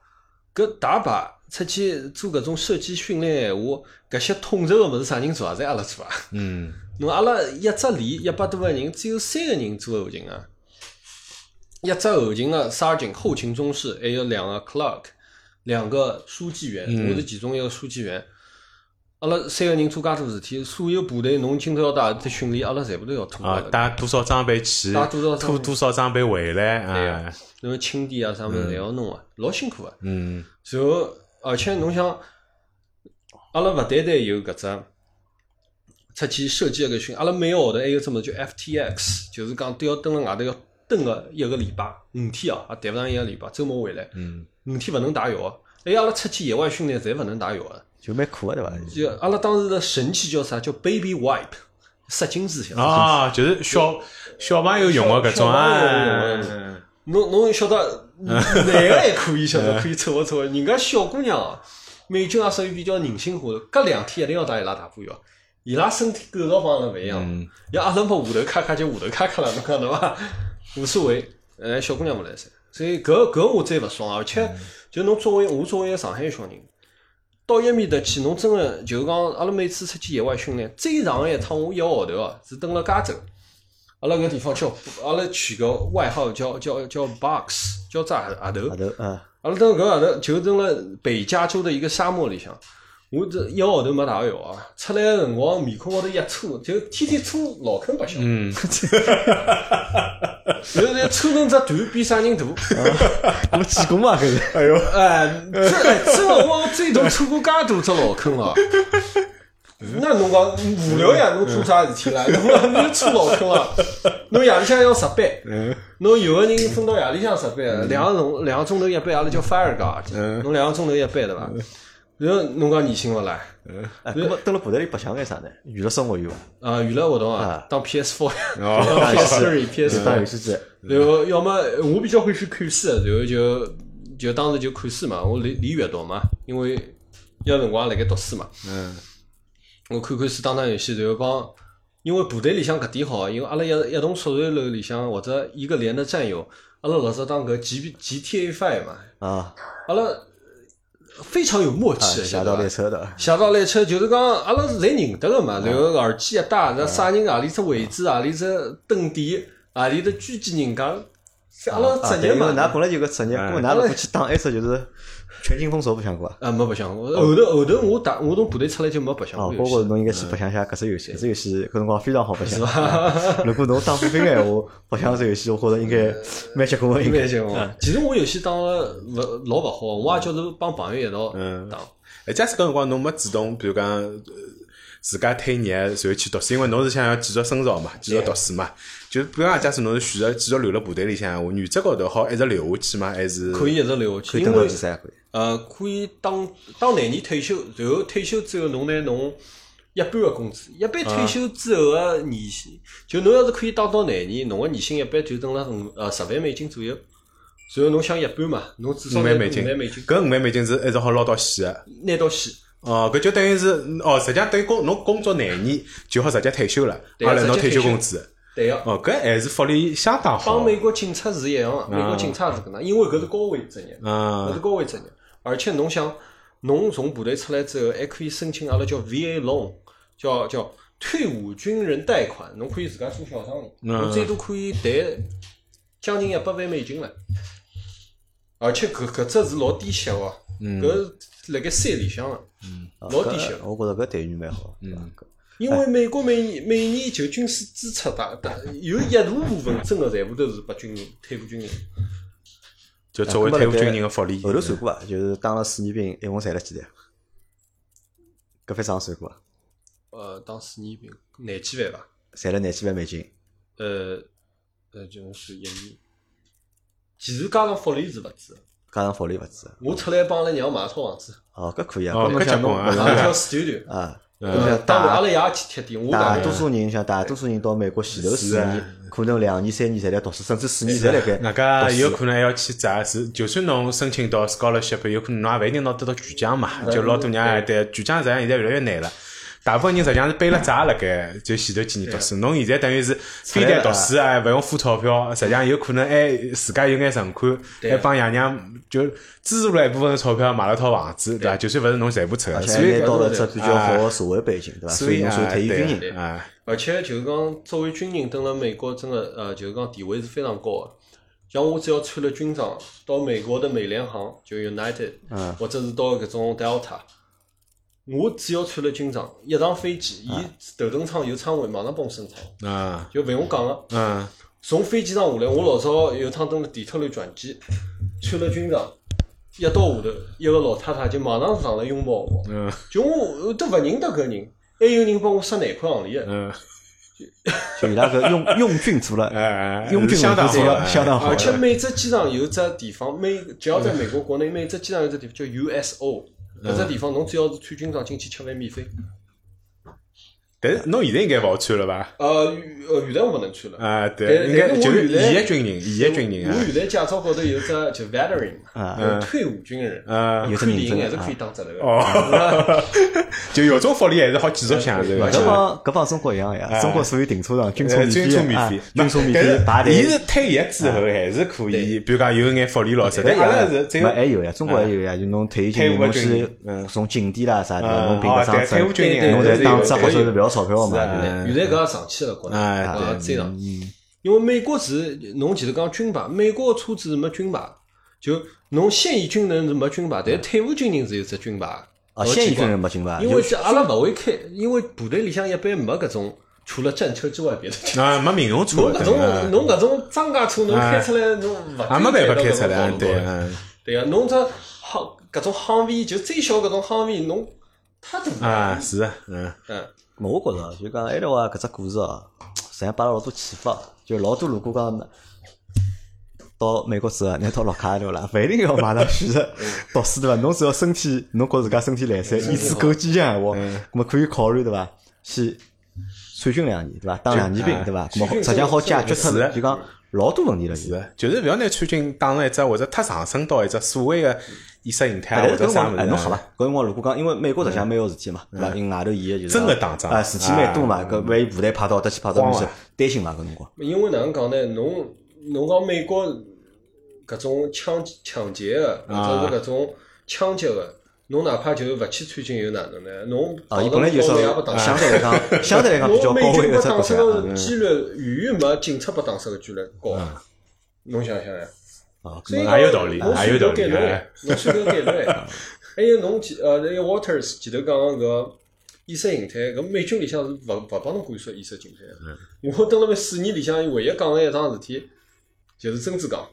Speaker 2: 搿打靶出去做搿种射击训练，闲话搿些统筹个物事啥人做啊？侪阿拉做啊？
Speaker 3: 嗯，
Speaker 2: 侬阿拉一只连一百多个人，只有三个人做后勤啊。一只后勤个 sergeant 后勤中士，还有两个 clerk，两个书记员，
Speaker 3: 嗯
Speaker 2: 我是其中一个书记员。阿拉三个人做介多事体，所有部队侬今朝要带去训练，阿拉全部都要拖
Speaker 3: 啊，
Speaker 2: 了。
Speaker 3: 带多少装备去，
Speaker 2: 带多少装备
Speaker 3: 拖多少装备回来
Speaker 2: 对
Speaker 3: 啊
Speaker 2: 啊，侬清点啊啥物事侪要弄啊，老辛苦啊。
Speaker 3: 嗯
Speaker 2: 然后，而且侬想，阿拉勿单单有搿只出去射击个训，阿拉每个号头还有只么叫 FTX，就是讲都要蹲辣外头要蹲个一个礼拜五天哦，也谈勿上一个礼拜，周末回来
Speaker 3: 嗯，
Speaker 2: 五天勿能打药啊。还有阿拉出去野外训练，侪勿能打药啊。
Speaker 1: 就蛮苦个对伐？
Speaker 2: 就阿拉当时的神器叫啥？叫 Baby Wipe，杀菌水晓得伐
Speaker 3: 啊，就是小小朋友用的搿
Speaker 2: 嗯小小
Speaker 3: 种
Speaker 2: 朋友
Speaker 3: 啊，
Speaker 2: 哎侬侬晓
Speaker 3: <laughs>
Speaker 2: 得，男个还可以晓得，可以凑合凑合。人家小姑娘啊，美军也属于比较人性化的，隔两天一定要带伊拉打补药。伊拉身体构造帮阿拉勿一样，
Speaker 3: 嗯
Speaker 2: 要阿拉么下头咔咔就下头咔咔了，侬讲对伐？无所谓，呃，小姑娘勿来塞。所以搿搿我最勿爽，而且就侬作为我作为一个上海小人，到埃面搭去，侬真个就是讲，阿拉每次出去野外训练，最长个一趟我一个号头哦，是蹲辣加州。阿拉搿地方叫，阿拉取个外号叫叫叫 box，叫只阿头
Speaker 1: 外头嗯，
Speaker 2: 阿拉蹲搿个头就蹲辣北加州的一个沙漠里向，我这一个号头没汏浴啊，出来个辰光面孔高头一搓，就天天搓老坑白相， <laughs>
Speaker 3: 嗯，
Speaker 2: 然后再搓成只团比啥人大。
Speaker 1: 我济公嘛，搿是。
Speaker 3: 哎呦，
Speaker 2: 哎，这哎这个我最多搓过介多只老坑了。 <laughs> 那侬讲无聊呀，侬做啥事体啦？侬讲侬搓老坑 <laughs> 了，侬夜里向要值班，侬有个人分到夜里向值班，两个钟两个钟头一班，阿拉叫 fire guard，侬两个钟头一班对伐？然后侬讲年薪勿啦？
Speaker 1: 哎，那么蹲辣部队里白相干啥呢？娱乐生活有伐？
Speaker 2: 啊，娱乐活动啊
Speaker 1: 啊，
Speaker 2: 当 PS Four、 <laughs>
Speaker 3: 哦，
Speaker 2: PS Three、PS
Speaker 1: 打
Speaker 2: Five
Speaker 1: 游。戏机。
Speaker 2: 然后要么我比较欢喜看书，然后就就当时就看书嘛，我理理阅读嘛，因为有辰光辣盖读书嘛，
Speaker 3: 嗯，
Speaker 2: 我看看书打打游戏，然后帮，因为部队里向搿点好，因为阿拉一一栋宿舍楼里向或者一个连的战友，阿拉老早当搿 G G T A Five 嘛，
Speaker 1: 啊
Speaker 2: 阿拉非常有默
Speaker 1: 啊！
Speaker 2: 契的，
Speaker 1: 侠
Speaker 2: 晓
Speaker 1: 盗
Speaker 2: 得伐
Speaker 1: 猎车的，
Speaker 2: 下到来车就是讲，阿拉是侪认得个嘛，
Speaker 1: 嗯
Speaker 2: 然后耳机一戴，那啥人何啊里只位置，何里只蹲点，何里只狙击人家，是阿拉
Speaker 1: 啊
Speaker 2: 职业
Speaker 1: 对因为
Speaker 2: 嘛。
Speaker 1: 㑚本来就有个职业，
Speaker 3: 哎
Speaker 1: 那么㑚如果去打 S 就是全境封锁白相过啊。
Speaker 2: 啊，没白相过。后头后头我打我从部队出来就没白相
Speaker 1: 哦
Speaker 2: 过，游
Speaker 1: 包括
Speaker 2: 戏，
Speaker 1: 侬应该去白相一下搿只游戏，搿只游戏搿辰光非常好白相。啊如果侬当兵的闲话，白相这游戏，我觉着应该
Speaker 2: 嗯
Speaker 1: 蛮结棍的，应该
Speaker 2: 蛮结棍的。其实我游戏打了勿老勿好，我也就是帮朋友一道
Speaker 3: 嗯
Speaker 2: 打。
Speaker 3: 哎，假使搿辰光侬没主动，比如讲呃自家退业，然后去读书，因为侬是想要继续深造嘛，继续读书嘛。就比如讲，假使侬是选择继续留辣部队里向，我原则高头好一直留下去嘛，还是
Speaker 2: 可以一直留下
Speaker 1: 可
Speaker 2: 去，
Speaker 1: 以
Speaker 2: 因
Speaker 1: 登到
Speaker 2: 为
Speaker 1: 比赛，可以。
Speaker 2: 呃，可以当当廿年退休，然后退休之后，侬拿侬一半个工资。一般退休之后个年薪，就侬要是可以当到廿年，侬个年薪一般就等辣五呃十万美金左右。然后侬想一半嘛，侬至少
Speaker 3: 五
Speaker 2: 拿
Speaker 3: 万美
Speaker 2: 五
Speaker 3: 金？
Speaker 2: 万美金
Speaker 3: 搿五万美金是一直好捞到死个。
Speaker 2: 拿到死。
Speaker 3: 哦，搿就等于是哦，实际上等于工侬工作廿年就好直接退休了，
Speaker 2: 对
Speaker 3: 阿
Speaker 2: 啊
Speaker 3: 拉拿
Speaker 2: 直接
Speaker 3: 退
Speaker 2: 退休
Speaker 3: 工资。
Speaker 2: 对个、
Speaker 3: 哦，搿还是福利相当好
Speaker 2: 帮。美国警察是一
Speaker 3: 啊
Speaker 2: 样，美国警察是搿能，因为搿是高危职业，搿是
Speaker 3: 嗯，
Speaker 2: 高危职业。而且侬想，侬从部队出来之后，还可以申请阿拉叫 VA loan，叫叫退伍军人贷款，侬可以自家做小生意，
Speaker 3: 嗯
Speaker 2: 侬最多可以贷将近一百万美金唻。而且搿搿只是老低息哦，
Speaker 3: 嗯
Speaker 2: 搿是辣盖山里向个，
Speaker 1: 啊
Speaker 2: 老低嗯效
Speaker 1: 搿我觉着搿待遇蛮好。对伐
Speaker 2: 因为美国每年每年就军事支出大大有一大部分真个全部都是拨军人退伍军人。
Speaker 3: 就作为
Speaker 1: 搿么
Speaker 3: 退伍
Speaker 1: 辣盖
Speaker 3: 军人的福利。
Speaker 1: 后头算过伐？就是当了四年兵，一共赚了几钿？搿番账算过伐？
Speaker 2: 呃，当四年兵廿几万吧，
Speaker 1: 赚了廿几万美金。
Speaker 2: 呃，呃，就是一年。其实加上福利是勿止的，
Speaker 1: 加上福利勿止，
Speaker 2: 我出来帮阿拉娘买套房子，
Speaker 1: 哦，搿可以啊，
Speaker 3: 哦
Speaker 1: 搿侬
Speaker 3: 搿
Speaker 1: 想
Speaker 3: 结棍
Speaker 1: 侬
Speaker 3: 啊
Speaker 1: 勿
Speaker 2: <laughs> 买
Speaker 1: 是 <laughs>
Speaker 2: 条 studio。
Speaker 1: 啊，
Speaker 3: 嗯
Speaker 1: 侬
Speaker 2: 呃
Speaker 1: 想
Speaker 2: 当然阿
Speaker 1: 大
Speaker 2: 拉爷去贴地，我
Speaker 1: 大
Speaker 2: 爷
Speaker 1: 多数人像大多数人到美国前头四
Speaker 3: 是啊
Speaker 1: 年，可能两年三年侪在读书，甚至四年侪辣盖
Speaker 3: 外加
Speaker 1: 读书
Speaker 3: 有可能还要去砸是，就算侬申请到 scholarship，有可能侬也勿一定能得到全奖嘛。就老多人也对全奖实际上现在越来越难了。大部分人实际上是背了债了该，就前头几年读书。侬现在等于是非但读书啊，勿用付钞票，实际上有可能还自家有眼存款，
Speaker 2: 对
Speaker 3: 还帮爷娘就资助了一部分钞票买了套房子，对伐？就算勿是侬全部凑
Speaker 1: 而
Speaker 3: 的，
Speaker 1: 且
Speaker 3: 所以
Speaker 1: 还拿到了只比较好的社会背景，对伐？
Speaker 3: 所
Speaker 1: 所
Speaker 3: 以
Speaker 1: 以侬
Speaker 3: 啊
Speaker 1: 算退役军
Speaker 3: 对
Speaker 1: 人，
Speaker 3: 啊，
Speaker 2: 而且就是讲作为军人蹲辣美国真个呃，就是讲地位是非常高的。像我只要穿了军装，到美国的美联航就 United，
Speaker 3: 啊
Speaker 1: 嗯
Speaker 2: 或者是到搿种 Delta，我只要穿了军装，一上飞机，伊头等舱有舱位，马上帮我升舱，
Speaker 3: 啊，
Speaker 2: 就勿用讲个。
Speaker 3: 嗯，
Speaker 2: 从飞机上下来，我老早有趟蹲辣底特律转机，穿了军装，一到下头，一个老太太就马上上来拥抱我，
Speaker 3: 嗯，
Speaker 2: 就我都勿认得搿人，还有人帮我塞廿块行钿个，
Speaker 3: 嗯，
Speaker 1: 就伊拉搿用用军做
Speaker 3: <laughs>
Speaker 1: 了，
Speaker 3: 哎，
Speaker 1: 用军
Speaker 3: 相
Speaker 1: 文
Speaker 3: 当
Speaker 1: 化
Speaker 3: 好
Speaker 1: 做
Speaker 3: 了，
Speaker 1: 了相当好
Speaker 2: 而且
Speaker 1: 了。
Speaker 2: 每只机场有只地方，每只要在美国国内，每只机场有只地方叫 USO，搿
Speaker 3: 嗯
Speaker 2: 只地方侬只要是穿军装进去吃饭免费。
Speaker 3: 但是侬现在应该勿好穿了伐？
Speaker 2: 呃，呃，原来我勿能穿了，
Speaker 3: 啊，对，
Speaker 2: 但
Speaker 3: 应该
Speaker 2: 但是
Speaker 3: 就
Speaker 2: 我
Speaker 3: 是
Speaker 2: 原来
Speaker 3: 现役军人，现役军人啊
Speaker 2: 我原来驾照高头有只就 veteran 嘛，
Speaker 1: 啊，
Speaker 2: 就退伍军人，
Speaker 3: 啊，
Speaker 1: 有
Speaker 3: 嗯，
Speaker 1: 只
Speaker 2: 看电
Speaker 1: 认真
Speaker 2: 影还是
Speaker 1: 啊
Speaker 2: 可以。当职头个。
Speaker 3: 哦，就有种福利还是好继续享受
Speaker 1: 搿
Speaker 3: 的。
Speaker 1: 帮搿帮中国一样呀，中国所有停车场军车
Speaker 3: 呃，
Speaker 1: 免
Speaker 3: 哎军
Speaker 1: 费
Speaker 3: 车
Speaker 1: 啊
Speaker 3: 免费，
Speaker 1: 军车免
Speaker 3: 但是
Speaker 1: 费排队
Speaker 3: 伊。是退役之后还是可以，比如讲有眼福利咯，实在阿拉是只有哎
Speaker 1: 没还有呀，中国还有呀，就侬退役军
Speaker 3: 退伍
Speaker 1: 人，侬
Speaker 3: 的军
Speaker 1: 去
Speaker 3: 人嗯
Speaker 1: 从景点啦啥的，
Speaker 3: 嗯
Speaker 1: 侬凭个
Speaker 3: 哦对
Speaker 1: 张
Speaker 3: 退
Speaker 1: 证，
Speaker 3: 伍军
Speaker 2: 人
Speaker 1: 侬
Speaker 2: 对对
Speaker 1: 才当
Speaker 2: 对
Speaker 1: 职或
Speaker 2: 对
Speaker 1: 者是不要钞票嘛，
Speaker 2: 是
Speaker 1: 对
Speaker 2: 啊
Speaker 1: 不对？
Speaker 2: 原来搿也上去了，国内
Speaker 3: 哎嗯
Speaker 2: 啊，这样。因为美国是侬前头讲军牌，美国个车子是没军牌，就侬现役军人是没军牌，但是
Speaker 3: 嗯
Speaker 2: 退伍军人是有只军牌。
Speaker 1: 啊，
Speaker 2: 老
Speaker 1: 现役
Speaker 2: 奇怪
Speaker 1: 军人没军牌，
Speaker 2: 因为
Speaker 1: 就是
Speaker 2: 阿拉勿会开，因为部队里向一般没搿种除了战车之外别的车。
Speaker 3: 啊，没民用车
Speaker 2: <laughs> 侬
Speaker 3: 的
Speaker 2: 搿
Speaker 3: 对吧
Speaker 2: 种侬搿种装甲车，侬开
Speaker 3: 哎
Speaker 2: 出来侬勿
Speaker 3: 也没办法
Speaker 2: 到
Speaker 3: 开
Speaker 2: 搿
Speaker 3: 出
Speaker 2: 种高，
Speaker 3: 来
Speaker 2: 度
Speaker 3: 对，
Speaker 2: 的
Speaker 3: 嗯
Speaker 2: 对啊，侬只航搿种航位就最小搿种航位，侬太大了。
Speaker 3: 啊，是，嗯，
Speaker 2: 嗯，
Speaker 1: 我觉着就讲埃头啊，搿只故事哦，实际上拨阿拉老多启发，就老多如果讲到美国之后，拿套绿卡对伐啦，勿一定要马上选择
Speaker 3: 嗯
Speaker 1: 读书对伐？侬只要身体，侬觉自家身体来三，意志够坚强闲话，
Speaker 3: 嗯
Speaker 1: 咾么可以考虑对伐？去参军两年对伐？当两年兵对伐？咾么实际上好解决脱
Speaker 3: 是
Speaker 1: 就讲老多问题了。
Speaker 3: 是的，就是勿要拿穿军当成一只或者太上升到一只所谓的意识形态啊
Speaker 1: 哎，
Speaker 3: 或
Speaker 1: 但是
Speaker 3: 者
Speaker 1: 搿辰光
Speaker 3: 啥物
Speaker 1: 哎，
Speaker 3: 事
Speaker 1: 侬好
Speaker 3: 啊
Speaker 1: 伐。？搿辰光如果讲，因为美国实际上蛮有事体嘛，对伐？因为外头伊个就是
Speaker 3: 嗯真的打仗
Speaker 1: 啊，事体蛮多嘛，
Speaker 3: 啊
Speaker 1: 搿万一部队派到搭去派到面
Speaker 3: 慌
Speaker 1: 去
Speaker 3: 啊，
Speaker 1: 担心嘛搿辰光。
Speaker 2: 因为哪能讲呢？侬侬讲美国搿种抢抢劫的，
Speaker 1: 啊
Speaker 2: 或者是搿种枪击的，侬哪怕就是勿去参军又哪能呢？侬
Speaker 1: 啊，伊本来就是
Speaker 2: 也勿打
Speaker 1: 相
Speaker 2: 死。 <laughs>
Speaker 1: 对来讲，相对来讲比较高
Speaker 2: 侬美
Speaker 1: 危的
Speaker 2: 军被
Speaker 1: 一只
Speaker 2: 打
Speaker 1: 国
Speaker 2: 死
Speaker 1: 家嗯
Speaker 2: 的几率远远没警察被打死的几率高啊。侬想想呀，
Speaker 1: 啊。
Speaker 2: 所以
Speaker 3: 也有道理
Speaker 2: 侬
Speaker 3: 也有
Speaker 2: 选
Speaker 3: 道
Speaker 2: 择
Speaker 3: 理
Speaker 2: 概率
Speaker 3: 哎，
Speaker 2: 侬选择概
Speaker 3: <laughs>
Speaker 2: 率。还有侬前呃，那个 Waters 前头讲个搿意识形态，搿美军里向是勿勿帮侬灌输意识形态
Speaker 3: 嗯
Speaker 2: 的。我蹲辣盖四年里向，唯一讲了一桩事体，就是曾志刚。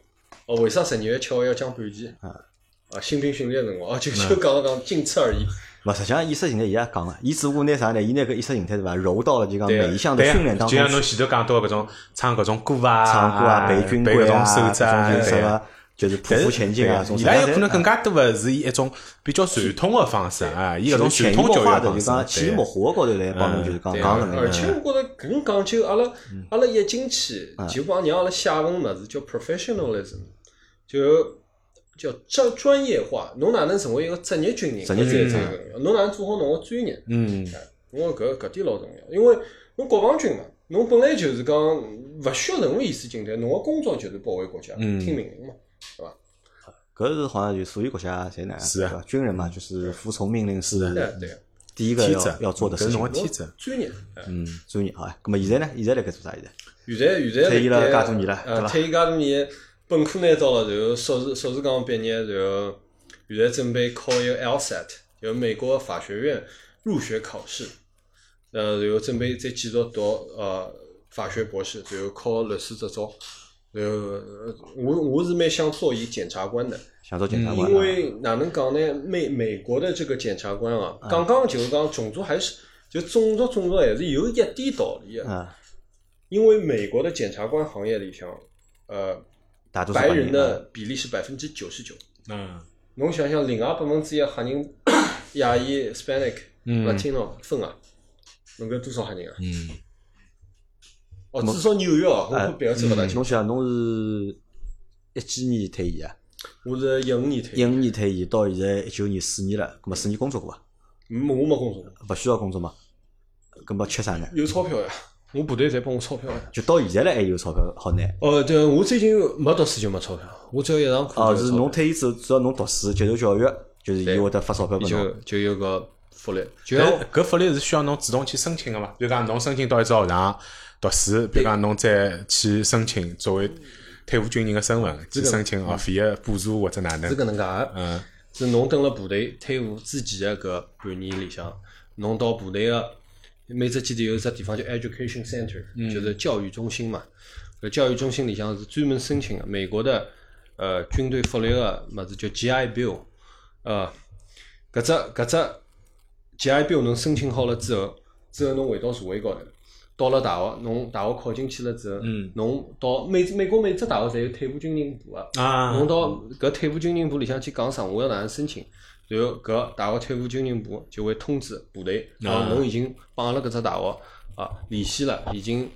Speaker 2: 哦，为啥十二月七号要降半旗？
Speaker 3: 嗯
Speaker 2: 啊，新兵训练辰光，哦，就就讲了讲，仅此而已。
Speaker 1: 勿，实际上意识形态伊也讲了，伊只不过拿啥呢？伊拿搿意识形态对伐，揉到了就讲
Speaker 2: 对啊
Speaker 1: 每一项的
Speaker 3: 对啊
Speaker 1: 训练，当
Speaker 3: 就
Speaker 1: 中
Speaker 3: 像
Speaker 1: 去，
Speaker 3: 侬前头讲到搿种唱搿种歌啊，
Speaker 1: 唱歌啊、
Speaker 3: 背
Speaker 1: 背军
Speaker 3: 搿
Speaker 1: 规啊、
Speaker 3: 种手
Speaker 1: 搿
Speaker 3: 指啊，
Speaker 1: 种就是
Speaker 3: 对
Speaker 1: 啥
Speaker 3: 啊
Speaker 1: 个，就是匍
Speaker 3: 但是
Speaker 1: 匐前进啊，这种
Speaker 3: 伊
Speaker 1: 啥
Speaker 3: 拉
Speaker 1: 个
Speaker 3: 有可能
Speaker 1: 侪
Speaker 3: 更加多的是以一种比较传统的方式啊，以搿种
Speaker 1: 就是潜
Speaker 3: 传
Speaker 1: 移
Speaker 3: 统
Speaker 1: 默
Speaker 3: 教育
Speaker 1: 化的，就
Speaker 3: 方式啊
Speaker 1: 讲，潜移默化高头来帮侬就是讲
Speaker 2: 对
Speaker 1: 讲
Speaker 2: 啊
Speaker 1: 搿能
Speaker 2: 而
Speaker 1: 个。
Speaker 2: 且我觉着搿讲究，阿拉
Speaker 1: 嗯
Speaker 2: 阿拉一进去就帮让阿拉写份物事叫 professionalism，就叫专专业化。侬哪能成为一个职业军人？
Speaker 1: 职业军人
Speaker 2: 搿才最重要。侬哪能做好侬个专业？
Speaker 3: 嗯，
Speaker 2: 我觉搿搿点老重要，因为侬国防军嘛，侬本来就是讲勿需要任何意识形态，侬个工作就是保卫国家，
Speaker 3: 嗯
Speaker 2: 听命令嘛。
Speaker 1: 搿是好像就所有国家侪那样，
Speaker 3: 是啊
Speaker 1: 吧军人嘛，就是服从命令
Speaker 2: 对
Speaker 1: 是
Speaker 2: 啊对啊，
Speaker 1: 第一个
Speaker 3: 天
Speaker 1: 要
Speaker 3: 职
Speaker 1: 要做的
Speaker 3: 搿
Speaker 1: 事
Speaker 3: 是侬
Speaker 1: 情
Speaker 3: 个。天职，
Speaker 2: 专业。哎
Speaker 1: 嗯，专业啊。咁么现在呢？现在辣盖做啥？现在
Speaker 2: 现在现在
Speaker 1: 退役了
Speaker 2: 辣盖
Speaker 1: 介多年了对
Speaker 2: 呃，
Speaker 1: 吧
Speaker 2: 退役介多年，本科拿到了，然后硕士硕士刚毕业，然后现在准备考一个 LSAT，就是美国法学院入学考试，呃，然后准备再继续读呃法学博士，然后考律师执照，然后呃我我是蛮想做一检察官的，
Speaker 1: 想做检察官啊？
Speaker 2: 因为哪能讲呢？美美国的这个检察官啊，
Speaker 1: 嗯
Speaker 2: 刚刚就是讲种族还是就种族种族还是有一点道理的。
Speaker 1: 啊，
Speaker 2: 因为美国的检察官行业里向，呃，
Speaker 1: 大多数
Speaker 2: 白
Speaker 1: 白
Speaker 2: 人
Speaker 1: 啊
Speaker 2: 的比例是百分之九十九。
Speaker 3: 嗯，
Speaker 2: 侬想想，另外百分之一黑人、亚裔、Hispanic、
Speaker 3: 嗯
Speaker 2: Latino 分啊，能够多少黑人啊？
Speaker 3: 嗯，
Speaker 2: 哦，至少纽约哦，我
Speaker 1: 哎
Speaker 2: 别个州勿大清。
Speaker 1: 侬想，侬是一几年退役啊？
Speaker 2: 我是一五年退
Speaker 1: 一
Speaker 2: 役，
Speaker 1: 五年退役，到现在一九年四年了，咁么四年工作过伐？
Speaker 2: 没我没工作，
Speaker 1: 勿需要工作嘛？咁么吃啥呢？
Speaker 2: 有钞票呀，我部队侪拨我钞票呀。
Speaker 1: 就到现在了还有钞票好拿。
Speaker 2: 哦，对，我最近没读书就没钞票，我只要一上课
Speaker 1: 哦，
Speaker 2: 就是有钞
Speaker 1: 侬
Speaker 2: 票
Speaker 1: 退役之后，只要侬读书接受教育，就是伊会得发钞票拨侬
Speaker 2: 就。就有个福利，就
Speaker 3: 但
Speaker 2: 像
Speaker 3: 是搿福利是需要侬主动去申请个嘛？比如讲侬申请到一只学堂读书，比如讲侬再去申请作为退伍军人个身份去申请学费个补助或者哪
Speaker 2: 是
Speaker 3: 能，
Speaker 2: 搿能介个。
Speaker 3: 嗯，
Speaker 2: 是侬蹲辣部队退伍之前个搿半年里向，侬到部队个每只基地有一只地方叫 education center，、就是教育中心嘛。搿教育中心里向是专门申请个美国的呃军队福利个物事叫 GI Bill，呃，搿只搿只 GI Bill 侬申请好了之后，之后侬回到社会高头。到了大学，侬大学考进去了之后，侬到每美国每只大学侪有退伍军人部个、
Speaker 3: 啊
Speaker 2: 侬到搿退伍军人部里向去讲啥，我要哪能申请，然后搿大学退伍军人部就会通知部队，然后侬已经帮阿拉搿只大学啊联系了，已经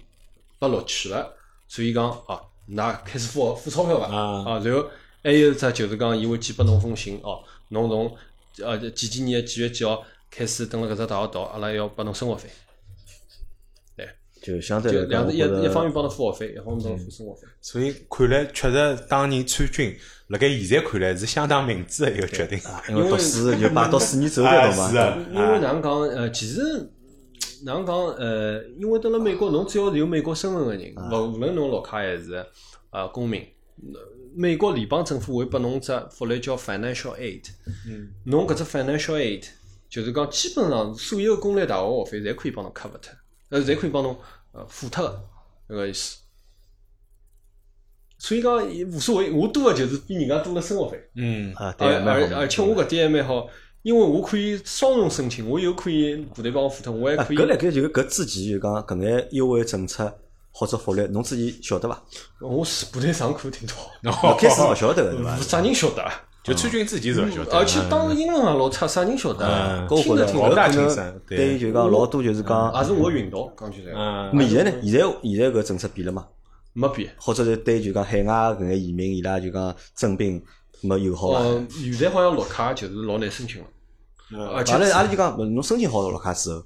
Speaker 2: 被录取了，所以讲啊，㑚开始付付钞票伐？
Speaker 3: 啊
Speaker 2: 啊，然后还有一只就是讲，伊会寄拨侬封信哦，侬从呃几几年几月几号开始蹲辣搿只大学读，阿拉要拨侬生活费，
Speaker 1: 就相对
Speaker 2: 就
Speaker 1: 来讲，
Speaker 2: 两
Speaker 1: 我
Speaker 2: 一
Speaker 1: 觉
Speaker 2: 一
Speaker 1: 得
Speaker 2: 方面帮侬付学费，一方面帮侬付生活费。
Speaker 3: 所以看来确实当年参军，辣盖现在看来是相当明智的一个决定。
Speaker 1: 因为读书就摆到四年之后
Speaker 3: 啊
Speaker 1: 再读
Speaker 2: <laughs>
Speaker 1: 嘛
Speaker 3: 是。啊，
Speaker 2: 因为哪能讲呃，其实哪能讲呃，因为蹲辣美国，侬只要是有美国身份个人，勿无论侬绿卡还是呃公民，美国联邦政府会拨侬只福利叫 financial aid，
Speaker 3: 嗯，
Speaker 2: 侬搿只 financial aid 就是讲基本上所有公立大学学费侪可以帮侬 cover 脱，呃，侪可以帮侬呃付脱的，搿个意思。所以讲也无所谓，我多的就是比人家多了生活费。
Speaker 3: 嗯
Speaker 1: 啊，对
Speaker 2: 而
Speaker 1: 个，蛮好
Speaker 2: 而
Speaker 1: 的。
Speaker 2: 而且我搿点还蛮好，因为我可以双重申请，我又可以部队帮我付脱，我还
Speaker 1: 啊，
Speaker 2: 可以。
Speaker 1: 搿辣盖就是搿之前就讲搿眼优惠政策或者福利，侬自己晓得伐？
Speaker 2: 我是部队上课听到，
Speaker 1: 哦，开始是勿晓得个对伐？
Speaker 2: 啥人晓得啊？
Speaker 3: 就川军自己是勿晓得，
Speaker 2: 而且当时英文也老差，啥人晓得啊
Speaker 3: 嗯？
Speaker 1: 搿
Speaker 2: 听
Speaker 1: 我觉
Speaker 2: 着
Speaker 1: 着
Speaker 2: 听
Speaker 3: 搞
Speaker 1: 有
Speaker 3: 不
Speaker 2: 着，
Speaker 3: 大
Speaker 1: 可
Speaker 3: 清
Speaker 1: 能
Speaker 3: 爽对
Speaker 1: 对于就是讲老多就是讲，
Speaker 2: 嗯啊也是我运道，讲起来
Speaker 3: 嗯，
Speaker 1: 咾现在呢？现在现在搿政策变了嘛？
Speaker 2: 没变。
Speaker 1: 或者是对就讲海外搿眼移民，伊拉就讲征兵没友好伐？
Speaker 2: 哦，现在好像绿卡就是老难申请了，
Speaker 3: 嗯
Speaker 2: 而且
Speaker 1: 阿拉阿拉就讲，侬申请好绿卡之后，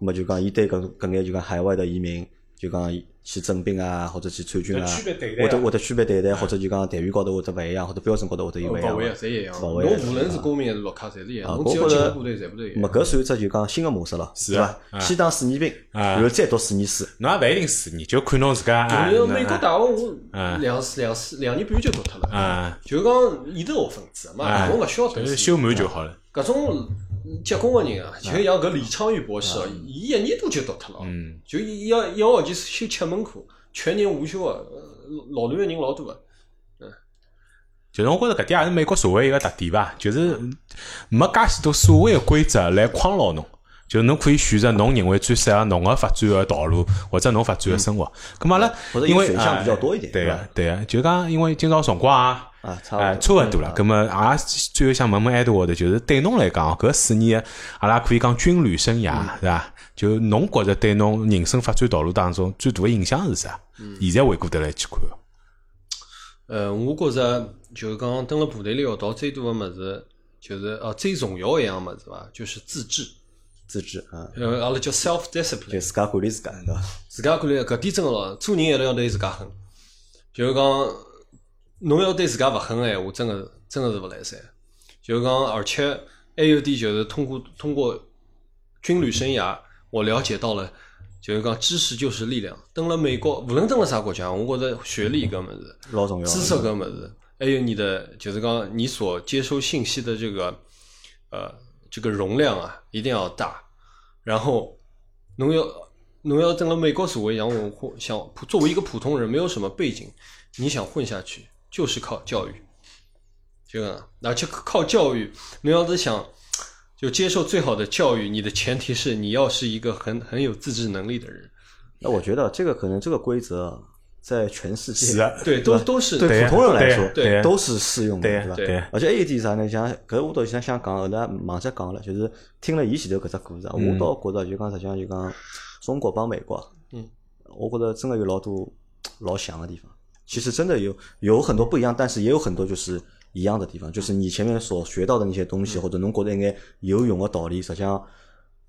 Speaker 1: 那么就讲伊对搿搿眼就讲海外的移民，就讲去征兵啊，或者去参军啊，
Speaker 3: 区别对待啊
Speaker 1: 会得会得区别对待，或者就讲待遇高头会得勿一样，或者标准高头会得有勿一
Speaker 2: 勿
Speaker 1: 样
Speaker 2: 会
Speaker 1: 嘛
Speaker 2: 啊，。侪一样。
Speaker 1: 勿
Speaker 2: 侬
Speaker 1: 会啊
Speaker 2: 无论是公民还是绿卡，侪是一
Speaker 1: 啊
Speaker 2: 样。侬
Speaker 1: 我
Speaker 2: 只要
Speaker 1: 觉
Speaker 2: 进
Speaker 1: 得
Speaker 2: 了部队，全部都一
Speaker 1: 那么
Speaker 2: 样。
Speaker 1: 搿算一只就讲新的模式了，
Speaker 3: 是
Speaker 1: 对
Speaker 3: 啊
Speaker 1: 伐？先当四年兵，然后再读四年书。
Speaker 3: 侬也勿一定是，你就看侬自家啊。
Speaker 2: 因为美国大学我
Speaker 3: 嗯
Speaker 2: 两两两年半就读脱了，
Speaker 3: 啊，
Speaker 2: 就讲伊头学分制嘛，
Speaker 3: 啊
Speaker 2: 侬勿需要读书
Speaker 3: 就是。修满就好了。
Speaker 2: 搿种结棍个人啊，就像搿李昌钰博士哦，伊一年多就读脱了哦，
Speaker 3: 嗯
Speaker 2: 就一一个一个学期修七门课，全年无休个，呃老乱个人老多个。
Speaker 3: 就是我觉着搿点也是美国社会一个特点吧，就是没介许多所谓的规则来框牢侬，就是侬可以选择侬认为最适合侬个发展个道路，或者侬发展个生活。咁么阿拉
Speaker 1: 嗯或者
Speaker 3: 因为
Speaker 1: 选项比较多一点
Speaker 3: 哎对
Speaker 1: 对吧
Speaker 3: 个对个，就讲因为今朝辰光啊。
Speaker 1: 啊，差
Speaker 3: 哎，
Speaker 1: 勿
Speaker 3: 差
Speaker 1: 多。啊嗯
Speaker 3: 勿多了。咁么，也最后想问问 Edward，的就是对侬来讲，搿四年阿拉可以讲军旅
Speaker 1: 嗯
Speaker 3: 生涯是伐？就侬觉着对侬人生发展道路当中最大的影响是啥？
Speaker 1: 嗯
Speaker 3: 现在回过头来去看，
Speaker 2: 呃，我觉着就是讲蹲辣部队里学到最多个物事，就是呃最重要一样物事伐，就是自制。
Speaker 1: 自制啊，
Speaker 2: 呃，阿拉叫 self
Speaker 1: 就
Speaker 2: discipline，
Speaker 1: 自家管理自家，对伐？
Speaker 2: 自家管理搿点真个咯，做人一定要对自家狠。就是讲，侬要对自家勿狠个闲话，真个真个是勿来三。就是讲，而且还有一点就是通过通过军旅生涯，我了解到了，就是讲知识就是力量。登了美国，无论登了啥国家，我觉着学历搿物事，
Speaker 1: 老重要。
Speaker 2: 知识搿物事，还有哎你的就是讲你所接收信息的这个呃这个容量啊，一定要大。然后侬要侬要整个美国社会想混混想普作为一个普通人，没有什么背景，你想混下去就是靠教育，这个而且靠教育，你要是想。就接受最好的教育，你的前提是你要是一个很很有自制能力的人，
Speaker 1: 那我觉得这个可能这个规则啊在全世界
Speaker 3: 是啊
Speaker 2: 对，都都是
Speaker 1: 对
Speaker 3: 对啊
Speaker 1: 普通人来说，
Speaker 2: 对
Speaker 1: 都是适用的，
Speaker 3: 对啊
Speaker 1: 吧？
Speaker 3: 对
Speaker 1: 而且还有一点啥呢？像搿我倒想想讲，后来忙着讲了，就是听了伊前头搿只故事啊，我
Speaker 3: 嗯
Speaker 1: 倒觉着就讲实际上就讲中国帮美国，啊
Speaker 2: 嗯，
Speaker 1: 我觉着真的有老多老像的地方。其实真的有有很多不一样，但是也有很多就是一样的地方，就是你前面所学到的那些东
Speaker 3: 嗯
Speaker 1: 西，或者侬觉得一眼有用的道理，实际上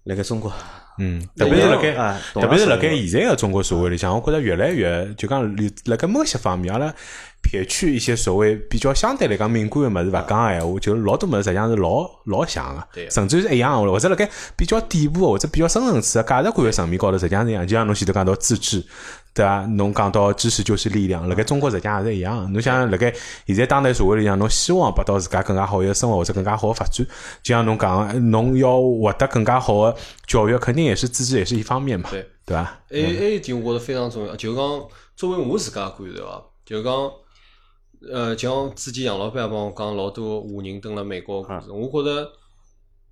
Speaker 1: 辣盖中国，
Speaker 3: 嗯，特别是辣盖，
Speaker 1: 哎
Speaker 3: 特别是辣盖
Speaker 1: 懂了
Speaker 3: 现在个中国社会里向，我觉着越来越就讲里辣盖某些方面，阿拉撇去一些所谓比较相对来讲敏感个物事勿讲个闲话，就老多物事实际上是老老像
Speaker 2: 对
Speaker 3: 个，
Speaker 2: 啊
Speaker 3: 甚至是一样个，或者辣盖比较底部或者比较深层次个价值观个层面高头，实际上是一样。就像侬前头讲到自制。对啊，侬讲到知识就是力量，辣盖中国实际上也是一样的。侬想想，辣盖现在当代社会里向，侬希望得到自家更加好一个生活或者更加好个发展，就像侬讲的，侬要获得更加好的教育，肯定也是自制也是一方面嘛，
Speaker 2: 对
Speaker 3: 对吧？
Speaker 2: 还
Speaker 1: 嗯
Speaker 2: 有还有一点，我觉得非常重要，就讲作为我自家观察啊，就讲，呃，像之前杨老板也帮我讲老多华人蹲辣美国个故事，我觉得，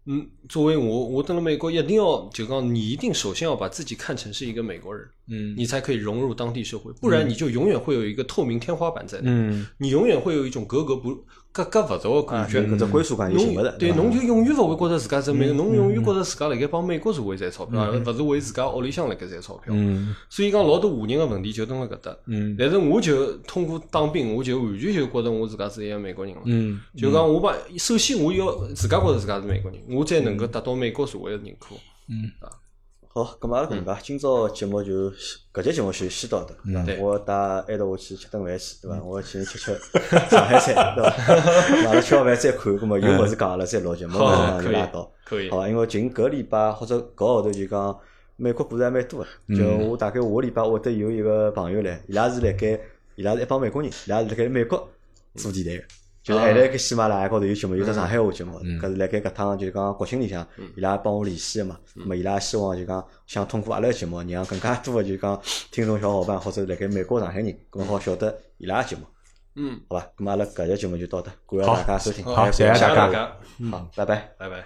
Speaker 2: 嗯，作为我，我蹲辣美国一定要就讲，你一定首先要把自己看成是一个美国人，
Speaker 3: 嗯
Speaker 2: 你才可以融入当地社会，不
Speaker 1: 嗯
Speaker 2: 然你就永远会有一个透明天花板在那，
Speaker 3: 嗯，
Speaker 2: 你永远会有一种格格不格格勿入的
Speaker 1: 啊
Speaker 2: 感觉。
Speaker 1: 搿只归属感就寻勿着，
Speaker 2: 侬对，
Speaker 1: 吧嗯
Speaker 2: 侬就永远勿会觉着自家是美国，侬永远觉着自家辣盖帮美国社会赚钞票，而勿是为自家屋里向辣盖赚钞票。
Speaker 3: 嗯
Speaker 2: 所以讲老多华人个问题就蹲辣搿搭。
Speaker 3: 嗯
Speaker 2: 但是我就通过当兵，我就完全就觉着我自家是一个美国人了。
Speaker 3: 嗯
Speaker 2: 就讲我把首先我要自家觉着自家是美国人，我才能够达到美国社会个认可。
Speaker 1: 好，咁阿拉搿能介，今朝节目就搿节节目先先到搿，对
Speaker 2: 对
Speaker 1: 伐？我带埃头我去吃顿饭去，对伐？我要去吃吃上海菜，对伐？阿拉吃好饭再看，葛末有物事讲阿拉再录节目，
Speaker 2: 好
Speaker 1: 没事讲
Speaker 2: 可
Speaker 1: 就
Speaker 2: 以
Speaker 1: 拉倒。
Speaker 2: 可以
Speaker 3: 啊
Speaker 1: 好，伐？因为近搿礼拜或者搿号头就讲美国故事还蛮多
Speaker 3: 嗯
Speaker 1: 个，就我大概下个礼拜会得有一个朋友来，伊拉是辣盖，伊拉是一帮美国人，伊拉是辣盖美国做电台个，就是还辣盖喜马拉雅高头有节目，有只上海话节目，
Speaker 3: 嗯
Speaker 1: 搿是辣盖搿趟就是讲国庆里向，伊拉帮我联系个嘛，咁么伊拉希望就讲想通过阿拉个节目，让更加多个就讲听众小伙伴或者辣盖美国上海人，更好晓得伊拉个节目，
Speaker 2: 嗯，
Speaker 1: 好伐？咁么阿拉搿节节目就到这，感谢
Speaker 3: 好
Speaker 1: 大家收听，
Speaker 3: 好谢谢
Speaker 2: 谢
Speaker 3: 大
Speaker 2: 大
Speaker 3: 家
Speaker 2: 家，
Speaker 1: 好，拜拜。
Speaker 2: 拜拜。